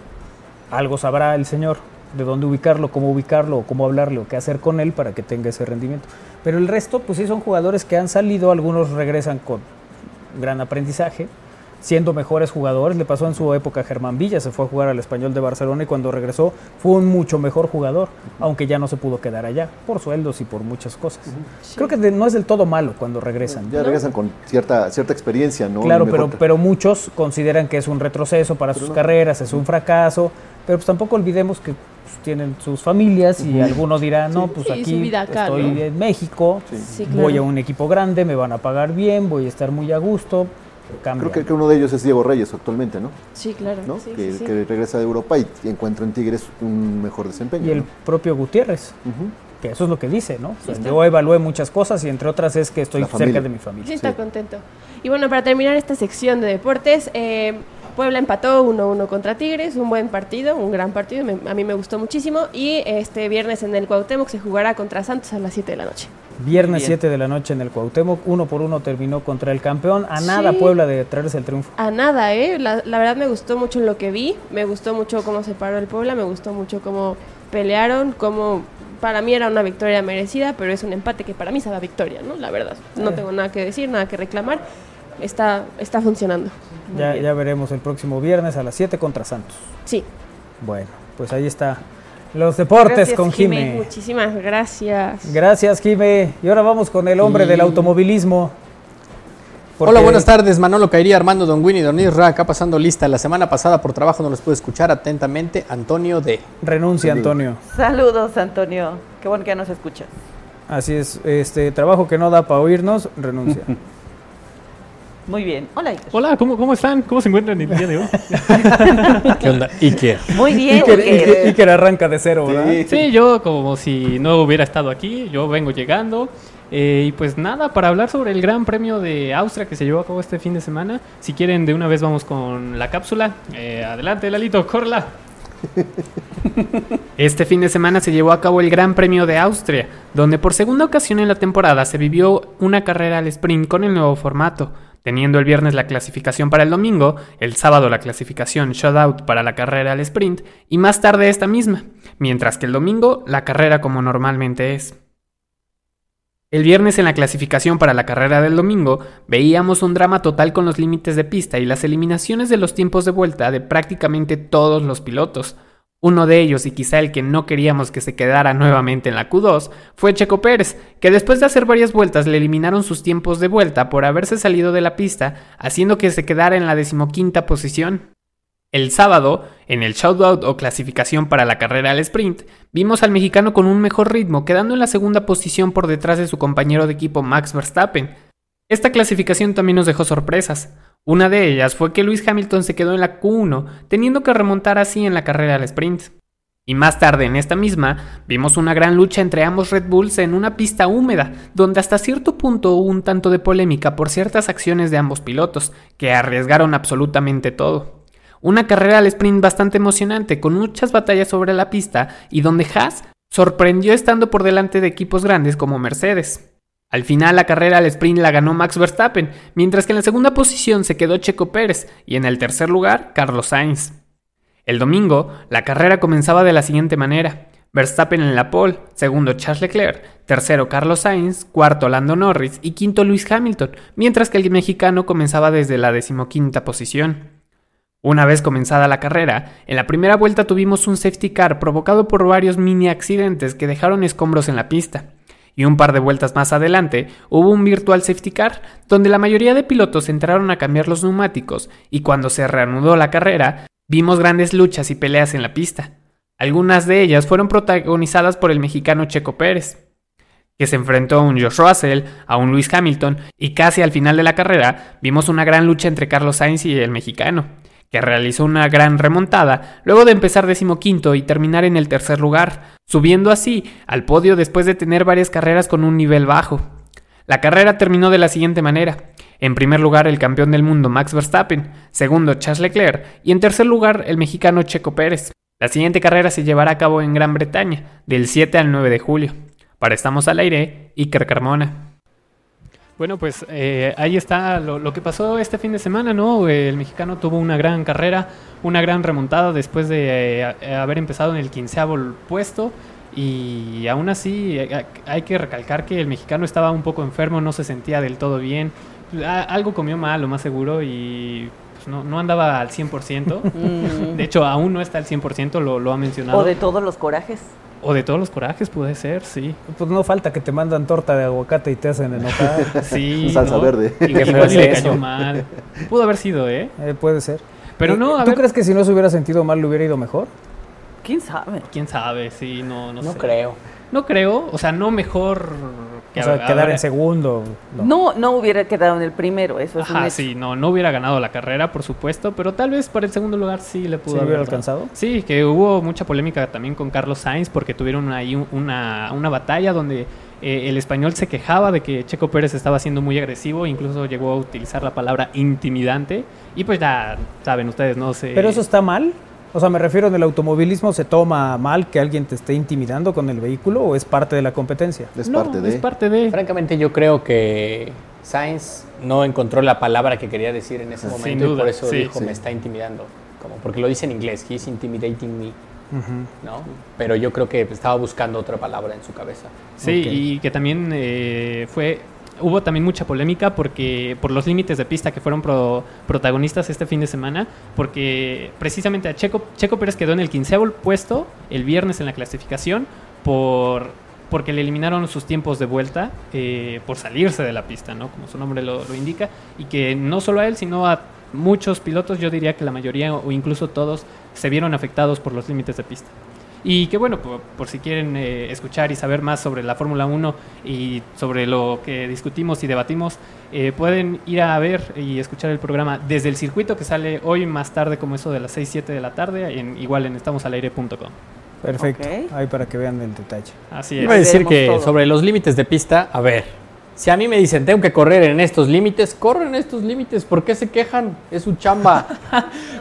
algo sabrá el señor de dónde ubicarlo, cómo ubicarlo, o cómo hablarle o qué hacer con él para que tenga ese rendimiento. Pero el resto, pues sí, son jugadores que han salido, algunos regresan con gran aprendizaje, siendo mejores jugadores. Le pasó en su época a Germán Villa, se fue a jugar al español de Barcelona y cuando regresó fue un mucho mejor jugador, aunque ya no se pudo quedar allá, por sueldos y por muchas cosas. Creo que de- no es del todo malo cuando regresan. Ya regresan con cierta, cierta experiencia, ¿no? Claro, Y pero, mejor- pero muchos consideran que es un retroceso para sus carreras, es un fracaso, pero pues tampoco olvidemos que pues, tienen sus familias y algunos dirán, no, pues Sí, su aquí vida acá, estoy ¿no? en México, Sí, voy a claro. un equipo grande, me van a pagar bien, voy a estar muy a gusto, cambia. Creo que, que uno de ellos es Diego Reyes actualmente, ¿no? Sí, claro. ¿No? Sí, que, sí, sí. que regresa de Europa y encuentra en Tigres un mejor desempeño. Y el ¿no? propio Gutiérrez, Ujú. que eso es lo que dice, ¿no? O sea, yo evalué muchas cosas y entre otras es que estoy La cerca familia. de mi Sí, familia. está contento. Y bueno, para terminar esta sección de deportes, eh, Puebla empató 1-1 contra Tigres, un buen partido, un gran partido, me- a mí me gustó muchísimo. Y este viernes en el Cuauhtémoc se jugará contra Santos a las 7 de la noche. Viernes Bien. 7 de la noche en el Cuauhtémoc, uno por uno terminó contra el campeón, a nada Sí. Puebla de traerse el triunfo. A nada, ¿eh? La, la verdad me gustó mucho lo que vi, me gustó mucho cómo se paró el Puebla, me gustó mucho cómo pelearon, como para mí era una victoria merecida, pero es un empate que para mí se da victoria, ¿no? La verdad. No tengo nada que decir, nada que reclamar. Está, está funcionando. Muy Ya, bien. ya veremos el próximo viernes a las 7 contra Santos. Sí. Bueno, pues ahí está. Los deportes Gracias, con Jime. Jime. Muchísimas gracias. Gracias, Jime. Y ahora vamos con el hombre del automovilismo. Hola, Porque- buenas tardes. Manolo Caería, Armando Don Winnie, Don Isra, acá pasando lista. La semana pasada por trabajo no los pude escuchar atentamente. Antonio D. Renuncia, Antonio. Saludos, Antonio. Qué bueno que ya nos escuchas. Así es, este trabajo que no da para oírnos, renuncia. Muy bien. Hola, Iker. Hola, ¿cómo, ¿cómo están? ¿Cómo se encuentran el día de hoy? *laughs* ¿Qué onda? Iker. Muy bien, Iker, Iker. Iker- Iker arranca de cero, ¿verdad? Sí, yo como si no hubiera estado aquí, yo vengo llegando. eh, y pues nada, para hablar sobre el Gran Premio de Austria que se llevó a cabo este fin de semana, si quieren de una vez vamos con la cápsula. Eh, adelante, Lalito, córrela. *laughs* Este fin de semana se llevó a cabo el Gran Premio de Austria, donde por segunda ocasión en la temporada se vivió una carrera al sprint con el nuevo formato, teniendo el viernes la clasificación para el domingo, el sábado la clasificación shoutout para la carrera al sprint y más tarde esta misma, mientras que el domingo la carrera como normalmente es. El viernes en la clasificación para la carrera del domingo veíamos un drama total con los límites de pista y las eliminaciones de los tiempos de vuelta de prácticamente todos los pilotos. Uno de ellos y quizá el que no queríamos que se quedara nuevamente en la Q2 fue Checo Pérez, que después de hacer varias vueltas le eliminaron sus tiempos de vuelta por haberse salido de la pista, haciendo que se quedara en la decimoquinta posición. El sábado, en el shoutout o clasificación para la carrera al sprint, vimos al mexicano con un mejor ritmo, quedando en la segunda posición por detrás de su compañero de equipo Max Verstappen. Esta clasificación también nos dejó sorpresas. Una de ellas fue que Lewis Hamilton se quedó en la Q1, teniendo que remontar así en la carrera al sprint. Y más tarde en esta misma, vimos una gran lucha entre ambos Red Bulls en una pista húmeda, donde hasta cierto punto hubo un tanto de polémica por ciertas acciones de ambos pilotos, que arriesgaron absolutamente todo. Una carrera al sprint bastante emocionante, con muchas batallas sobre la pista y donde Haas sorprendió estando por delante de equipos grandes como Mercedes. Al final la carrera al sprint la ganó Max Verstappen, mientras que en la segunda posición se quedó Checo Pérez y en el tercer lugar Carlos Sainz. El domingo, la carrera comenzaba de la siguiente manera. Verstappen en la pole, segundo Charles Leclerc, tercero Carlos Sainz, cuarto Lando Norris y quinto Luis Hamilton, mientras que el mexicano comenzaba desde la decimoquinta posición. Una vez comenzada la carrera, en la primera vuelta tuvimos un safety car provocado por varios mini accidentes que dejaron escombros en la pista. Y un par de vueltas más adelante hubo un virtual safety car donde la mayoría de pilotos entraron a cambiar los neumáticos y cuando se reanudó la carrera vimos grandes luchas y peleas en la pista. Algunas de ellas fueron protagonizadas por el mexicano Checo Pérez que se enfrentó a un Josh Russell, a un Lewis Hamilton y casi al final de la carrera vimos una gran lucha entre Carlos Sainz y el mexicano, que realizó una gran remontada luego de empezar decimoquinto y terminar en el tercer lugar, subiendo así al podio después de tener varias carreras con un nivel bajo. La carrera terminó de la siguiente manera. En primer lugar el campeón del mundo Max Verstappen, segundo Charles Leclerc y en tercer lugar el mexicano Checo Pérez. La siguiente carrera se llevará a cabo en Gran Bretaña, del 7 al 9 de julio. Para Estamos al Aire, Iker Carmona. Bueno, pues eh, ahí está lo, lo que pasó este fin de semana, ¿no? Eh, El mexicano tuvo una gran carrera, una gran remontada después de eh, a- haber empezado en el quinceavo puesto. Y aún así, eh, eh, hay que recalcar que el mexicano estaba un poco enfermo, no se sentía del todo bien. A- algo comió mal, lo más seguro, y pues, no, no andaba al 100%. *laughs* Mm. De hecho, aún no está al 100%, lo, lo ha mencionado. O de todos los corajes. o de todos los corajes, puede ser, sí. Pues no falta que te mandan torta de aguacate y te hacen enojar. *laughs* Sí. Salsa verde. *laughs* Y Qué igual feo y le es cayó eso. mal. Pudo haber sido, ¿eh? Eh, puede ser. Pero Eh, no, a ¿Tú ver. crees que si no se hubiera sentido mal le hubiera ido mejor? ¿Quién sabe? ¿Quién sabe? Sí, no, no, No sé. creo. No creo. O sea, no mejor que o sea, haber- quedar haber- en segundo. No. no, hubiera quedado en el primero. Eso es un Ajá, hecho. sí, no, no hubiera ganado la carrera, por supuesto, pero tal vez para el segundo lugar sí le pudo ¿Sí haber hubiera dado. alcanzado? Sí, que hubo mucha polémica también con Carlos Sainz porque tuvieron ahí un- una, una batalla donde eh, el español se quejaba de que Checo Pérez estaba siendo muy agresivo, incluso llegó a utilizar la palabra intimidante y pues ya saben ustedes, no sé. Pero eso está mal. O sea, me refiero en el automovilismo, ¿se toma mal que alguien te esté intimidando con el vehículo o es parte de la competencia? Es No, parte de. es parte de. Francamente, yo creo que Sainz no encontró la palabra que quería decir en ese Sin momento y duda, por eso sí. dijo Sí. me está intimidando. Como porque lo dice en inglés, he's intimidating me. ¿no? Pero yo creo que estaba buscando otra palabra en su cabeza. Sí, Ok. y que también eh, fue. Hubo también mucha polémica porque por los límites de pista que fueron pro- protagonistas este fin de semana, porque precisamente a Checo, Checo Pérez quedó en el quinceavo puesto el viernes en la clasificación por porque le eliminaron sus tiempos de vuelta eh, por salirse de la pista, ¿no? Como su nombre lo, lo indica, y que no solo a él, sino a muchos pilotos, yo diría que la mayoría o incluso todos se vieron afectados por los límites de pista. Y que bueno, por, por si quieren eh, escuchar y saber más sobre la Fórmula 1 y sobre lo que discutimos y debatimos, eh, pueden ir a ver y escuchar el programa desde el circuito que sale hoy más tarde, como eso de las 6, 7 de la tarde, en, igual en estamosalaire.com. Perfecto. Ok. Ahí para que vean el detalle. Así Yo es. Iba a decir Veremos que todo. sobre los límites de pista, a ver, si a mí me dicen tengo que correr en estos límites, corren en estos límites, ¿por qué se quejan? Es su *laughs* chamba.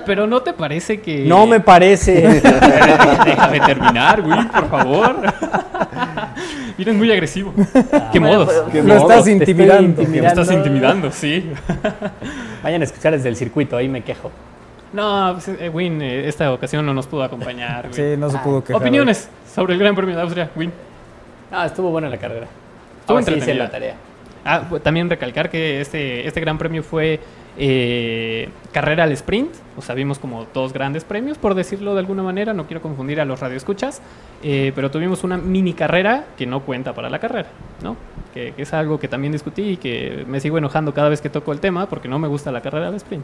Pero ¿no te parece que...? No me parece. *laughs* Déjame terminar, güey, por favor. *laughs* Miren, muy agresivo. ¿Qué Bueno, modos? pero- Qué Ah, pues, Lo estás te estoy intimidando. Me estás intimidando, sí. *laughs* Vayan a escuchar desde el circuito, ahí me quejo. No, pues, eh, Win, eh, esta ocasión no nos pudo acompañar. Win. Sí, no se pudo quejar. Ah. Opiniones sobre el Gran Premio de Austria, Win. Ah, estuvo buena la carrera. Estuvo Ahora sí hice entretenida. la tarea. Ah, bu- también recalcar que este, este Gran Premio fue eh, carrera al sprint. O sea, vimos como dos grandes premios, por decirlo de alguna manera. No quiero confundir a los radioescuchas. eh, pero tuvimos una mini carrera que no cuenta para la carrera, ¿no? Que, que es algo que también discutí y que me sigo enojando cada vez que toco el tema porque no me gusta la carrera al sprint.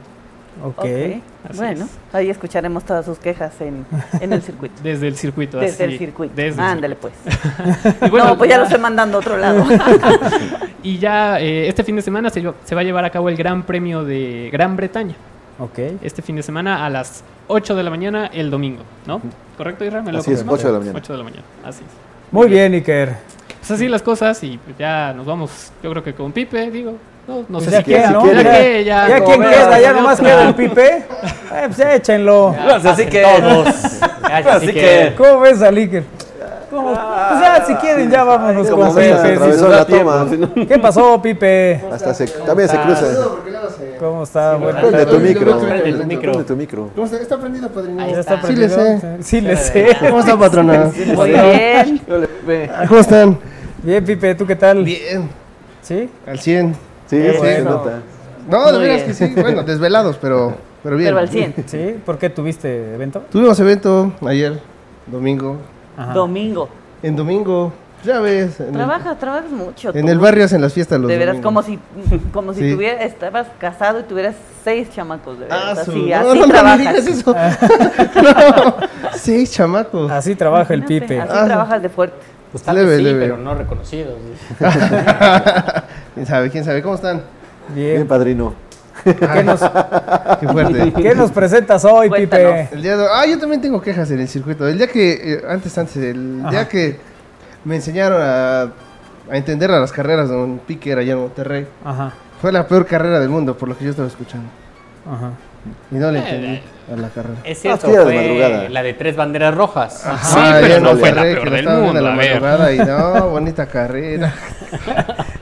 Ok. Ok. Así ¿eh? Bueno, es. ahí escucharemos todas sus quejas en, en el circuito. *laughs* Desde el circuito. Desde así, el circuito. desde el Ándale, pues. circuito. *laughs* Y bueno, no, pues ya lo estoy mandando a otro lado. *laughs* Y ya eh, este fin de semana se, se va a llevar a cabo el Gran Premio de Gran Bretaña. Ok. Este fin de semana a las 8 de la mañana el domingo, ¿no? ¿Correcto, Irra? ¿Me lo Así es, confirmas? 8 de la mañana. 8 de la mañana, así es. Muy bien, Iker. Pues así las cosas y pues ya nos vamos, yo creo que con Pipe, digo. No, no sé Pues ya si queda, quieres- ¿no? Ya, Ya- que, ya, ¿Ya no, quién vea, queda? ¿Ya no, nomás otra. queda *laughs* el Pipe? Eh, pues échenlo. así Pasen que- Todos. Así que- ¿Cómo ves al Iker? ¿Cómo? Pues ya, si quieren, ya vámonos Como con ves, se Pipe. atravesó la toma. ¿Qué pasó, Pipe? Hasta se, también se cruza. Ah, ¿Cómo está? Bueno, Prende tu micro. Prende tu micro. Prende tu micro. ¿Cómo está? Está prendido, padrino. Ahí ya está. está Sí le sé. prendido. Sí, le sé. *laughs* ¿Cómo *laughs* está, patrona? Muy bien. Ah, ¿Cómo están? Bien, Pipe, ¿tú qué tal? Bien. ¿Sí? Al 100. Sí, sí, se bueno. nota. No, de Muy veras bien. que sí. Bueno, desvelados, pero, pero bien. Pero al 100. ¿Sí? ¿Por qué tuviste evento? Tuvimos evento ayer, domingo. Ajá. Domingo. En domingo, ya ves. En el, Trabajas, trabajas mucho. en tú. el barrio hacen las fiestas los De veras, como domingos. si, como si Sí. tuviera, estabas casado y tuvieras seis chamacos, de Ah, veras. su- así, no, así *laughs* no, no, trabajas. me *laughs* digas eso. *laughs* no, seis chamacos. Así trabaja el Imagínate, Pipe. Así Ah. trabajas de fuerte. Pues tal Leve, vez sí, leve. pero no reconocidos. *laughs* ¿Quién sabe? ¿Quién sabe? ¿Cómo están? Bien, Bien. padrino. ¿Qué nos, *laughs* Qué fuerte. qué nos presentas hoy, Cuéntanos. Pipe? El día de- ah, yo también tengo quejas en el circuito. El día que, eh, antes, antes, el día que me enseñaron a, a entender a las carreras de un picker allá en Monterrey, Ajá, fue la peor carrera del mundo, por lo que yo estaba escuchando. ajá. Y no Eh, le entendí a la carrera. Es Ah, cierto, sí, era de madrugada. fue la de tres banderas rojas. Sí, allá pero en no fue la Monterrey, que peor lo del estaba viendo a mundo, a ver. madrugada y *laughs* no, *laughs* bonita carrera.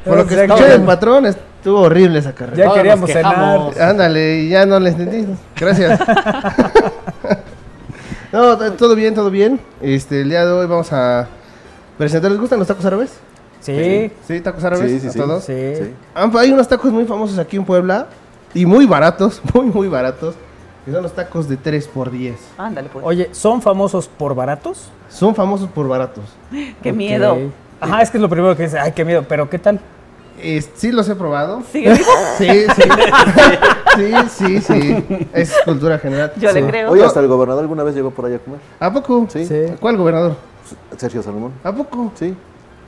Por lo que Ya escuché queríamos- del patrón, estuvo horrible esa carrera. Ya Todos queríamos nos cenar. quejamos. Ándale, y ya no le entendí. *laughs* Gracias. no, t- todo bien, todo bien. Este, el día de hoy vamos a presentar. ¿Les gustan los tacos árabes? Sí, Sí, tacos árabes Sí, sí, a sí. todos. sí. Sí. Ah, Hay unos tacos muy famosos aquí en Puebla y muy baratos, *laughs* muy, muy baratos. Que son los tacos de 3 por 10 Ándale, pues. Oye, ¿son famosos por baratos? Son famosos por baratos. Qué Ok. miedo. Ajá, es que es lo primero que dice, ay, qué miedo, pero ¿qué tal? Es- sí, los he probado. *laughs* Sigue vivo. Sí, *laughs* sí. sí, sí, sí. Es cultura general. Yo le Sí. creo. Oye, hasta el gobernador alguna vez llegó por ahí a comer. ¿A poco? Sí. Sí. ¿Cuál gobernador? Sergio Salomón. ¿A poco? Sí.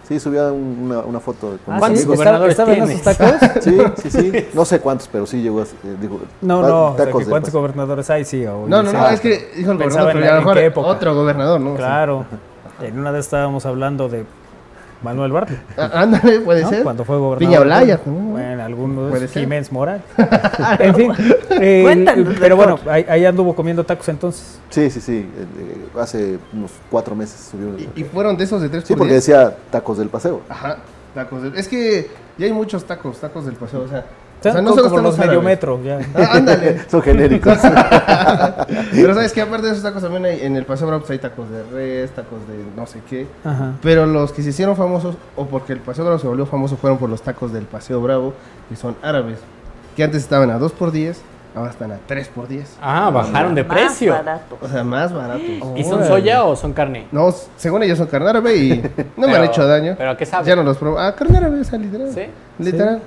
Sí, subía un- una, una foto con ¿Cuántos sus amigos. gobernadores ¿Estaban en esos tienes? tacos? Sí, *laughs* sí, sí. No sé cuántos, pero sí llegó. a- eh, digo, No, Ah, pa- no, o sea, que tacos de ¿cuántos pastor. gobernadores hay? Sí, o- No, no, no, sí. es que dijo el Pensaba gobernador, en pero a la- lo en mejor qué época. otro gobernador, ¿no? Claro. En una de esas estábamos hablando de Manuel Bartlett, Sí. Ah, Ándale, puede ¿no? ser. Cuando fue gobernador. Piña Olaya también, ¿no? Bueno, algunos. Puede Jiménez ser. *laughs* Ah, Moral. en fin. eh, Cuéntanos, pero bueno, doctor. ahí, ahí anduvo comiendo tacos entonces. Sí, sí, sí. eh, eh, hace unos cuatro meses subió. un- Y, y fueron de esos de 3 Sí, por Ah, porque 10. decía tacos del paseo. Ajá, tacos del... Es que ya hay muchos tacos, tacos del paseo, o sea... O sea, no como solo los están los árabes. medio metro. ya. Ah, ándale. *laughs* Son genéricos. *laughs* Pero sabes que aparte de esos tacos también hay, en el Paseo Bravo pues, hay tacos de res, tacos de no sé qué. Ajá. Pero los que se hicieron famosos, o porque el Paseo Bravo se volvió famoso, fueron por los tacos del Paseo Bravo, que son árabes. Que antes estaban a 2 por 10 ahora están a 3 por pues. 10 Ah, bajaron de Más precio. barato. O sea, más baratos. ¿Y son soya o son carne? No, s- según ellos son carne árabe y no me han Pero- hecho daño. ¿Pero a qué sabe? Ya no los probé. Ah, carne árabe, o sea, literal. ¿Sí? Literal.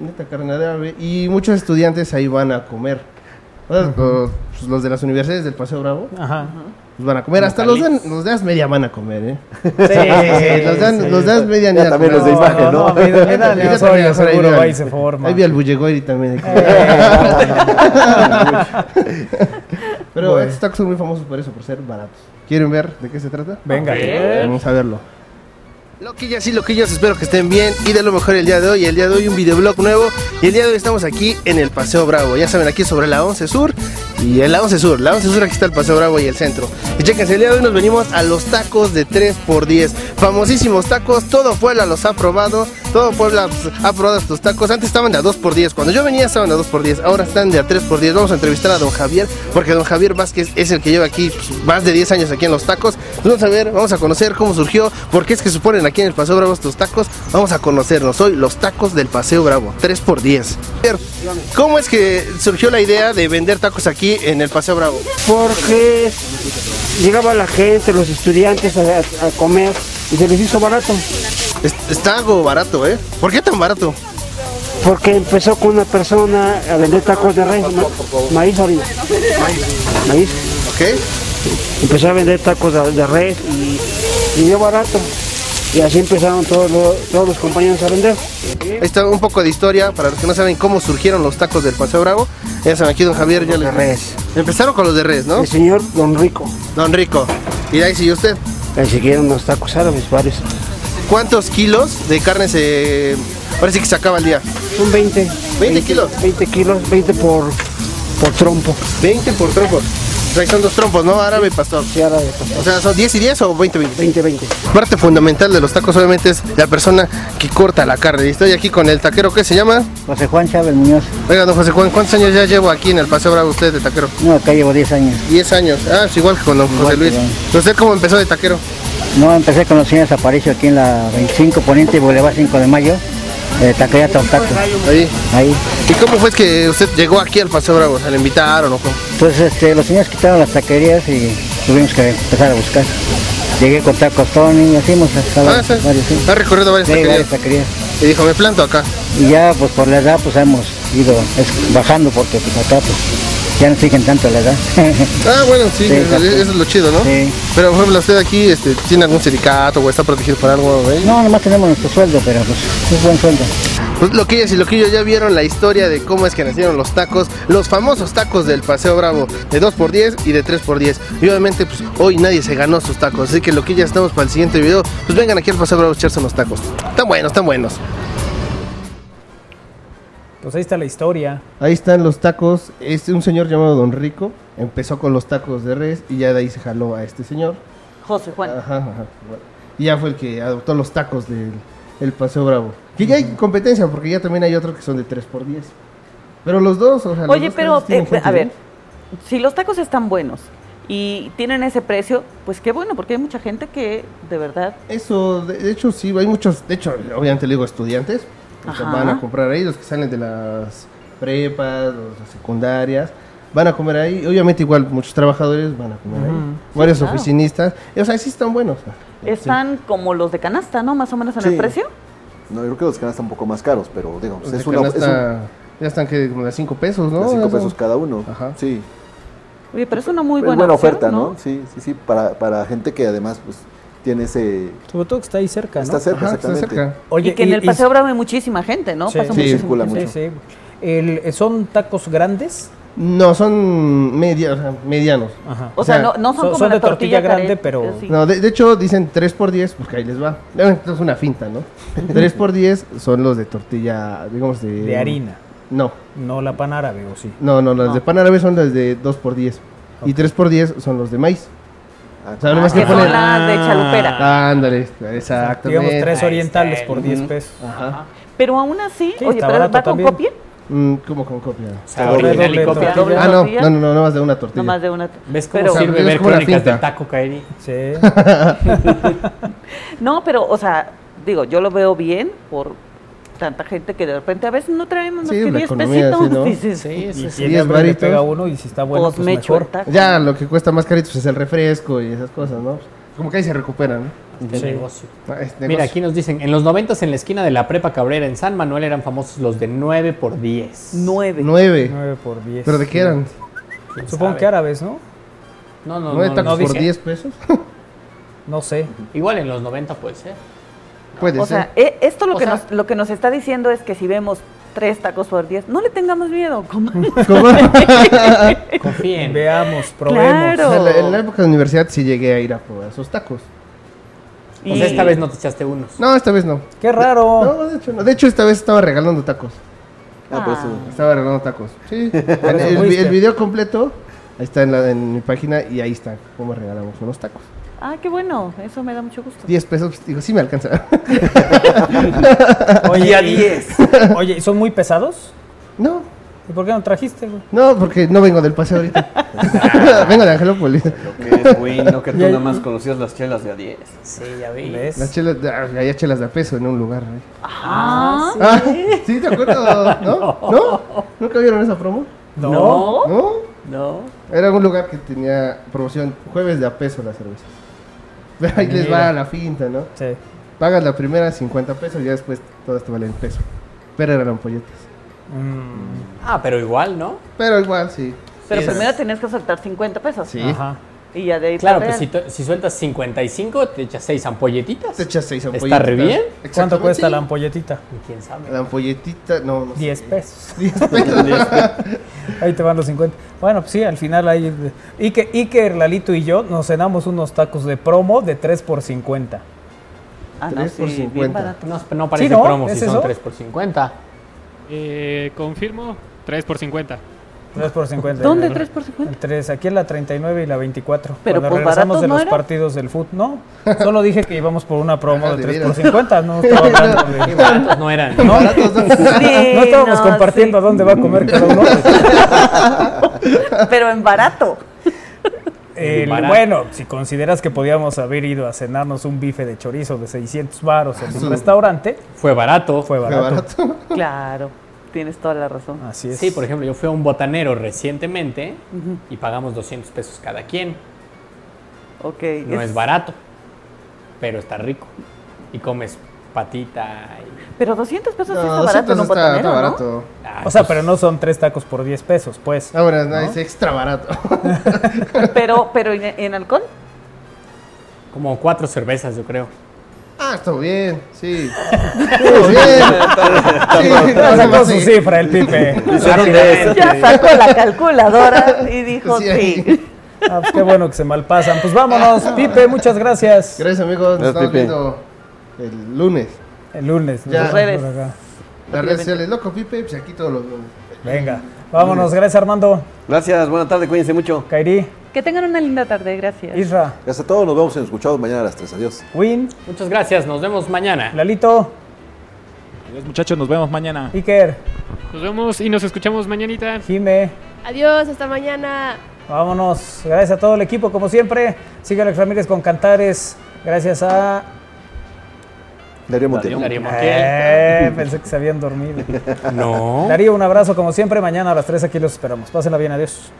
Neta carne árabe. Y muchos estudiantes ahí van a comer. O sea, los, pues, los de las universidades del Paseo Bravo Ajá. pues, van a comer. Hasta los de, Localitos. los de As media van a comer, ¿eh? *laughs* Sí, Sí, los de, As- los de As Ya media ni a también los de comer. imagen, ¿no? me, me Yo da también, León Osorio, o sea, ahí seguro vi va al- y se forma. Eh, Ahí vi al *laughs* Bullegoiri también. de comer. *laughs* Pero Bueno. estos tacos son muy famosos por eso, por ser baratos. ¿Quieren ver de qué se trata? Venga. Vamos a verlo. Loquillas y loquillos, espero que estén bien y de lo mejor el día de hoy. El día de hoy un videoblog nuevo y el día de hoy estamos aquí en el Paseo Bravo. Ya saben, aquí sobre la 11 Sur y en la 11 Sur. La 11 Sur aquí está el Paseo Bravo y el centro. Y chéquense, el día de hoy nos venimos a los tacos de 3x10. Famosísimos tacos, todo Puebla los ha probado, todo Puebla pues, ha probado estos tacos. Antes estaban de a 2x10, cuando yo venía estaban de a 2x10, ahora están de a 3x10. Vamos a entrevistar a don Javier porque don Javier Vázquez es el que lleva aquí pues, más de 10 años aquí en los tacos. Pues, Vamos a ver, vamos a conocer cómo surgió, por qué es que suponen aquí en el Paseo Bravo estos tacos. Vamos a conocernos hoy, los tacos del Paseo Bravo, 3x10. ¿Cómo es que surgió la idea de vender tacos aquí en el Paseo Bravo? porque llegaba la gente, los estudiantes a, a comer y se les hizo barato, Es- Está algo barato, ¿eh? ¿Por qué tan barato? porque empezó con una persona a vender tacos de res, ma- maíz ahorita, maíz, ¿Ok? empezó a vender tacos de, de res y, y dio barato. Y así empezaron todos los, todos los compañeros a vender. Ahí está un poco de historia para los que no saben cómo surgieron los tacos del Paseo Bravo. Ya saben, aquí don Javier ya les... res. Empezaron con los de res, ¿no? El señor Don Rico, Don Rico. Y de ahí siguió usted. le siguieron los tacos árabes varios. ¿Cuántos kilos de carne se... Ahora sí que se acaba el día. Son 20. 20 kilos. 20 kilos, 20 por, por trompo. 20 por trompos. O sea, ahí son dos trompos, pues, ¿no? Árabe y pastor. Sí, árabe, pues, O sea, ¿son 10 y 10 o 20 y 20? 20, 20. Parte fundamental de los tacos obviamente es la persona que corta la carne. Y estoy aquí con el taquero que se llama... José Juan Chávez Muñoz. Oiga, don José Juan, ¿cuántos años ya llevo aquí en el Paseo Bravo usted de taquero? No, acá llevo 10 años. 10 años. Ah, es igual que con don José Igual que Luis. ¿Usted cómo empezó de taquero? No, empecé con los señores Aparicio aquí en la 25 Poniente y Boulevard 5 de Mayo, eh, Taquería Tontaco. Ahí. Ahí. ¿Y cómo fue que usted llegó aquí al Paseo Bravo? ¿Se le invitaron o cómo? Entonces este, los señores quitaron las taquerías y tuvimos que empezar a buscar. Llegué con Tacos Tony y hacimos hasta Ah, varios, sí. varios, sí. Ha recorrido varias Sí, varias taquerías. taquerías. Y dijo, me planto acá. Y ya pues por la edad pues hemos ido es- bajando porque pues acá pues ya no siguen tanto la edad. *laughs* Ah, bueno, sí, Sí, eso, exacto. eso es lo chido, ¿no? Sí. Pero, por ejemplo, usted aquí este, tiene algún sindicato o está protegido por algo, ¿eh? no, nomás tenemos nuestro sueldo, pero pues es buen sueldo. Pues loquillas y loquillos ya vieron la historia de cómo es que nacieron los tacos, los famosos tacos del Paseo Bravo, de 2x10 y de 3x10. Y obviamente, pues hoy nadie se ganó sus tacos, así que loquillas, estamos para el siguiente video. Pues vengan aquí al Paseo Bravo a echarse unos tacos. Están buenos, están buenos. Pues ahí está la historia. Ahí están los tacos. Es un señor llamado Don Rico. Empezó con los tacos de res y ya de ahí se jaló a este señor. José Juan. Ajá, ajá. bueno. Y ya fue el que adoptó los tacos del el Paseo Bravo. Que ya hay competencia porque ya también hay otros que son de 3x10. Pero los dos, o sea, los Oye, dos pero tacos tienen eh, gente, a ver, ¿no? si los tacos están buenos y tienen ese precio, pues qué bueno, porque hay mucha gente que de verdad Eso, de, de hecho, sí, hay muchos. De hecho, obviamente le digo estudiantes. o sea, Ajá. van a comprar ahí los que salen de las prepas, los- las secundarias. Van a comer ahí. Obviamente, igual, muchos trabajadores van a comer ahí. Varios claro. oficinistas. O sea, sí están buenos. están como los de canasta, ¿no? Más o menos en Sí. el precio. No, yo creo que los canastas están un poco más caros, pero digo, Los pues, de es una. Es un, canasta Ya están que como de 5 pesos, ¿no? 5 Eso. pesos cada uno. Ajá. Sí. Oye, pero es una muy Es buena, buena, opción, oferta, ¿no? Sí, sí, sí. Para, para gente que además pues tiene ese. Sobre todo que está ahí cerca, ¿no? Está cerca, Ajá, está exactamente. cerca. Oye, y que en el Paseo Bravo hay muchísima gente, ¿no? Sí. Pasa Sí, muchísima circula gente. mucho. Sí, sí. El- ¿Son tacos grandes? No, son media- o sea, medianos. Ajá. O sea, O sea, no, no son, son- como son la de tortilla tortilla grande, caret- pero- sí. No, de, de hecho dicen 3x10, porque pues ahí les va. Esto es una finta, *laughs* ¿no? 3x10 son los de tortilla, digamos, de... De harina, No, no la pan árabe, ¿o sí? no, no, los de pan árabe son los de 2x10. Y 3x10 son los de maíz. Ah, O sea, nomás Ah, que que ponen... son las de chalupera. Ah, ándale, exactamente. Digamos tres orientales por 10 pesos. Ajá. Pero aún así, Sí, oye, está pero barato ¿va con también. copia? Mm, ¿Cómo, cómo copia? sea, original y copia. Ah, no, no, no, no, no más de una tortilla. No más de una tortilla. ¿Ves cómo sirve ver como una crónicas finta. del taco, Kairi? Sí. *laughs* No, pero, o sea, digo, yo lo veo bien por tanta gente que de repente a veces no traemos más Sí, que la 10 economía, pesitos. sí, ¿no? dices, Sí, sí, Y sí. si el Diez hambre le varitos. pega uno y si está bueno, pues, pues me echo el mejor. taco. Ya, lo que cuesta más carito pues, es el refresco y esas cosas, ¿no? Como que ahí se recuperan, ¿no? Este negocio. Ah, es Mira, negocio. aquí nos dicen, en los 90 en la esquina de la Prepa Cabrera en San Manuel eran famosos los de 9 por 10. 9. Nueve. 9 por 10. ¿Pero de qué eran? Supongo que árabes, ¿no? No, no, ¿Nueve no, no, tacos por dice. diez pesos? No sé. Igual en los 90 puede ser. Puede O ser. sea, e- esto lo O que, sea- nos, lo que nos está diciendo es que si vemos tres tacos por 10, no le tengamos miedo. *laughs* comamos. *laughs* Confíen. Pues Veamos, probemos. O sea, en, la, en la claro. época de la universidad sí llegué a ir a probar esos tacos. O sea, esta vez no te echaste unos. No, esta vez no. Qué raro. No, de hecho no. De hecho, esta vez estaba regalando tacos. Ah, pues, sí. Estaba regalando tacos. *laughs* Sí. Por eso el, vi- fuiste. el video completo ahí está en, la, en mi página y ahí está cómo regalamos unos tacos. Ah, qué bueno, eso me da mucho gusto. 10 pesos, pues, digo, sí me alcanza. *laughs* Oye, a 10. *laughs* Oye, ¿y ¿son muy pesados? no, ¿Y por qué no trajiste, güey? no, porque no vengo del *laughs* paseo ahorita. *laughs* vengo de Angelópolis. Lo que es, güey, no que tú nada más conocías las chelas de a 10. Sí, ya vi. Las ¿Ves? chelas, de- ah, había chelas de a peso en un lugar. güey. Ah, Ah, *laughs* ¿Sí te acuerdas? ¿No? ¿No? ¿Nunca vieron esa promo? No. ¿No? No. Era un lugar que tenía promoción jueves de a peso las cervezas. Ahí les va la finta, ¿no? Sí. Pagas la primera 50 pesos y ya después todas te valen peso. Pero eran ampolletas. Ah, pero igual, ¿no? Pero igual, sí. pero pues Sí, es- primero tenías que soltar 50 pesos. Sí. Ajá. Y ya de ahí Claro, para pues si, real. to- si sueltas 55, te echas 6 ampolletitas. Te echas seis ¿Está ampolletas. re bien? Exactamente, ¿Cuánto cuesta sí. la ampolletita? Y ¿Quién sabe? La ampolletita, no, no sé. 10 *laughs* pesos. 10 pesos. Ahí te van los 50. Bueno, pues sí, al final ahí. Iker, Iker, Lalito y yo nos cenamos unos tacos de promo de 3 por 50. Ah, no, Tres por sí, bien 50. barato. No, no parece ¿no? promo si ¿Es son eso? 3 por 50. Eh, confirmo, 3 por 50. 3 por 50. ¿Dónde El- 3 por 50? El 3, aquí en la 39 y la 24. Pero, cuando pues, regresamos baratos de no los era. partidos del fútbol, no. Solo dije que íbamos por una promo Ah, de de 3 por 50, veras. no estaba hablando de- Qué baratos no eran. No, Sí, *laughs* no estábamos no, compartiendo sí. a dónde va a comer cada uno. Pero en *laughs* barato. El- Barato. bueno, si consideras que podíamos haber ido a cenarnos un bife de chorizo de 600 baros en un restaurante, Fue barato. fue Qué barato. barato. Claro, tienes toda la razón. Ah. Así es. Sí, por ejemplo, yo fui a un botanero recientemente y pagamos 200 pesos cada quien. Ok. No es barato, pero está rico. Y comes patita y... Pero 200 pesos sí está No, barato 200 en un está, botanero, está ¿no? barato. Ay, O sea, pues, pero no son tres tacos por 10 pesos, pues. Ahora no, es extra barato. Pero, pero en, en alcohol, Como cuatro cervezas, yo creo. Ah, estuvo bien, sí. Estuvo bien. Sí, Ya no, sacó su sí. cifra el Pipe. ya este. sacó la calculadora y dijo Sí, sí. Ah. ahí. Ah, pues qué bueno que se malpasan. Pues vámonos, Pipe, muchas gracias. Gracias, amigos. Nos Gracias, estamos Pipe. viendo el lunes. El lunes. nos Ya. vemos por Redes. acá. Las redes sociales, loco Pipe, pues aquí todos los lunes. Venga, vámonos. Gracias, Armando. Gracias, buena tarde, cuídense mucho. Kairi, Que tengan una linda tarde, gracias. Isra, Gracias a todos, nos vemos y nos escuchamos mañana a las 3. Adiós. Win, Muchas gracias, nos vemos mañana. Lalito, Adiós, muchachos, nos vemos mañana. Iker, Nos vemos y nos escuchamos mañanita. Jime. Adiós, hasta mañana. Vámonos. Gracias a todo el equipo, como siempre. Sigue Alex Ramírez con Cantares. Gracias a. Darío Montiel. Darío Montiel. Eh, pensé que se habían dormido. No. Darío, un abrazo, como siempre. Mañana a las 3 aquí los esperamos. Pásenla bien, adiós.